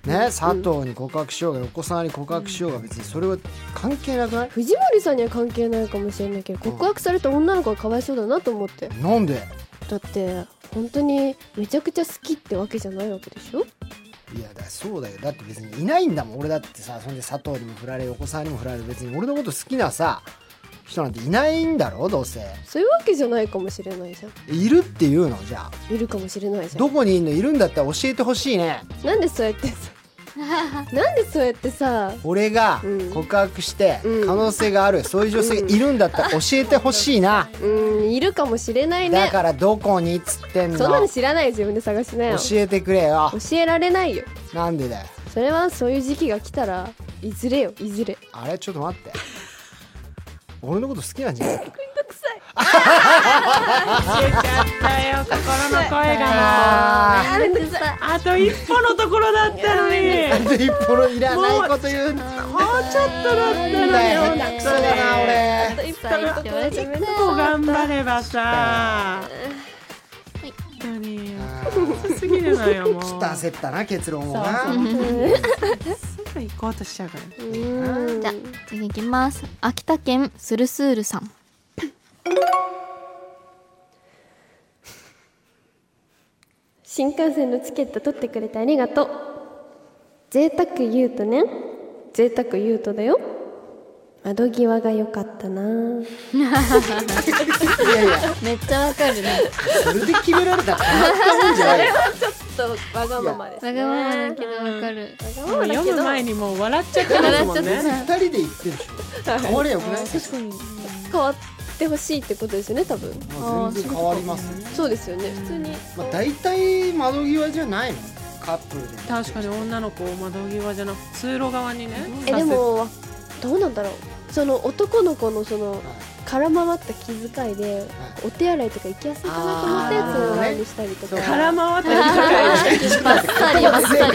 Speaker 2: 佐藤に告白しようが横沢に告白しようが別にそれは関係なくない
Speaker 13: 藤森さんには関係ないかもしれないけど告白された女の子がかわいそうだなと思って
Speaker 2: なんで
Speaker 13: だって本当にめちゃくちゃ好きってわけじゃないわけでしょ
Speaker 2: いやだそうだよだって別にいないんだもん俺だってさそんで佐藤にも振られ横沢にも振られ別に俺のこと好きなさ人なんていないんだろどうせ
Speaker 13: そういうわけじゃないかもしれないじゃ
Speaker 2: いるっていうのじゃあ
Speaker 13: んいるかもしれないじゃ
Speaker 2: どこにいるのいるんだったら教えてほしいね
Speaker 13: んなんでそうやってさなんでそうやってさ
Speaker 2: 俺が
Speaker 13: うん
Speaker 2: 告白して
Speaker 13: うん
Speaker 2: 可能性がある、そういう女性がいるんだったら教えてほしいな、
Speaker 13: うーんいるかもしれない
Speaker 2: だ
Speaker 13: ね
Speaker 2: からどこにっつってんの
Speaker 13: そんなの知らない自分で探しなよ
Speaker 2: 教えてくれよ
Speaker 13: 教えられないよ
Speaker 2: なんでだよ
Speaker 13: それはそういう時期が来たらいずれよいずれ
Speaker 2: あれちょっと待って俺のこと好きなんじゃない
Speaker 3: 出ちゃったよ心の声がもう
Speaker 2: あ
Speaker 5: あるんですさ
Speaker 3: あと一歩のところだったのに
Speaker 2: ー一歩のいらないこと言うんだ
Speaker 3: もうちょっとだったのに
Speaker 2: よ下手くそだな俺
Speaker 5: 最強です
Speaker 3: 一歩頑張ればさ本当に遅すぎるのよもう
Speaker 2: ちょっと焦ったな結論をな
Speaker 3: そうすぐ行こうとしちゃうから
Speaker 5: じゃあ次いきます秋田県スルスールさん
Speaker 18: 新幹線のチケット取ってくれてありがとう贅沢言うとね贅沢言うとだよ窓際が良かったない
Speaker 2: やいや
Speaker 5: めっちゃわかるね
Speaker 2: それで決められたら変わったもんじゃないよ
Speaker 13: わがままです
Speaker 5: わがままだけどわかる
Speaker 3: もう読む前にもう笑っちゃってますもんね
Speaker 2: 二人で言ってるでしょ変わりゃよくない
Speaker 13: 変わってほしいってことですよね多分
Speaker 2: まあ全然変わりますね
Speaker 13: そうですよね普通に
Speaker 2: まあ大体窓際じゃないのカップルで
Speaker 3: 確かに女の子を窓際じゃなく通路側にね
Speaker 13: えでもわどうなんだろうその男の子のその空回った気遣いでお手洗いとか行きやすいかなと思って
Speaker 2: あー
Speaker 13: 通路側にしたりと
Speaker 2: そう
Speaker 13: か
Speaker 3: 空回ったりとか
Speaker 5: バッサリバッサリ
Speaker 2: まだ絡まった気づかいい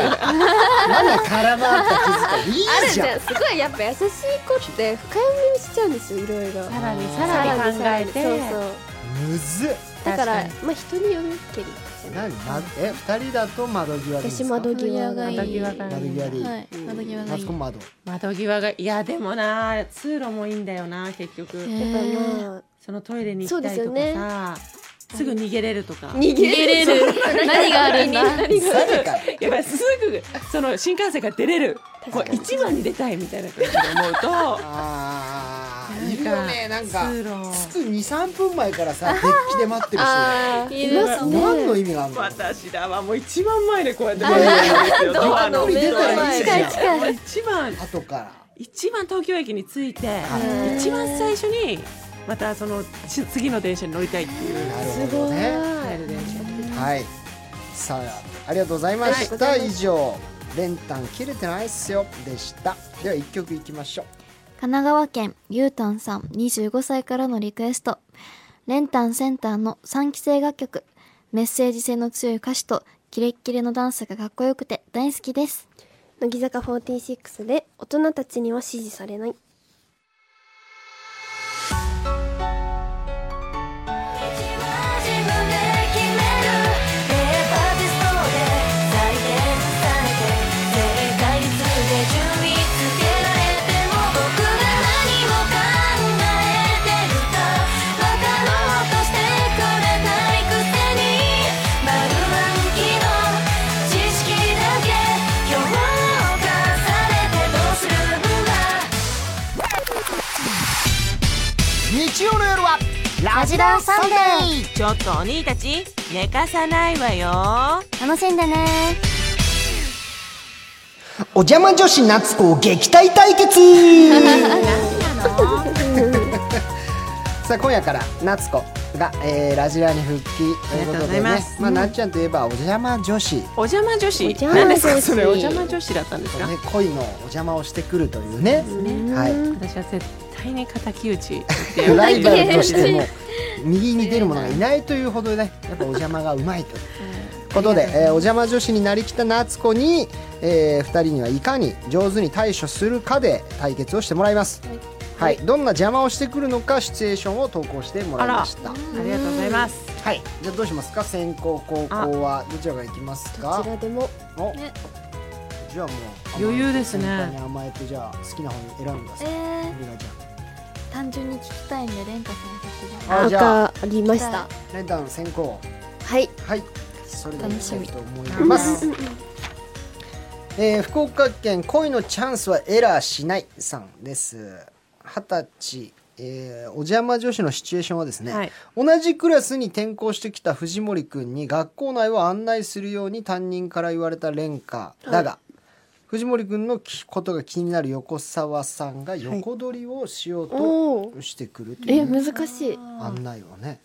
Speaker 13: ある
Speaker 2: じ
Speaker 13: じ
Speaker 2: ゃ
Speaker 13: ゃ
Speaker 2: ん
Speaker 13: んすごいやっぱ優しい子って深読みしちゃうんですよいろいろ
Speaker 6: さらにさ
Speaker 2: さ
Speaker 6: らに考え
Speaker 13: そう
Speaker 6: て
Speaker 13: そう
Speaker 2: むずっ
Speaker 13: だから
Speaker 6: 確か
Speaker 13: まあ人によるけりじゃない
Speaker 2: 何まえ二人だと窓際でいいんです
Speaker 13: 私
Speaker 2: か
Speaker 13: 窓際がいい
Speaker 5: 窓際
Speaker 6: が
Speaker 2: 窓際でいい
Speaker 5: はい窓際が
Speaker 2: マ
Speaker 5: い
Speaker 2: ツ
Speaker 5: い
Speaker 2: コ窓
Speaker 3: 窓際がいやでもな通路もいいんだよな結局
Speaker 5: へ
Speaker 13: やっぱまあ
Speaker 3: そのトイレに行ったりとかさす,、ぐ逃げれるとか
Speaker 13: 逃げれる
Speaker 5: 何があるんだ
Speaker 2: さてか
Speaker 3: やっぱりすぐその新幹線が出れるこう一番に出たいみたいな感じで思うと
Speaker 2: あー
Speaker 3: なんか
Speaker 2: いるよねなんか
Speaker 3: 通路
Speaker 2: 着く二三分前からさデッキで待ってる人
Speaker 13: あー
Speaker 5: い
Speaker 2: いますね何の意味があるの
Speaker 3: 私だわもう一番前でこうやって
Speaker 2: ドアの目の前
Speaker 3: 近い
Speaker 2: 近
Speaker 3: 近い一番
Speaker 2: 後から
Speaker 3: 一番東京駅に着いて
Speaker 2: は
Speaker 3: 一番最初にまたそのし次の電車に乗りたいっていう
Speaker 2: なるほどね
Speaker 3: 帰る電車
Speaker 2: はいさあありがとうございました、以上練炭切れてないっすよでしたでは一曲いきましょう
Speaker 5: 神奈川県ゆうたんさん25歳からのリクエスト練炭センターの3期生楽曲メッセージ性の強い歌詞とキレッキレのダンスがかっこよくて大好きです
Speaker 1: 乃木坂46で大人たちには支持されない
Speaker 8: 自分で決める「レイバーティストで最適なされて」「正解率で順位つけられても僕が何を考えてるかわかろうとしてくれないくせに」「丸暗記の知識だけ評価されてどうするんだ」
Speaker 2: 日曜の夜はラジラーサンデー
Speaker 3: ちょっとお兄たち寝かさないわよ
Speaker 5: 楽しんでね
Speaker 2: お邪魔女子夏子撃退対決 さあ今夜から夏子が、えーラジラーに復帰ということでね
Speaker 3: ありがとうございま
Speaker 2: ますあなっちゃんといえばお邪魔女子、ね、
Speaker 3: お邪魔女子
Speaker 1: 邪魔女子
Speaker 3: 何ですかそれお邪魔女子だったんですか
Speaker 2: 恋のお邪魔をしてくるというねはい
Speaker 3: 私は絶対に敵討ちって
Speaker 2: ライバルとしても右に出る者がいないというほどねやっぱお邪魔がうまいということで、えーお邪魔女子になりきった夏子に、え2人にはいかに上手に対処するかで対決をしてもらいます、はいどんな邪魔をしてくるのかシチュエーションを投稿してもらいました
Speaker 3: ありがとうございます
Speaker 2: はいじゃあどうしますか先攻後攻はどちらがいきますか
Speaker 13: どちらでも
Speaker 2: お
Speaker 5: ね
Speaker 2: じゃあもう
Speaker 3: 余裕ですね
Speaker 2: 先輩に甘えてじゃあ好きな方に選んでくだ
Speaker 5: え
Speaker 2: さい、
Speaker 5: ー、
Speaker 2: お願いじゃ
Speaker 5: 単純に聞きたいんで蓮華
Speaker 2: あ
Speaker 5: さ
Speaker 2: あ
Speaker 5: ん
Speaker 13: わ
Speaker 2: じゃあ
Speaker 13: かりました
Speaker 2: レンタの先行
Speaker 13: はい
Speaker 2: はい、それでは
Speaker 5: 楽しみ
Speaker 2: いきたいと思います。えー、福岡県恋のチャンスはエラーしないさんです。二十歳、えーお邪魔女子のシチュエーションはですね、
Speaker 3: はい
Speaker 2: 同じクラスに転校してきた藤森くんに学校内を案内するように担任から言われた蓮華だが、藤森くんのきことが気になる横澤さんが横取りをしよう
Speaker 13: お
Speaker 2: としてくるという
Speaker 13: え難しい
Speaker 2: 案内をね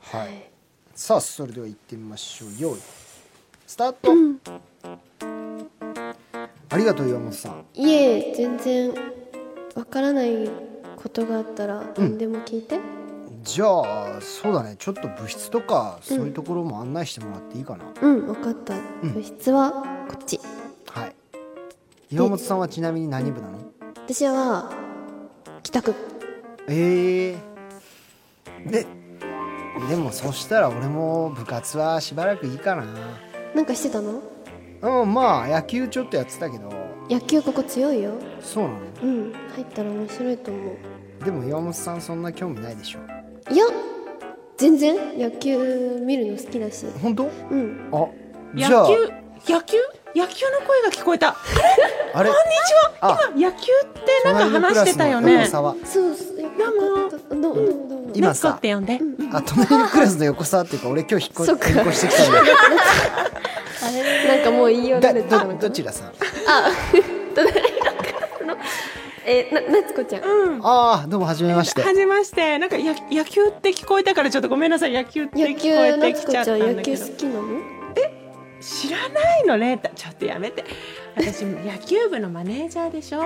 Speaker 2: はい、さあそれでは行ってみましょうよいスタート、ありがとう岩本さん
Speaker 1: いえ全然わからないことがあったら何でも聞いて、
Speaker 2: じゃあそうだねちょっと部室とかそういうところも案内してもらっていいかな、
Speaker 1: うん分かった、部室はこっち
Speaker 2: はい岩本さんはちなみに何部なの
Speaker 1: 私は北区
Speaker 2: ええででもそしたら俺も部活はしばらくいいかな
Speaker 1: なんかしてたの
Speaker 2: うんまあ野球ちょっとやってたけど
Speaker 1: 野球ここ強いよ
Speaker 2: そうなの
Speaker 1: うん入ったら面白いと思う
Speaker 2: でも岩本さんそんな興味ないでしょ
Speaker 1: いや全然野球見るの好きだし
Speaker 2: 本当
Speaker 1: うん
Speaker 2: あ、じ
Speaker 3: 野
Speaker 2: ゃあ
Speaker 3: 球野球野球の声が聞こえた
Speaker 2: あれ、
Speaker 3: こんにちは。今野球ってなんか話してたよね。
Speaker 2: 隣のクラスの横沢
Speaker 1: そうそうよかったどうもどうもどうも
Speaker 2: 今
Speaker 3: 夏子
Speaker 2: さ
Speaker 3: っ、て呼んで。
Speaker 2: あ隣のクラスの横沢っていうか、俺今日引っ越し引っ越してきたん だ
Speaker 13: なんかもう言い寄られ
Speaker 2: け
Speaker 13: た
Speaker 2: ど、
Speaker 13: の
Speaker 2: どどちらさん？
Speaker 13: えな夏子ちゃん
Speaker 2: ああ、どうも初めまして。
Speaker 3: はじめまして。なんかや野球って聞こえたからちょっとごめんなさい。野球って聞
Speaker 1: 野
Speaker 3: こえ
Speaker 1: 球
Speaker 3: て
Speaker 1: 夏子
Speaker 3: きち
Speaker 1: ち
Speaker 3: ゃ
Speaker 1: ゃ
Speaker 3: った
Speaker 1: ん
Speaker 3: ん
Speaker 1: 野
Speaker 3: だけ
Speaker 1: 球
Speaker 3: ど。
Speaker 1: 好きなの
Speaker 3: 知らないのレータちょっとやめて私野球部のマネージャーでしょ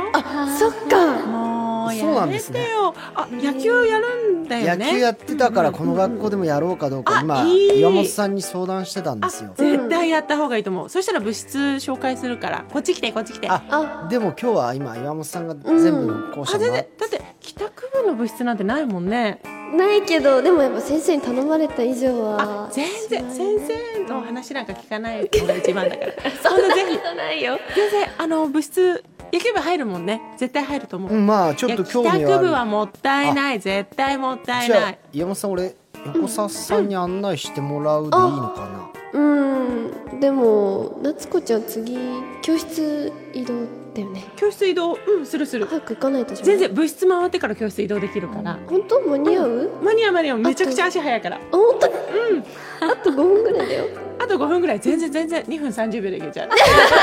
Speaker 19: そっか
Speaker 3: もうや
Speaker 2: そうなんで
Speaker 3: め
Speaker 2: す
Speaker 3: て
Speaker 2: ね
Speaker 3: よ、あ野球やるんだよ
Speaker 2: 野
Speaker 3: ね
Speaker 2: 球やってたからこの学校でもやろうかどうか
Speaker 3: うん
Speaker 2: 今
Speaker 3: あいい
Speaker 2: 岩本さんに相談してたんですよ
Speaker 3: 絶対やった方がいいと思う、そしたら部室紹介するからこっち来てこっち来て
Speaker 2: あでも今日は今岩本さんが全部の校舎も
Speaker 3: あ全然
Speaker 2: ら
Speaker 3: だ
Speaker 2: っ
Speaker 3: って帰宅部の部室なんてないもんね
Speaker 13: ないけどでもやっぱ先生に頼まれた以上
Speaker 3: あ
Speaker 13: は
Speaker 3: 全然先生の話なんか聞か ないのが一番だからそんなぜひ
Speaker 19: ないよ
Speaker 3: 全然あの部室野球部入るもんね絶対入ると思う、
Speaker 2: うんまあちょっと興味
Speaker 3: いや
Speaker 2: は
Speaker 3: 帰
Speaker 2: あ
Speaker 3: 宅
Speaker 2: る
Speaker 3: 部はもったいない絶対もったい
Speaker 2: じゃ
Speaker 3: な
Speaker 2: あ
Speaker 3: い
Speaker 2: 岩本さん俺横澤さんに案内してもらうでいいのか
Speaker 13: うんでも夏子ちゃん次教室移動だよね
Speaker 3: 教室移動うんするする
Speaker 13: 早く行かないとじゃん
Speaker 3: 全然部室回ってから教室移動できるから、
Speaker 13: 本当間に合う、
Speaker 3: マニアマニアめちゃくちゃ足早いから
Speaker 13: あ本当うんあと5分ぐら いだよ
Speaker 3: あと5分ぐらい全然全然2分30秒でいけちゃう
Speaker 13: そ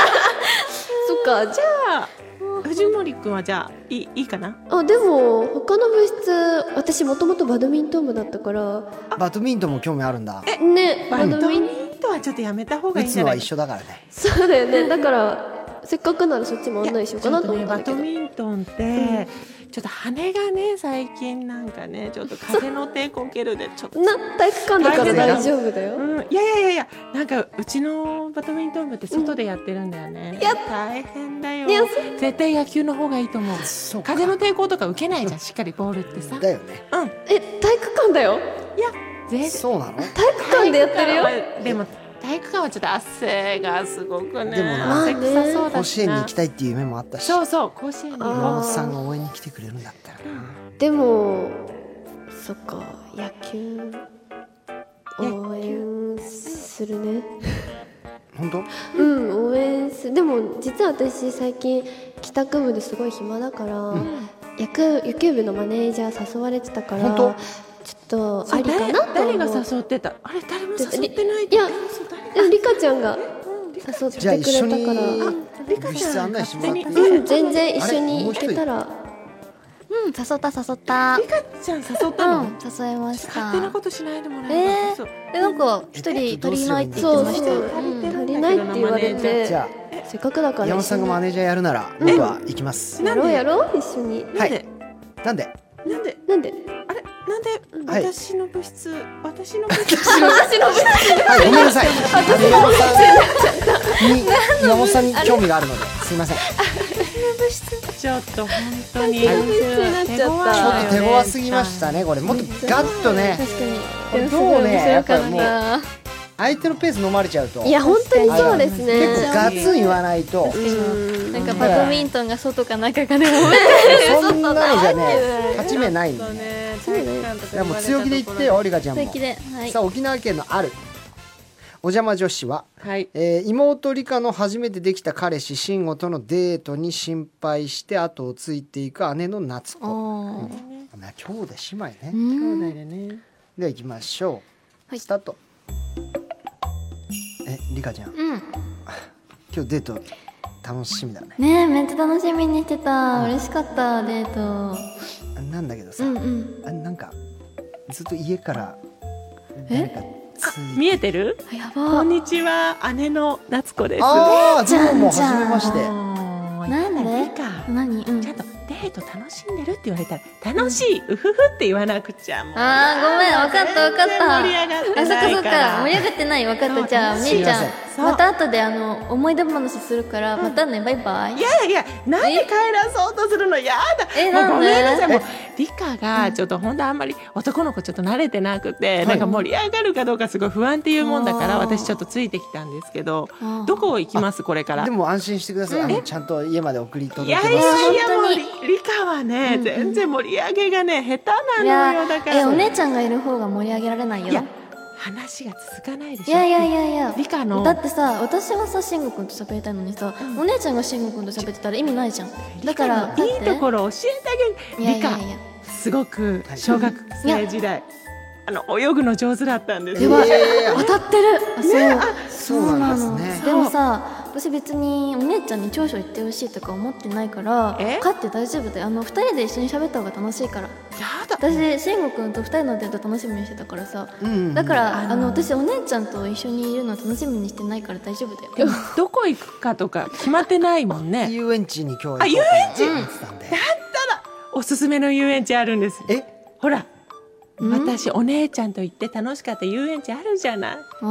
Speaker 13: っかじゃ
Speaker 3: あ藤森くんはじゃあいいいいかな
Speaker 13: ああでも他の部室私もともとバドミントン部だったから
Speaker 2: なバドミントンも興味あるんだ
Speaker 13: ね
Speaker 3: バ
Speaker 13: バ
Speaker 3: ド
Speaker 13: ド
Speaker 3: ミ
Speaker 13: ミ
Speaker 3: ン
Speaker 13: ン
Speaker 3: トンはちょっとやめた方が
Speaker 2: 打
Speaker 3: いいん
Speaker 2: つ
Speaker 3: じゃ
Speaker 2: の
Speaker 3: な
Speaker 2: はい一緒だからね
Speaker 13: そうだよねだからせっかくならそっちも案内しようかなと思ったんだけ
Speaker 3: ちょっ
Speaker 13: ど、
Speaker 3: とねバドミントンって、ちょっと羽がね最近なんかねちょっと風の抵抗を受けるでちょっと。
Speaker 13: な体育館だから大丈夫だよ
Speaker 3: うん、いやいやいやいやなんかうちのバドミントン部って外でやってるんだよね、いや大変だよ
Speaker 13: いや
Speaker 3: 絶対野球の方がいいと思う
Speaker 2: そうか
Speaker 3: 風の抵抗とか受けないじゃんしっかりボールってさ
Speaker 2: だよね
Speaker 13: え体育館だよ
Speaker 3: 全
Speaker 2: そうなの
Speaker 13: 体育館でやってるよ
Speaker 3: でも体育館はちょっと汗がすごくね
Speaker 2: でもな
Speaker 3: 汗臭そうだしな
Speaker 2: 甲子園に行きたいっていう夢もあったし
Speaker 3: そう
Speaker 2: 岩
Speaker 3: そう甲子園に行こう
Speaker 13: あ
Speaker 2: 本さんが応援に来てくれるんだったらな
Speaker 13: でもそっか野球応援するね
Speaker 2: 本当
Speaker 13: うん応援すでも実は私最近帰宅部ですごい暇だから、野球野球部のマネージャー誘われてたから
Speaker 2: 本
Speaker 13: ちょっと
Speaker 3: そ
Speaker 13: あ
Speaker 3: う
Speaker 13: りか
Speaker 3: 誰
Speaker 13: なと思
Speaker 3: 誰
Speaker 13: う
Speaker 3: が誘ってたあれ誰も誘ってない
Speaker 13: いや
Speaker 3: そう誰が
Speaker 13: うんリカちゃんが誘って
Speaker 2: じゃあ
Speaker 13: く
Speaker 2: 一緒
Speaker 13: れ
Speaker 2: に
Speaker 13: たから
Speaker 2: 部室案内してもらっていい
Speaker 3: 勝手
Speaker 13: うん全然一緒
Speaker 2: あれ
Speaker 13: に
Speaker 2: もう
Speaker 13: 行
Speaker 2: 一人
Speaker 13: けた
Speaker 5: うん
Speaker 13: ら
Speaker 5: 誘った誘った
Speaker 3: リカちゃん誘ったの、
Speaker 5: うん誘えました
Speaker 3: 勝手なことしないでもらえ
Speaker 5: え
Speaker 3: ま
Speaker 5: ー
Speaker 3: す、
Speaker 5: でなんか一人足りないって言っ
Speaker 13: そ
Speaker 5: て
Speaker 13: う
Speaker 5: ました
Speaker 13: そう
Speaker 5: うん
Speaker 13: 足りないって言われて
Speaker 2: じゃ
Speaker 13: せっかくだ
Speaker 2: あ
Speaker 13: から
Speaker 2: 岩本
Speaker 13: 一
Speaker 2: さん
Speaker 13: 緒
Speaker 2: が
Speaker 13: に
Speaker 2: マネージャーやるなら僕は行きます
Speaker 13: やろうやろう一緒に
Speaker 3: なんで、
Speaker 2: なんで
Speaker 3: なんで
Speaker 13: なんで
Speaker 3: あれなんで、
Speaker 2: はい
Speaker 3: 私の部室私の部室
Speaker 2: はい、ごめんなさい。岩本さんに、岩本さんに興味があるので、すいません。ち
Speaker 3: ちょっと本当に
Speaker 2: 私の
Speaker 13: 部室になっちゃった
Speaker 3: 手
Speaker 2: ょっ
Speaker 3: 強いよね
Speaker 2: と手強すぎましたね、これ。もっとガッとね、
Speaker 13: 確かに
Speaker 2: これどうね、やっぱりもう、
Speaker 5: あ
Speaker 2: 相手のペース飲まれちゃうと、
Speaker 13: いや本当にそうですね
Speaker 2: 結構ガツン言わないと、
Speaker 5: ーなんかバドミントンが外か中かで もめ
Speaker 2: そんなのじゃね、勝ち目ないん
Speaker 3: そう
Speaker 2: で。
Speaker 3: ね体育館とか
Speaker 2: いやもう強気で言ってよ、オリガちゃん
Speaker 5: 素
Speaker 2: も
Speaker 5: 敵。ではい
Speaker 2: さあ、沖縄県のある、お邪魔女子は、
Speaker 3: はい
Speaker 2: えー妹リカの初めてできた彼氏慎吾とのデートに心配して後をついていく姉の夏子
Speaker 5: おー
Speaker 2: まあ兄弟姉妹ね、
Speaker 3: 兄弟でね
Speaker 2: では行きましょう、
Speaker 5: はい
Speaker 2: スタートえリカちゃん
Speaker 5: うん
Speaker 2: 今日デート楽しみだね
Speaker 5: ねえめっちゃ楽しみにしてた嬉しかったデート
Speaker 2: あなんだけどさ、
Speaker 5: うん
Speaker 2: あなんかずっと家から誰かつい
Speaker 3: 見えてる
Speaker 5: あや
Speaker 3: こ
Speaker 5: ば
Speaker 3: んにちは姉の夏子です
Speaker 2: ああーどうも
Speaker 5: じゃん
Speaker 2: 初めまして
Speaker 3: あー
Speaker 5: なんで
Speaker 3: やっぱりか
Speaker 5: 何うん
Speaker 3: ちゃんとデート楽しんでるって言われたら楽しい、うふふって言わなくちゃもう
Speaker 5: あーごめんわかったわかっ
Speaker 3: 全然
Speaker 5: た
Speaker 3: 盛り上がって
Speaker 5: あそっかそ
Speaker 3: な
Speaker 5: っ
Speaker 3: い
Speaker 5: か
Speaker 3: から
Speaker 5: 盛り上がってない分かったじゃあお
Speaker 3: そう
Speaker 5: 姉ちゃん
Speaker 2: すい
Speaker 3: せん
Speaker 5: また後であの思い出話するからまたねバイバイ
Speaker 3: いやいやいや何帰らそうとするのやだも
Speaker 5: え
Speaker 3: う
Speaker 5: な
Speaker 3: ご
Speaker 5: ん
Speaker 3: めんなさいも
Speaker 5: で
Speaker 3: う理科がちょっと本当あんまり男の子ちょっと慣れてなくて、なんか盛り上がるかどうかすごい不安っていうもんだから
Speaker 5: あー
Speaker 3: 私ちょっとついてきたんですけど
Speaker 5: あー
Speaker 3: どこ行きますこれから
Speaker 2: でも安心してください、あのちゃんと家まで送り届
Speaker 3: い
Speaker 2: けま
Speaker 3: や
Speaker 2: す
Speaker 3: いやいやも
Speaker 5: 本
Speaker 3: う
Speaker 5: 当に
Speaker 3: 理理科はね、全然盛り上げがね下手
Speaker 5: い
Speaker 3: なのよ
Speaker 5: や
Speaker 3: だから
Speaker 5: えお姉ちゃんがいる方が盛り上げられないよ
Speaker 3: いや話が続かないでしょ
Speaker 5: いやいやいやいや
Speaker 3: 理科の
Speaker 5: だってさ私はさ慎吾君と喋りたいのにさ、お姉ちゃんが慎吾君と喋ってたら意味ないじゃんだからだって
Speaker 3: いいところ教えてあげ
Speaker 5: い
Speaker 3: る
Speaker 5: や
Speaker 3: 理
Speaker 5: いや
Speaker 3: 科
Speaker 5: いや
Speaker 3: すごく小学生時代あの泳ぐの上手だったんです
Speaker 5: やばい
Speaker 2: えー
Speaker 5: 当たってるあそ
Speaker 2: そ
Speaker 5: う、
Speaker 2: うなんですね
Speaker 5: でもさ私別にお姉ちゃんに長所言ってほしいとか思ってないから
Speaker 3: え
Speaker 5: 勝って大丈夫だよあの2人で一緒に喋った方が楽しいか
Speaker 3: や
Speaker 5: ら
Speaker 3: だ
Speaker 5: 私慎吾君と2人のデート楽しみにしてたからさ
Speaker 2: うん
Speaker 5: だから、あの私お姉ちゃんと一緒にいるの楽しみにしてないから大丈夫だよ
Speaker 3: でもどこ行くかとか決まってないもんね
Speaker 2: 遊園地に今日行こう
Speaker 3: あ遊園
Speaker 2: 地って言ってたんで
Speaker 3: おすすめの遊園地あるんです
Speaker 2: え
Speaker 3: ほら私お姉ちゃんと行って楽しかった遊園地あるじゃない
Speaker 5: あ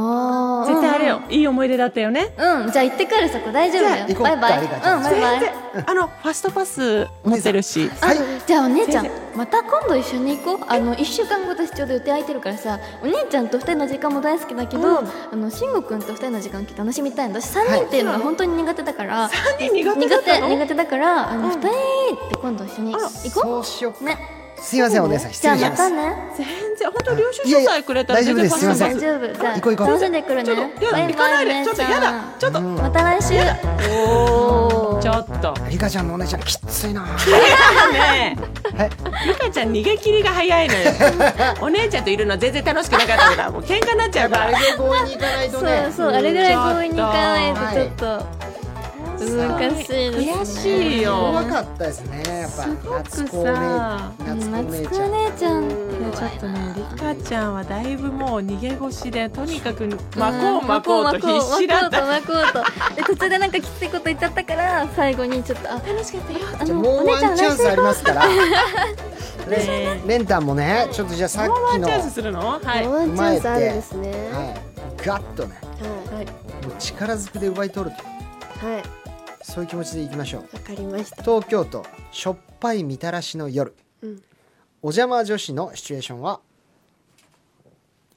Speaker 5: ー
Speaker 3: 絶対あれよいい思い出だったよね
Speaker 5: うん、うんじゃあ行ってくるそこ大丈夫だ
Speaker 2: じゃあ行
Speaker 5: よ
Speaker 2: こう
Speaker 5: バイバイ
Speaker 2: あ
Speaker 5: う
Speaker 2: り
Speaker 5: ん
Speaker 2: がとう
Speaker 5: バイバイ
Speaker 3: あのファストパス持ってるし
Speaker 5: あ、
Speaker 2: はい
Speaker 5: じゃあお姉ちゃんまた今度一緒に行こうあの1週間後私ちょうど予定空いてるからさお姉ちゃんと2人の時間も大好きだけど、あの慎吾くんと2人の時間楽しみたいんだ私3人っていうのが本当に苦手だから、
Speaker 3: 3人苦手だっ
Speaker 5: 苦手
Speaker 3: たの
Speaker 5: 苦手だからあの2人って今度一緒に行こ
Speaker 2: そうしよ
Speaker 5: うね
Speaker 2: うすいませんお姉さん
Speaker 5: じ
Speaker 2: 失
Speaker 5: ゃあ
Speaker 2: 礼し
Speaker 5: ま
Speaker 2: ま
Speaker 5: た
Speaker 2: す
Speaker 5: ね
Speaker 3: 全然本当領収書さえくれたら
Speaker 2: いや
Speaker 3: 全
Speaker 2: いや
Speaker 3: 然
Speaker 2: 大
Speaker 3: ファ
Speaker 2: 丈夫ですすいません
Speaker 3: ストパス
Speaker 5: 大丈夫じゃあ
Speaker 2: 行こう行こう
Speaker 5: 楽しんでくる
Speaker 3: ちょ
Speaker 5: ね
Speaker 3: っとや
Speaker 5: バ
Speaker 3: だ
Speaker 5: イ
Speaker 3: 行かな
Speaker 5: バ
Speaker 3: い
Speaker 5: イ
Speaker 3: で
Speaker 5: 姉
Speaker 3: ちょっ
Speaker 5: ち
Speaker 3: とや
Speaker 5: ゃ
Speaker 3: だ
Speaker 5: ん
Speaker 3: ちょっと
Speaker 2: うん
Speaker 5: また来週
Speaker 3: おーちょっと
Speaker 2: リカちゃんのお姉ちゃんきっつい な
Speaker 3: ね
Speaker 2: え
Speaker 3: えゆかちゃん逃げ切りが早 いのよお姉ちゃんといるのは全然楽しくなかったからもう喧嘩になっちゃうから
Speaker 2: れで強引に行かないと
Speaker 5: そうそうあれぐらい強引に行かないとちょっと難しい
Speaker 3: 悔しい
Speaker 2: 怖
Speaker 3: よ
Speaker 2: かったですねやっぱ
Speaker 3: すごく
Speaker 2: 夏子お姉
Speaker 3: さ
Speaker 2: 夏子お姉
Speaker 5: 夏
Speaker 2: ち
Speaker 5: 子
Speaker 2: ゃん
Speaker 5: 姉ちゃんって
Speaker 3: ちょっとねりかちゃんはだいぶもう逃げ腰でとにかく巻こう巻こうと必死だった
Speaker 5: 巻こうと巻こうとで途中でなんかきついこと言っちゃったから最後にちょっとあ楽しかったよあ
Speaker 2: じゃあ
Speaker 5: の
Speaker 2: も
Speaker 5: お
Speaker 2: う
Speaker 5: 姉ち
Speaker 2: ワ
Speaker 5: ゃ
Speaker 2: ン
Speaker 5: ん
Speaker 2: チャン
Speaker 5: 来週
Speaker 2: スありますから
Speaker 3: ね
Speaker 2: レンタンもねちょっとじゃあさっ
Speaker 3: もうワ
Speaker 2: き
Speaker 3: ン
Speaker 2: の
Speaker 3: チャンスするのはい
Speaker 13: ワンチャンスあるんですね。
Speaker 2: はい、ガッとね
Speaker 13: はい
Speaker 2: もう力ずくで奪い取ると
Speaker 13: はいわ
Speaker 2: そういう気持ちでいきましょう
Speaker 13: かりました。
Speaker 2: 東京都しょっぱいみたらしの夜、
Speaker 13: うん
Speaker 2: お邪魔女子のシチュエーションは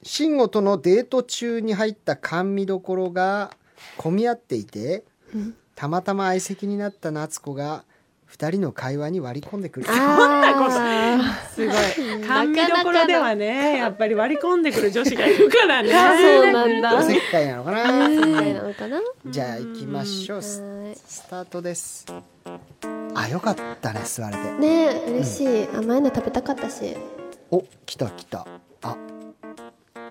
Speaker 2: 慎吾とのデート中に入った甘味どころが混み合っていて、たまたま相席になった夏子が2人の会話に割り込んでくる
Speaker 3: そんなことすごい甘味どころではねやっぱり割り込んでくる女子がいるからね
Speaker 13: そうなんだ
Speaker 2: お。せっかいなのかな、
Speaker 13: みたいなのかな。
Speaker 2: じゃあ行きましょうス
Speaker 13: はい
Speaker 2: スタートですあよかったね座れて
Speaker 1: ねえ嬉しい甘いの食べたかったし
Speaker 2: お来た来たあ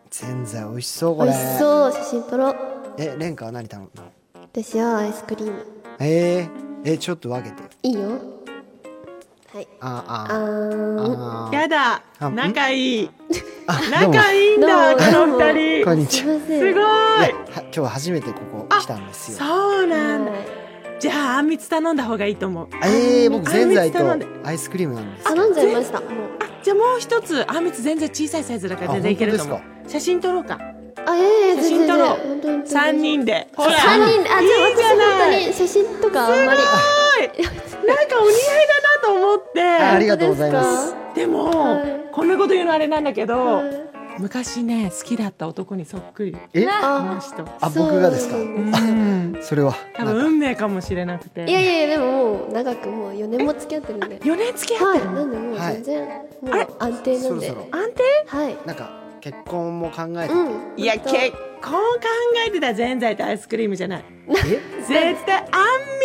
Speaker 2: ぜんざい美味しそうこ
Speaker 1: 美
Speaker 2: れ
Speaker 1: 味しそう写真撮ろう
Speaker 2: えレンカは何頼むの
Speaker 1: 私はアイスクリーム
Speaker 2: えー、えちょっと分けてよ
Speaker 1: いいよはいあ
Speaker 2: あ
Speaker 1: ー
Speaker 2: ああ
Speaker 3: やだ
Speaker 2: あん
Speaker 3: 仲いい
Speaker 2: あどうも
Speaker 3: 仲いいんだこの二
Speaker 2: こん
Speaker 3: 人
Speaker 2: にちは
Speaker 3: す
Speaker 2: い
Speaker 3: ご
Speaker 2: や
Speaker 3: い
Speaker 2: は今日は初めてここ来たんですよ
Speaker 3: そうなんだじゃああんみつ頼んだ方がいいと思う
Speaker 2: えー、僕ぜんざいと
Speaker 3: あんみつ
Speaker 2: アイスクリームなんです
Speaker 1: あ飲んじゃいましたもう
Speaker 3: じゃあもう一つあんみつ全然小さいサイズだから全然いけると思
Speaker 2: あ
Speaker 3: う
Speaker 2: 本
Speaker 3: 写真撮ろうか
Speaker 1: あいやいや
Speaker 3: 写真
Speaker 1: 全然
Speaker 3: 撮ろ
Speaker 1: 本当に
Speaker 3: う三人でほら
Speaker 1: 三人あじゃあ
Speaker 3: いいじ
Speaker 1: 私
Speaker 3: ゃ
Speaker 1: 本
Speaker 3: ない
Speaker 1: 当に写真とかあんまり
Speaker 3: なんかお似合いだなと思って
Speaker 2: あありがとうございます
Speaker 3: でも、こんなこと言うのあれなんだけど、昔ね好きだった男にそっくり
Speaker 2: え
Speaker 3: この人
Speaker 2: あ僕がですか
Speaker 3: うん
Speaker 2: それは
Speaker 3: 多
Speaker 2: なん
Speaker 3: 分
Speaker 2: か
Speaker 3: 運命かもしれなくて
Speaker 1: いやいやいやでももう長くもう4年も付き合ってるんで
Speaker 3: 4年付き合っ
Speaker 1: は
Speaker 3: て
Speaker 1: い
Speaker 3: るの、
Speaker 1: なんでもう全然もう安定な
Speaker 2: そろ
Speaker 1: んで
Speaker 2: そろ
Speaker 3: 安定
Speaker 1: はい
Speaker 2: なんか結婚も考えてて、
Speaker 1: うん
Speaker 3: いや結婚考えてたぜんざいとアイスクリームじゃない
Speaker 2: え
Speaker 3: 絶対あん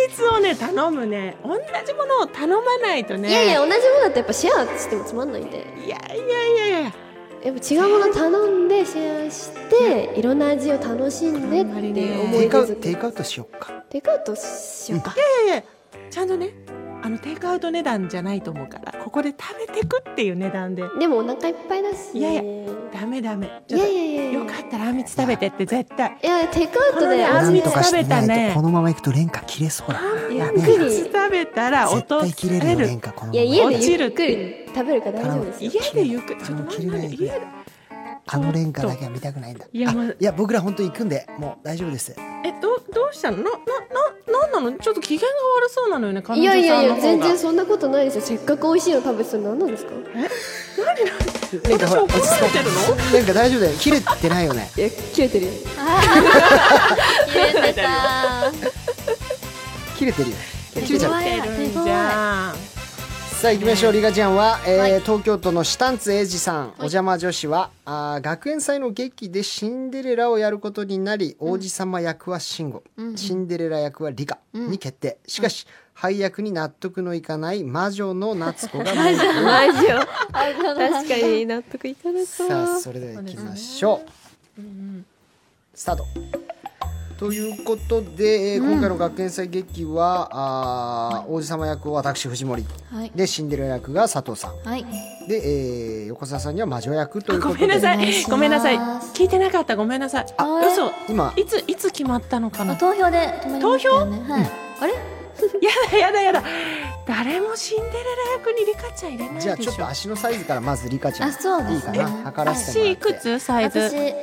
Speaker 3: みつをね頼むね同じものを頼まないとね
Speaker 1: いやいや同じものだってやっぱシェアしてもつまんないんで
Speaker 3: いやいやいやいや
Speaker 1: やっぱ違うもの頼んでシェアしていろんな味を楽しんでっていう思
Speaker 2: テ
Speaker 1: い
Speaker 2: イクアウ
Speaker 1: 出
Speaker 2: トテイ
Speaker 1: 作
Speaker 2: クアウトしよっか
Speaker 1: テイクアウトしようか
Speaker 3: ちゃんとねあのテイクアウト値段じゃないと思うからここで食べてくっていう値段で
Speaker 1: でもお腹いっぱいだし
Speaker 3: いやいや
Speaker 1: い
Speaker 3: ダメダメちょっ
Speaker 1: や
Speaker 3: と
Speaker 1: いやいやいや
Speaker 3: よかったらあんみつ食べてって絶対
Speaker 1: いやテイクアウトで
Speaker 3: あ
Speaker 2: な
Speaker 3: この
Speaker 1: 味
Speaker 3: ね
Speaker 1: 見
Speaker 2: んと
Speaker 1: て
Speaker 2: かして
Speaker 3: あんみつ
Speaker 2: な
Speaker 3: 食べた
Speaker 2: い
Speaker 3: ね
Speaker 2: とこのままいくとレンカ切れそうだな
Speaker 1: ゆっ
Speaker 2: やべえ
Speaker 1: く
Speaker 2: な
Speaker 1: り
Speaker 3: 食べたら
Speaker 2: 絶
Speaker 3: 音
Speaker 2: 対切れるよレン
Speaker 3: る
Speaker 2: カこのま
Speaker 1: い
Speaker 2: ま
Speaker 1: や家
Speaker 3: 落ち
Speaker 1: で
Speaker 3: る
Speaker 1: ゆっくり食べるから大丈夫ですよ
Speaker 3: 家でゆっくりちょっと待って
Speaker 2: あの
Speaker 3: 何
Speaker 2: 切れ
Speaker 3: 家
Speaker 2: ない
Speaker 3: で
Speaker 2: あのレンカだけは見たくないんだ
Speaker 3: いや
Speaker 2: あ
Speaker 3: もう
Speaker 2: いや僕ら本当行くんでもう大丈夫です
Speaker 3: えどうどうしたのななななんなのちょっと機嫌が悪そうなのよね彼
Speaker 1: い
Speaker 3: 女
Speaker 1: や
Speaker 3: さん
Speaker 1: い
Speaker 3: の方が
Speaker 1: やいや全然そんなことないですよせっかく美味しいの食べてたの何なんですか
Speaker 2: レンカほ ら
Speaker 3: 私怒られてるの
Speaker 2: 落ち着こうレンカ大丈夫だよ切れてないよね
Speaker 1: いや切れてるよ
Speaker 5: 言えてた
Speaker 2: 切れてるよ切れちゃう
Speaker 3: じゃあ
Speaker 2: さあ行きましょう、リカちゃんは、えー東京都のシタンツエイジさん、お邪魔女子はあー学園祭の劇でシンデレラをやることになり、王子様役は慎吾、シンデレラ役はリカに決定、しかし配役に納得のいかない魔女の夏子が 魔女
Speaker 1: 大丈夫 確かに納得いかなそう
Speaker 2: さあそれでは行きましょう、スタートということで、えー今回の学園祭劇は、あー王子様役を私藤森
Speaker 5: はい
Speaker 2: でシンデレラ役が佐藤さん
Speaker 5: はい
Speaker 2: で、えー横澤さんには魔女役という
Speaker 3: ご
Speaker 2: こと
Speaker 3: め
Speaker 2: で
Speaker 3: んなさ
Speaker 5: お願い
Speaker 3: い
Speaker 5: します
Speaker 3: ごめんなさい聞いてなかったごめんなさい
Speaker 5: あ
Speaker 3: あ嘘
Speaker 2: 今
Speaker 3: いついつ決まったのかな
Speaker 5: あ投票で止めましたよねはい、あれ
Speaker 3: やだやだやだ誰もシンデレラ役にリカちゃん入れないでし
Speaker 2: じゃ
Speaker 3: ょ
Speaker 2: あちょっと足のサイズからまずリカちゃん
Speaker 5: あそうです
Speaker 2: い
Speaker 5: ね
Speaker 2: いかな測らせても
Speaker 3: 足
Speaker 2: ら
Speaker 3: い
Speaker 2: っ
Speaker 3: く
Speaker 2: て
Speaker 3: つサイズ
Speaker 5: 私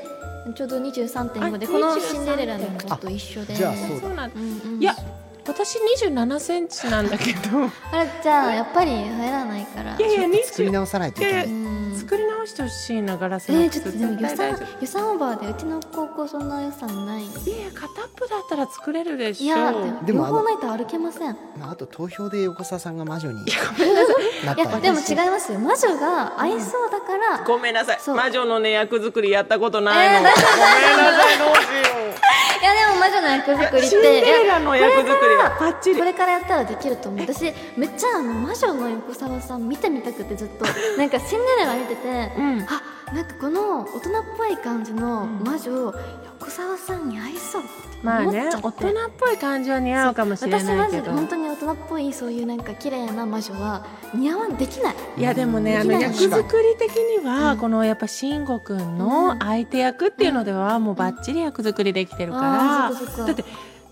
Speaker 5: ちょうど23.5で
Speaker 3: あ
Speaker 5: この
Speaker 3: 23.5
Speaker 5: シンデレラの子と一緒で
Speaker 2: じゃあそう
Speaker 3: そうなんだ
Speaker 5: うんうん
Speaker 3: いや私27センチなんだ けど
Speaker 5: あれじゃあやっぱり入らないから
Speaker 3: いやいや
Speaker 2: 作り
Speaker 3: 20
Speaker 2: 直さないといけな
Speaker 3: いう
Speaker 2: い
Speaker 5: ん
Speaker 3: 作り直してほしいなガラス
Speaker 5: え
Speaker 3: の
Speaker 5: ー、
Speaker 3: 靴
Speaker 5: ちょっとでも予
Speaker 3: 絶対大
Speaker 5: 算
Speaker 3: 丈夫
Speaker 5: 予算オーバーでうちの高校そんな予算ない
Speaker 3: いや片っぽだったら作れるでしょ
Speaker 5: いやー
Speaker 2: で
Speaker 5: で
Speaker 2: も
Speaker 5: も両
Speaker 2: あの
Speaker 5: 方ないと歩けません
Speaker 2: まああと投票で横澤さんが魔女になっ
Speaker 5: いや
Speaker 2: た
Speaker 5: でも違いますよ魔女が合いそうだから、
Speaker 3: ごめんなさい
Speaker 5: そう
Speaker 3: 魔女のね役作りやったことないの、
Speaker 5: えー大丈
Speaker 3: ごめんなさいどうしよ
Speaker 5: いやでも魔女の役作
Speaker 3: う
Speaker 5: りっ
Speaker 3: シンデ
Speaker 5: て
Speaker 3: レラの
Speaker 5: いや
Speaker 3: 役
Speaker 5: こ
Speaker 3: 作り
Speaker 5: れか
Speaker 3: は
Speaker 5: ら
Speaker 3: パッチリ
Speaker 5: これからやったらできると思う私めっちゃあの魔女の横澤さん見てみたくて ずっとなんかシンデレラ見てて、
Speaker 3: うん
Speaker 5: あなんかこの大人っぽい感じの魔女、横澤さんに合いそうって
Speaker 3: まあ
Speaker 5: 思っ
Speaker 3: ね
Speaker 5: ちゃ
Speaker 3: 大
Speaker 5: って、
Speaker 3: 人っぽい感じは似合うかもしれない
Speaker 5: 私マジ
Speaker 3: け
Speaker 5: で
Speaker 3: ど
Speaker 5: 本当に大人っぽいそういうなんか綺麗な魔女は似合わんできない
Speaker 3: いやでもねあの
Speaker 5: できない
Speaker 3: 役作り的には、このやっぱ慎吾くんの相手役っていうのでは、もうバッチリ役作りできてるから、
Speaker 5: あーそっかそっか
Speaker 3: だって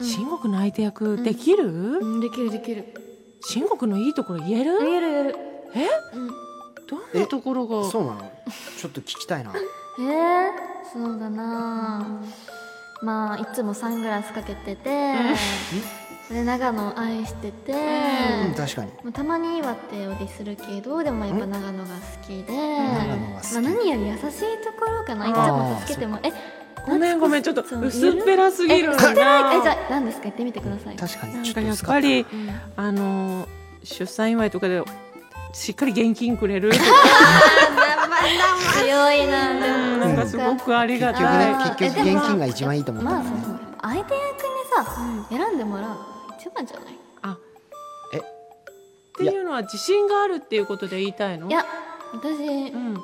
Speaker 3: 慎吾くんの相手役できる、
Speaker 5: うんできるできる
Speaker 3: 慎吾くんのいいところ言える、
Speaker 5: 言える言える
Speaker 3: え
Speaker 5: うん
Speaker 3: どんなところが
Speaker 2: そうなのちょっと聞きたいな
Speaker 5: えー、そうだなあまあいつもサングラスかけててで長野愛してて、
Speaker 2: うん確かに
Speaker 5: まあ、たまに岩手をディスるけどでもやっぱ長野が好きで、
Speaker 2: 長野が好き
Speaker 5: まあ、何より優しいところかないつも助けてもえ
Speaker 3: ごめんごめんちょっと
Speaker 5: そう
Speaker 3: 薄っぺらすぎる
Speaker 5: え
Speaker 3: な
Speaker 5: 捨てないえじゃあ何ですか言ってみてくだ さい
Speaker 2: 確か
Speaker 3: な
Speaker 2: に
Speaker 3: ん
Speaker 2: ちょ
Speaker 3: か
Speaker 2: っと
Speaker 3: やっ
Speaker 2: 薄か
Speaker 3: ぱ
Speaker 2: った
Speaker 3: り
Speaker 5: うん
Speaker 3: あの出産祝いとかでしっかり現金くれるとか
Speaker 5: 強いな
Speaker 3: うん
Speaker 5: で
Speaker 3: な
Speaker 5: も
Speaker 3: んかすごくありが
Speaker 2: 結
Speaker 3: たい
Speaker 5: あー
Speaker 2: 局ね結局現金が一番いいと思った
Speaker 5: まあ
Speaker 2: ん
Speaker 5: そ
Speaker 2: だ
Speaker 5: う
Speaker 2: ね
Speaker 5: そうやっぱ相手役にさ、選んでもらう一番じゃない
Speaker 3: あ
Speaker 2: え
Speaker 3: っていうのは自信があるっていうことで言いたいの
Speaker 5: いや私
Speaker 3: うん、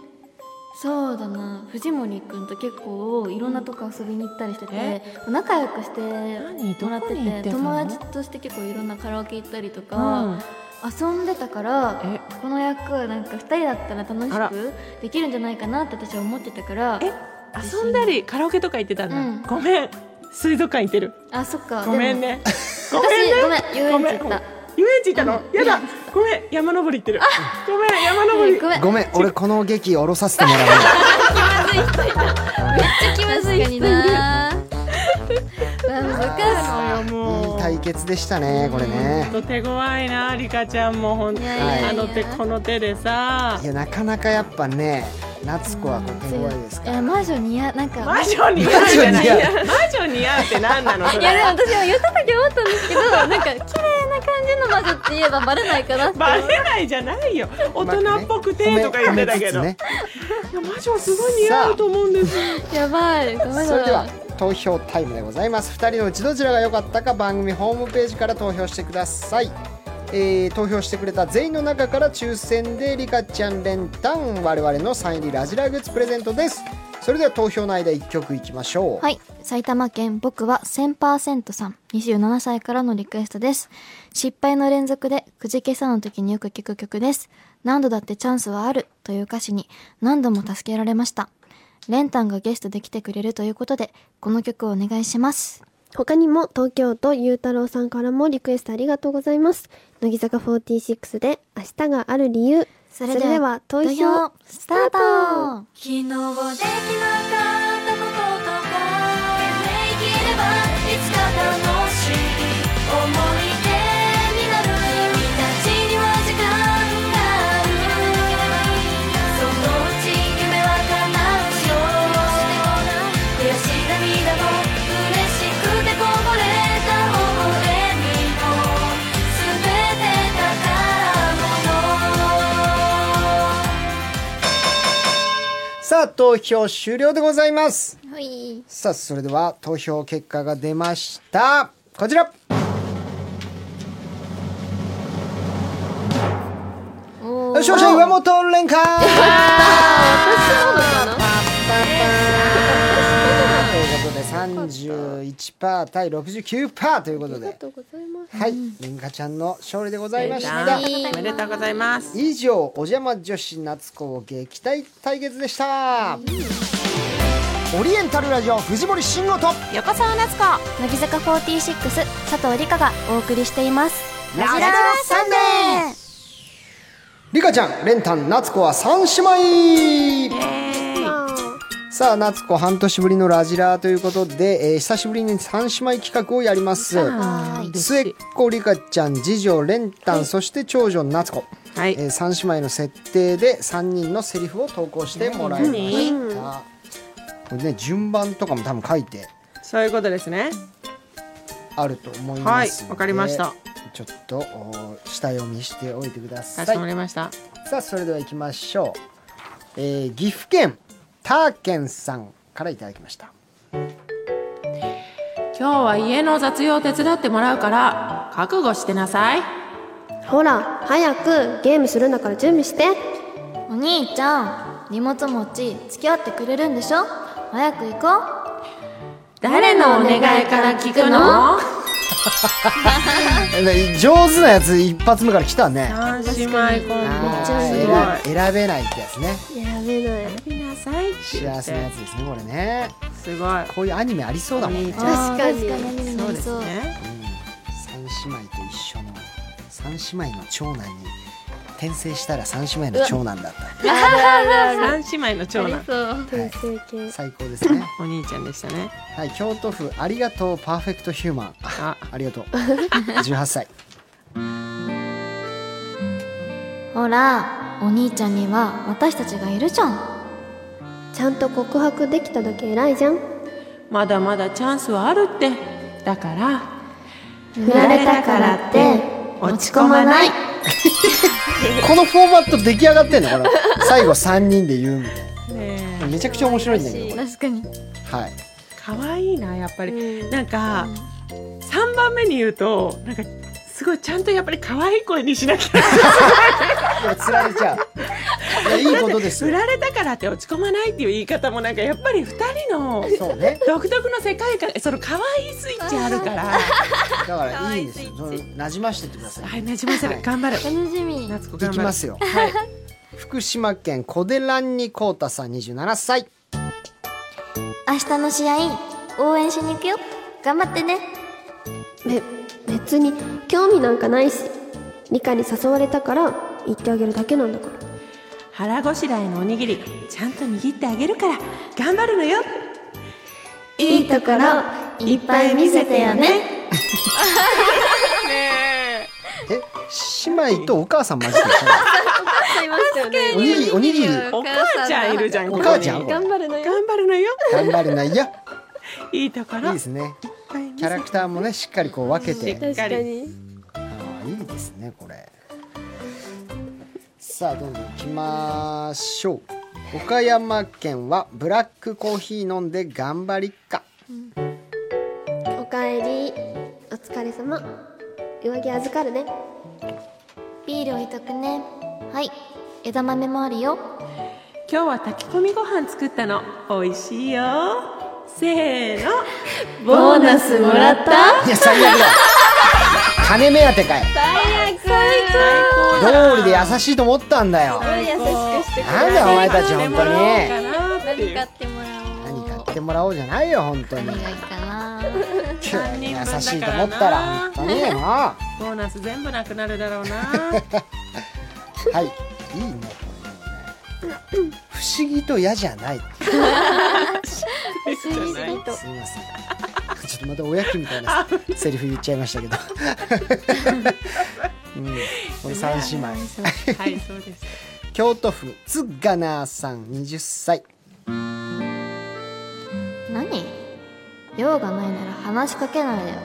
Speaker 5: そうだな藤森くんと結構いろんなとこ遊びに行ったりしてて仲良くしても
Speaker 3: ど
Speaker 5: らっ
Speaker 3: こに行ってて
Speaker 5: て
Speaker 3: たの
Speaker 5: 友達として結構いろんなカラオケ行ったりと
Speaker 3: う
Speaker 5: か
Speaker 3: ん
Speaker 5: 遊んでたから
Speaker 3: え
Speaker 5: この役はなんか2人だったら楽
Speaker 3: あら
Speaker 5: しくできるんじゃないかなって私は思ってたから
Speaker 3: え遊んだりカラオケとか行ってたんだ、
Speaker 5: うん
Speaker 3: ごめん水族館行ってる
Speaker 5: あそっか
Speaker 3: ごめん
Speaker 5: でも
Speaker 3: ね
Speaker 5: 私
Speaker 3: ごめんね
Speaker 5: ごめん遊
Speaker 3: ごめん
Speaker 5: 園地行った
Speaker 3: 遊園地行ったの、やだごめん山登り行ってるごめん山登り、
Speaker 5: ごめん
Speaker 2: ごめん俺この劇降ろさせてもらう
Speaker 5: 気まずいにななんか
Speaker 3: あ ーも
Speaker 2: いうい対決でしたねこれね
Speaker 3: ちょっと手強いなリカちゃんも本当に
Speaker 5: いやいや
Speaker 2: いや
Speaker 3: あの手この手でさ
Speaker 2: いやなかなかやっぱね夏子はこう手強いですから
Speaker 5: え魔女似合うなんか
Speaker 3: 魔女似合うじゃない
Speaker 2: 魔
Speaker 3: 魔
Speaker 2: 女似
Speaker 3: 女似合うって何なのそ
Speaker 5: いや
Speaker 3: れ
Speaker 5: でも私は言った時思ったんですけどなんか綺麗な感じの魔女って言えばバレないかなって
Speaker 3: バレないじゃないよ大人っぽくてとか言ってたけど、
Speaker 2: 褒めつつ
Speaker 3: いや魔女すごい似合うと思うんですよ
Speaker 5: やばいごめんな
Speaker 2: ね、それでは投票タイムでございます2人のうちどちらが良かったか番組ホームページから投票してください、えー投票してくれた全員の中から抽選でリカちゃん連単我々のサイン入りラジラグッズプレゼントですそれでは投票の間1曲いきましょう、
Speaker 5: はい埼玉県僕は1000%さん27歳からのリクエストです失敗の連続でくじけそうの時によく聞く曲です何度だってチャンスはあるという歌詞に何度も助けられましたレンタンがゲストで来てくれるということでこの曲をお願いします
Speaker 1: 他にも東京都ゆうたろうさんからもリクエストありがとうございます乃木坂46で明日がある理由それでは投票
Speaker 5: スタート
Speaker 8: 昨日できなかったこととかできればいつか楽しい思い出になる君たちには時間があるそのうち夢は叶うよ悔し涙も嬉しくてこぼれた微笑みも全て宝物
Speaker 2: さあ投票終了でございます
Speaker 5: はい
Speaker 2: さあそれでは投票結果が出ましたこちら
Speaker 5: お
Speaker 2: 勝者岩本蓮華ということで31%対69%ということ
Speaker 20: ありが
Speaker 2: で
Speaker 20: とうございます。
Speaker 2: はいりんかちゃんの勝利でございまし
Speaker 3: や
Speaker 2: た
Speaker 3: ったーおめでとうございます。
Speaker 2: 以上お邪魔女子夏子撃退対決でしたオリエンタルラジオ藤森慎吾と
Speaker 21: 横澤夏子
Speaker 1: 乃木坂46佐藤理香がお送りしています
Speaker 2: ラジラサンデーリカちゃん、レンタン、夏子は三姉妹さあ、夏子、半年ぶりのラジラーということで、えー久しぶりに三姉妹企画をやります。末っ子リカちゃん、次女、レンタン、そして長女、夏子。
Speaker 3: はい。
Speaker 2: えー、三姉妹の設定で三人のセリフを投稿してもらいました。これね、順番とかも多分書いて
Speaker 3: そういうことですね。
Speaker 2: あると思い
Speaker 3: は
Speaker 2: ま
Speaker 3: い
Speaker 2: すの。で
Speaker 3: わかりました。
Speaker 2: ちょっとお下読みしておいてくださ
Speaker 3: か
Speaker 2: い。
Speaker 3: しこまりました。
Speaker 2: さあそれでは行きましょう、えー、岐阜県ターケンさんからいただきました
Speaker 21: 今日は家の雑用手伝ってもらうから覚悟してなさい
Speaker 13: ほら早くゲームするんだから準備して
Speaker 1: お兄ちゃん荷物持ち付き合ってくれるんでしょ早く行こ
Speaker 21: 誰のお願いから聞くの
Speaker 2: えー上手なやつ一発目から来たね
Speaker 3: 三姉妹コン
Speaker 2: あ
Speaker 3: ボ。
Speaker 2: ー
Speaker 3: す
Speaker 2: 選
Speaker 3: ごい。
Speaker 2: 選べないってやつね
Speaker 20: やべない。
Speaker 3: 選びなさいって言
Speaker 2: 幸
Speaker 3: っ
Speaker 2: せなや
Speaker 3: て
Speaker 2: つ。ですねこれね
Speaker 3: すごい。
Speaker 2: こういうアニメありそうだもんね
Speaker 1: う
Speaker 3: 確
Speaker 20: かに
Speaker 1: 確かに何にな
Speaker 3: そう
Speaker 1: り
Speaker 3: です
Speaker 1: そう
Speaker 3: ね。
Speaker 2: 三姉妹と一緒の三姉妹の長男に転生したら三姉妹の長男だっ
Speaker 3: 三姉妹の長男。
Speaker 2: た、はい、
Speaker 20: 整形。
Speaker 2: 最高です ね
Speaker 3: お兄ちゃんでしたね。
Speaker 2: はい京都府ありがとうパーフェクトヒューマン
Speaker 3: あ、
Speaker 2: ありがとう18歳
Speaker 1: ほらお兄ちゃんには私たちがいるじゃん
Speaker 13: ちゃんと告白できただけ偉いじゃん
Speaker 21: まだまだチャンスはあるってだから
Speaker 13: 振られたからって
Speaker 3: 落ち込まない。
Speaker 2: このフォーマット出来上がってんのこれ最後3人で言うみたいなめちゃくちゃ面白いんだけどこれ
Speaker 1: 確かに
Speaker 2: はい
Speaker 3: 可愛いなやっぱり、なんか三番目に言うとなんかすごいちゃんとやっぱり可愛い声にしなきゃ
Speaker 2: でもつられち ゃういやいいことです
Speaker 3: 振
Speaker 2: よ
Speaker 3: られたからって落ち込まないっていう言い方もなんかやっぱり二人の
Speaker 2: そうね
Speaker 3: 独特の世界観その可愛いスイッチあ るから
Speaker 2: だ からいいんですよそのなじましてってください、
Speaker 3: はいなじませる頑張る
Speaker 1: 楽しみ
Speaker 3: 夏子
Speaker 2: い
Speaker 3: 頑
Speaker 2: き
Speaker 3: 張
Speaker 2: ま
Speaker 3: る
Speaker 2: すよ、福島県小手蘭にこうたさん27歳
Speaker 1: 明日の試合応援しに行くよ頑張ってね
Speaker 13: べ別に興味なんかないし理科に誘われたから言ってあげるだけなんだから
Speaker 3: 腹ごしらえのおにぎりちゃんと握ってあげるから頑張るのよ
Speaker 1: いいところいっぱい見せてよね
Speaker 2: え姉妹とお母さん混じってるおにぎりおにぎり
Speaker 3: お母ちゃんいるじゃん
Speaker 2: お母ちゃん
Speaker 3: こ
Speaker 2: こ
Speaker 3: こ
Speaker 2: れ
Speaker 20: 頑張るの
Speaker 3: に
Speaker 20: よ。
Speaker 3: 頑張るのよ
Speaker 2: 頑張れないや
Speaker 3: いいとこ
Speaker 2: いい
Speaker 3: ろ
Speaker 2: ですね
Speaker 3: はい見
Speaker 2: キャラクターもねしっかりこう分けて
Speaker 20: 確かに。
Speaker 2: ああいいですねこれさあどんどん行きましょう岡山県はブラックコーヒー飲んで頑張りっか
Speaker 13: おかえりお疲れ様上着預かるね
Speaker 1: ビール置いとくねはい枝豆もあるよ
Speaker 3: 今日は炊き込みご飯作ったの美味しいよせーの
Speaker 21: ボーナスもらった
Speaker 2: いや最悪だ金目当てかい通りで優しいと思ったんだよ
Speaker 20: 優しくしてくれ
Speaker 2: なんだよお前たち本当に
Speaker 3: に
Speaker 1: てもら
Speaker 2: 何買ってもらおうじゃないよ本当に
Speaker 1: いいかな
Speaker 2: 急に優しいと思ったら本当にもうは
Speaker 3: ボーナス全部なくなるだろう な
Speaker 2: いいいねこれね不思議と嫌じゃないすみません。 ちょっとまたおやきみたいなセリフ言っちゃいま したけど。うん、この三姉妹。
Speaker 3: はいそうです
Speaker 2: 京都府つがなーさん、20歳。
Speaker 1: 何用がないなら話しかけないでよ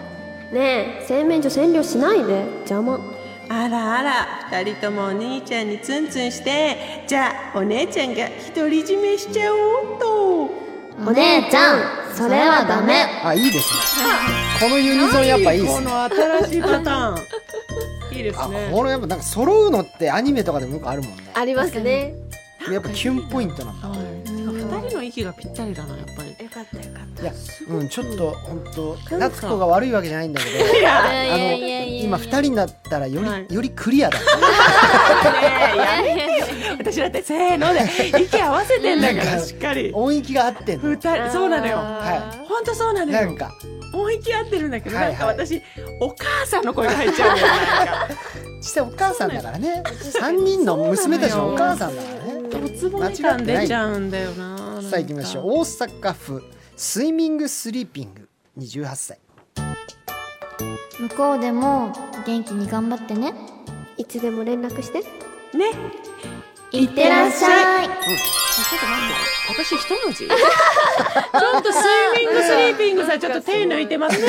Speaker 13: ねえ洗面所占領しないで邪魔
Speaker 3: あらあら二人ともお兄ちゃんにツンツンしてじゃあお姉ちゃんが独り占めしちゃおうっと
Speaker 1: お姉ちゃんそれはダメ
Speaker 2: あ、いいですね。このユニゾンやっぱいいです
Speaker 3: こ
Speaker 2: ね。
Speaker 3: の新しいパター ンいいです
Speaker 2: あ、
Speaker 3: ね
Speaker 2: これやっぱなんか揃うのってアニメとかでもよくあるもんね。
Speaker 20: ありますね。
Speaker 2: やっぱキュンポイントなんだ。
Speaker 3: 二人の
Speaker 6: 息がぴったりだなやっぱり
Speaker 3: よかったよかっ
Speaker 2: いや、うん、ちょっと本
Speaker 6: な
Speaker 2: 当
Speaker 6: んか
Speaker 2: 夏子が悪いわけじゃないんだけど、
Speaker 5: いやいやいやいや
Speaker 2: 今二人になったらより、
Speaker 6: はい
Speaker 2: よりクリアだった。
Speaker 3: 私だってせーの で息合わせてんだからしっかり
Speaker 2: 音域が合ってんの。
Speaker 3: 二人そうなのよ
Speaker 2: は
Speaker 3: 本当そうなの
Speaker 2: い。
Speaker 3: よ
Speaker 2: なんか
Speaker 3: 音域合ってるんだけど、
Speaker 2: はいはい
Speaker 3: なんか私お母さんの声が入っちゃうよなんか
Speaker 2: 実際お母さんだからね。三人の娘たちのお母さんだからね。
Speaker 3: おつぼみ感出ちゃうんだよななんか
Speaker 2: さあ行きましょう。大阪府スイミングスリーピング二十八歳。
Speaker 5: 向こうでも元気に頑張ってね
Speaker 1: いつでも連絡して
Speaker 3: ね
Speaker 5: いってらっしゃい
Speaker 6: ちょっと待って私一文字
Speaker 3: ちょっとスイミングスリーピングさちょっと手抜いてますね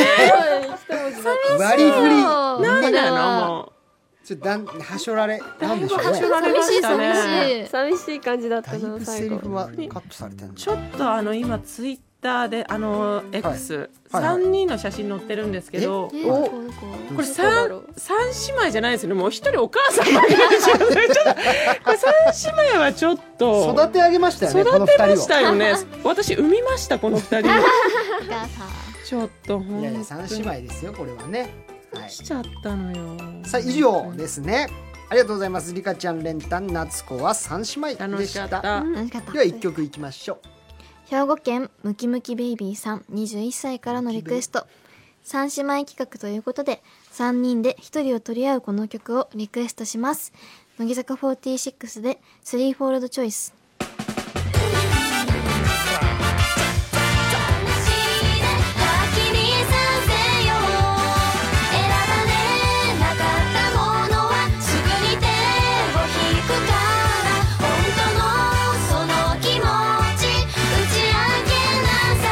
Speaker 2: 割り振り。
Speaker 3: なんだよな
Speaker 2: う。
Speaker 3: も
Speaker 2: ちょっとだんはしょられ。なんでしょう
Speaker 3: う
Speaker 2: ね。
Speaker 3: られましたね
Speaker 5: 寂しい
Speaker 13: 寂しい感じだった
Speaker 2: だいぶ
Speaker 13: な
Speaker 2: セ
Speaker 13: 最
Speaker 2: リ
Speaker 13: 後
Speaker 2: フはカットされてるんで
Speaker 3: ちょっとあの今ツイッターであの X
Speaker 2: はいはい
Speaker 3: 三人の写真載ってるんですけど、
Speaker 2: え
Speaker 3: お
Speaker 13: どこ
Speaker 3: これ
Speaker 13: だろ
Speaker 3: 三
Speaker 13: う
Speaker 3: 三姉妹じゃないですよねもう一人お母さんまでいる でしょちょっとこれ三姉妹はちょっと
Speaker 2: 育て上げましたよね。この
Speaker 3: 育
Speaker 2: 二
Speaker 3: て
Speaker 2: 人を。
Speaker 3: ましたよね私産みましたこの 二人をちょっとほん
Speaker 2: い
Speaker 3: と
Speaker 2: やい
Speaker 3: に
Speaker 2: や三姉妹ですよこれはね。はい。
Speaker 3: 来ちゃったのよ
Speaker 2: さあ以上ですね。ありがとうございます。リカちゃん、レンタン、夏子は三姉妹
Speaker 3: 楽
Speaker 2: でし
Speaker 3: しか
Speaker 2: た。
Speaker 3: っ
Speaker 2: では
Speaker 3: た
Speaker 5: 楽しかった
Speaker 2: 一曲いきましょ
Speaker 5: 兵庫県ムキムキベイビーさん21歳からのリクエスト三姉妹企画ということで3人で1人を取り合うこの曲をリクエストします乃木坂46でスリーフォールドチョイス
Speaker 8: 「君にさせよ」「選ばれなかったものはすぐに手を引くから」「本当のその気持ち打ち明けなさ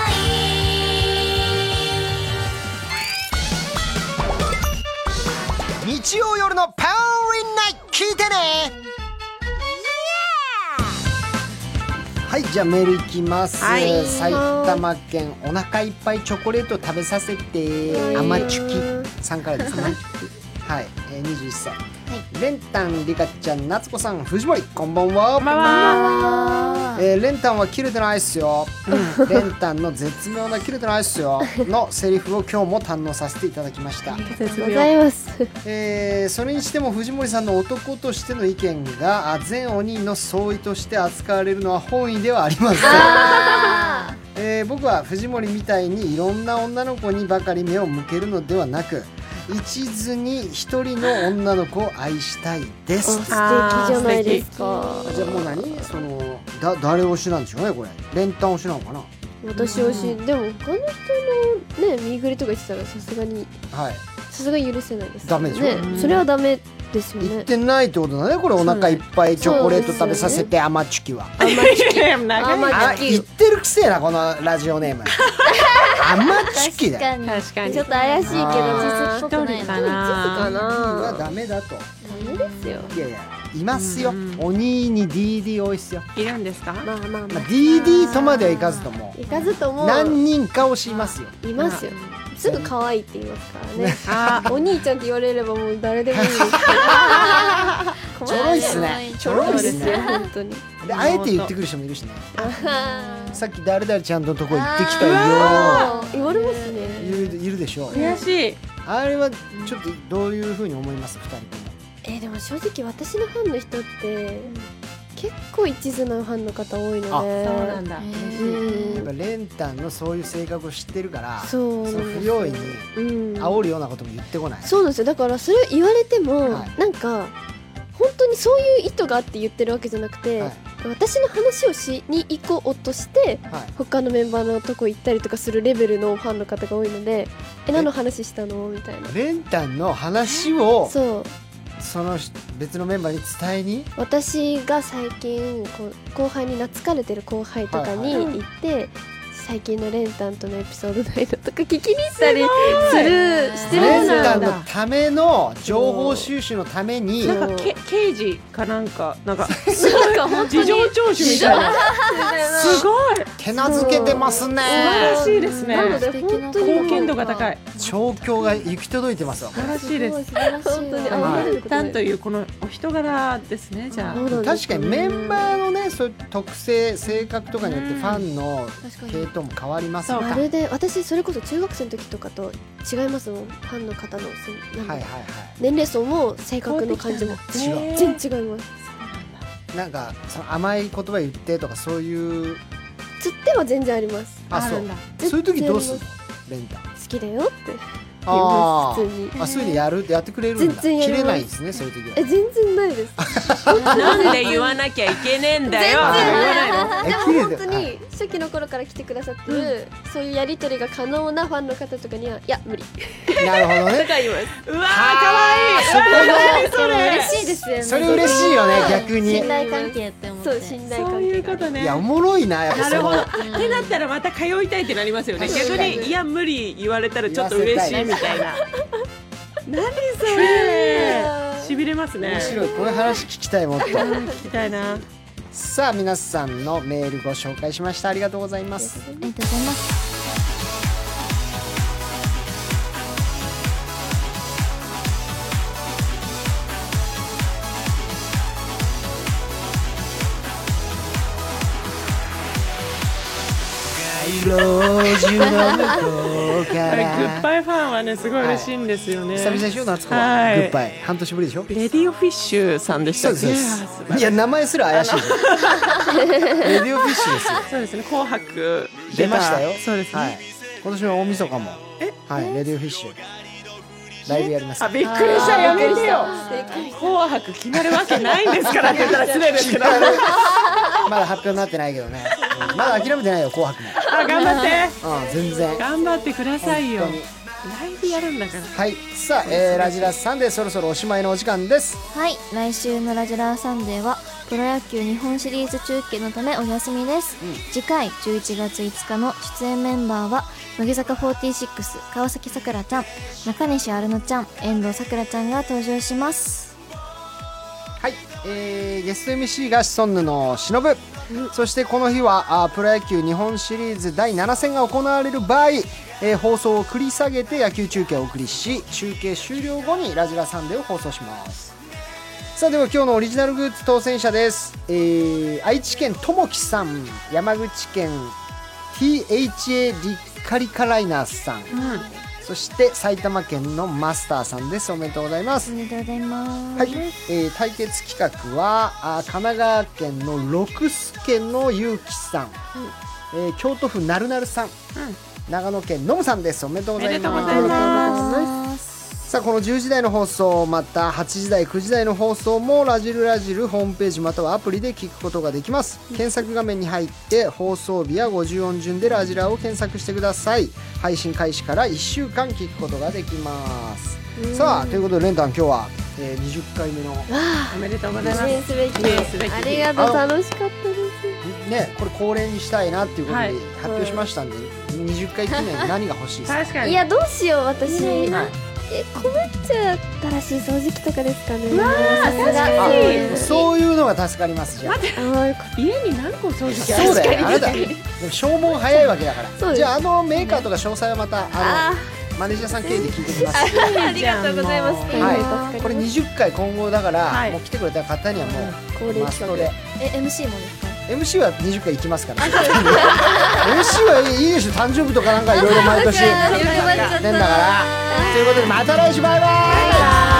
Speaker 8: い」
Speaker 2: う。日曜夜のパウリンナイト聞いてねはい、じゃあメールいきます。
Speaker 3: はい
Speaker 2: 埼玉県お腹いっぱいチョコレート食べさせて、あまちゅきさんからですね。 はい、えー、21歳。レンタン、リカちゃん、夏子さん、藤森、こんばんは。こん
Speaker 3: ばんは
Speaker 2: えーレンタンは切れてないっすよ、 レンタンの絶妙な切れてないっすよのセリフを今日も堪能させていただきました、
Speaker 3: 絶
Speaker 13: ござ
Speaker 3: 妙
Speaker 13: います
Speaker 2: えーそれにしても藤森さんの男としての意見があ全お人の相違として扱われるのは本意ではありません えー僕は藤森みたいにいろんな女の子にばかり目を向けるのではなく一途に一人の女の子を愛したいです
Speaker 3: あー
Speaker 13: 素敵じゃないですか
Speaker 2: じゃあもう何そのだ誰推しなんでしょうねこれレンタン推しなのかな
Speaker 13: 私推しでも他の人のね見ぐりとか言ってたらさすがに
Speaker 2: はい
Speaker 13: さすがに許せないです
Speaker 2: ダメでしょ
Speaker 13: ねそれはダメですよ
Speaker 2: 言っ
Speaker 13: ね
Speaker 2: てないってことだねこれお腹いっぱいチョコレート食べさせて甘チュキは、
Speaker 3: いやいや長い
Speaker 13: 甘
Speaker 2: あ言ってるくせえなこのラジオネーム甘チュキだよ
Speaker 5: に
Speaker 3: 確かに
Speaker 13: ちょっと怪しいけど
Speaker 5: あー
Speaker 13: ちょっと
Speaker 3: 一人か
Speaker 13: か
Speaker 3: な
Speaker 2: は
Speaker 13: な
Speaker 2: ダメだと
Speaker 13: ダメですよ
Speaker 2: いやいやいますよ
Speaker 3: うん
Speaker 2: 鬼に DD 多いっすよ、
Speaker 3: いるんですか
Speaker 13: まあまあ
Speaker 2: ま
Speaker 13: ま
Speaker 2: あ、DD とまではいかずとも
Speaker 13: あいかずとも
Speaker 2: 何人か推しますよ
Speaker 13: いますよすぐ可愛いって言いますか
Speaker 3: あ
Speaker 13: らねお兄ちゃんって言われればもう誰でもいいですけど
Speaker 2: ちょろいっ すねちょろいっ
Speaker 13: そうですすよ
Speaker 2: ね
Speaker 13: 本当に
Speaker 2: であえて言ってくる人もいるしね さっき誰々ちゃんのとこ行ってきたよ
Speaker 13: あ言われますね
Speaker 2: いるいるでしょう
Speaker 3: 悔しい
Speaker 2: あれはちょっとどういうふうに思います二人とも
Speaker 13: えーでも正直私のファンの人って結構一途なファンの方多い
Speaker 2: あ
Speaker 13: ので
Speaker 3: そうなんだ
Speaker 13: うん
Speaker 2: やっぱレンタンのそういう性格を知ってるからそ
Speaker 13: そうなん
Speaker 2: の
Speaker 13: です
Speaker 2: 不用意に
Speaker 13: うん
Speaker 2: 煽るようなことも言ってこない、
Speaker 13: そうなんですよだからそれを言われても、
Speaker 2: はい
Speaker 13: なんか本当にそういう意図があって言ってるわけじゃなくて、
Speaker 2: はい
Speaker 13: 私の話をしに行こうとして
Speaker 2: はい
Speaker 13: 他のメンバーのとこ行ったりとかするレベルのファンの方が多いので「え何の話したの?」みたいな
Speaker 2: レンタンの話を
Speaker 13: そう
Speaker 2: その人別のメンバーに伝えに
Speaker 13: 私が最近こう後輩に懐かれてる後輩とかに
Speaker 2: はいは
Speaker 13: 行って、最近のレンタンとのエピソードないのとか聞きに行ったりするして
Speaker 2: レ
Speaker 13: る
Speaker 2: ン
Speaker 13: ん
Speaker 2: タ
Speaker 13: だ
Speaker 2: ンのための情報収集のために
Speaker 3: なんかけ刑事かなんかなんか事情聴取みたいなすごい
Speaker 2: 手なずけてますね
Speaker 3: 素晴らしいです
Speaker 13: なの
Speaker 3: ね
Speaker 13: で本当にもう
Speaker 3: 貢献度が高い
Speaker 2: 調教が行き届いてますわこ
Speaker 3: 素晴らしいです
Speaker 5: 素晴らしいわ
Speaker 13: 本当に
Speaker 2: は
Speaker 13: あ
Speaker 2: い
Speaker 13: りがとうござ
Speaker 3: なんと
Speaker 13: い
Speaker 3: いうこのお人柄ですねじゃ
Speaker 13: ま
Speaker 3: あ
Speaker 13: す
Speaker 2: れ確かにメンバーのねそういう特性性格とかによって
Speaker 3: うん
Speaker 2: ファンの
Speaker 5: 確か
Speaker 2: 系
Speaker 5: に
Speaker 2: 統も変わりますね
Speaker 3: そう
Speaker 2: はい
Speaker 3: か
Speaker 13: まるで私それこそ中学生の時とかと違いますもんファンの方のそのな
Speaker 2: は
Speaker 13: ん
Speaker 2: い
Speaker 13: か
Speaker 2: は
Speaker 13: 年齢層も性格の感じも
Speaker 2: い違う
Speaker 3: ね
Speaker 13: 全然違います
Speaker 2: なんかその甘い言葉言ってとかそういう
Speaker 13: つっては全然あります
Speaker 2: あ
Speaker 3: あ
Speaker 2: そ
Speaker 3: る
Speaker 2: うん
Speaker 3: だ
Speaker 2: そういう時どうするのレンタ
Speaker 13: 好きだよって
Speaker 2: あ
Speaker 13: 言います普通に
Speaker 2: ーあそういうのやるやってくれるんだ
Speaker 13: 全然や
Speaker 2: 切
Speaker 13: ります
Speaker 2: れないですねそういう時は
Speaker 13: え全然ない です
Speaker 3: なんで言わなきゃいけねえんだよ
Speaker 2: え
Speaker 13: でも
Speaker 2: 切れ
Speaker 13: 本
Speaker 2: て
Speaker 13: 当
Speaker 2: はい
Speaker 13: に初期の頃から来てくださってる、そういうやり取りが可能なファンの方とかにはいや無理
Speaker 2: なるほどね
Speaker 13: とか言いま
Speaker 3: うわーかわいいそれ
Speaker 5: 嬉しいですよ ね
Speaker 2: それ嬉しいよね逆に
Speaker 5: 信頼関係って思っ
Speaker 13: す
Speaker 5: て
Speaker 13: そう信頼
Speaker 3: そう
Speaker 13: 関
Speaker 3: い
Speaker 13: 係
Speaker 3: うことね
Speaker 2: いやおもろいなやっぱ
Speaker 3: な
Speaker 2: そ
Speaker 3: る
Speaker 2: の
Speaker 3: ほど。ってなったらまた通いたいってなりますよね。
Speaker 2: 確か
Speaker 3: 逆
Speaker 2: に
Speaker 3: にいや無理言われたらちょっと嬉しいみたいな。何それ。しびれますね
Speaker 2: 面。白いこういう話聞きたいもっと
Speaker 3: 聞きたいな。
Speaker 2: さあ皆さんのメールご紹介しましたありがとうございます
Speaker 5: ありがとうございます
Speaker 2: 路樹の向こう
Speaker 3: グ
Speaker 2: から
Speaker 3: ッバイファンはねすごい嬉しいんですよね。
Speaker 2: 久々でしょ夏子
Speaker 3: は
Speaker 2: はいグッバイ半年ぶりでしょ
Speaker 3: レディオフィッシュさんでし
Speaker 2: そ
Speaker 3: た
Speaker 2: う
Speaker 3: っ
Speaker 2: で
Speaker 3: け。
Speaker 2: すそうで
Speaker 3: あー素
Speaker 2: す
Speaker 3: 晴らし
Speaker 2: い
Speaker 3: い
Speaker 2: や名前すら怪しい レディオフィッシュですよ
Speaker 3: そうですね。紅白
Speaker 2: 出ましたよ
Speaker 3: そうです
Speaker 2: はい
Speaker 3: ね。、
Speaker 2: 今年の大晦日もはいレディオフィッシュライブやります
Speaker 3: あびっくりしたやめてよ。紅白決まるわけないんですからって言ったら失礼ですけど。あ
Speaker 2: まだ発表になってないけどね、うんまだ諦めてないよ紅白
Speaker 3: 頑張って。
Speaker 2: も、うん、全然
Speaker 3: 頑張ってくださいよ。
Speaker 2: 本当に
Speaker 3: ライブやるんだから。
Speaker 2: はいさあ、えーラジラスさんでそろそろおしまいのお時間です
Speaker 5: はい来週の「ラジラーサンデー」はプロ野球日本シリーズ中継のためお休みです、次回11月5日の出演メンバーは乃木坂46川崎さくらちゃん中西アルノちゃん遠藤さくらちゃんが登場します
Speaker 2: はい、えーゲスト MC がシソンヌの忍、そしてこの日はあープロ野球日本シリーズ第7戦が行われる場合、えー放送を繰り下げて野球中継をお送りし中継終了後に「ラジラサンデー」を放送しますさあでは今日のオリジナルグッズ当選者です、えー愛知県ともきさん山口県 THA リッカリカライナーさん、そして埼玉県のマスターさんですおめでとうございます
Speaker 5: おめでとうございます、
Speaker 2: はい、えー対決企画はあー神奈川県の六助のゆうきさん、えー京都府なるなるさん、長野県のむさんですおめでとうございます
Speaker 3: おめでとうござい
Speaker 2: さあこの10時台の放送また8時台9時台の放送もラジルラジルホームページまたはアプリで聞くことができます検索画面に入って放送日や50音順でラジラを検索してください配信開始から1週間聞くことができますさあということでレンタン今日は、えー20回目の
Speaker 3: おめでとうございます。
Speaker 13: すべき
Speaker 3: 記念すべき
Speaker 13: ありがとう楽しかったです
Speaker 2: ね、これ恒例にしたいなっていうこと
Speaker 3: は
Speaker 2: で
Speaker 3: い
Speaker 2: 発表しましたんで、20回記 念に何が欲しいですか
Speaker 3: 確か
Speaker 13: い
Speaker 3: に。
Speaker 13: やどうしよう私え困っちゃう
Speaker 1: 新しい掃除機とかですかね
Speaker 2: あそういうのが助かりますじゃあ
Speaker 3: 家に何個掃除機ある
Speaker 2: そうだよあれだでも消耗早いわけだから
Speaker 13: です
Speaker 2: じゃああのメーカーとか詳細はまたあのマネージャーさん経由で聞いてみます
Speaker 3: ありがとうございます。
Speaker 2: はい、これ20回今後だから、
Speaker 3: はい
Speaker 2: もう来てくれた方にはも
Speaker 13: 恒
Speaker 2: う
Speaker 13: 例
Speaker 2: マス
Speaker 13: 企
Speaker 2: ト
Speaker 13: 画
Speaker 2: で
Speaker 5: え MC もですか
Speaker 2: MC は20回行きますから MC はいいいでしょ誕生日とかなんかいろいろ毎年
Speaker 5: よくなっちゃった
Speaker 2: ねんだからということでまた来週バイバイ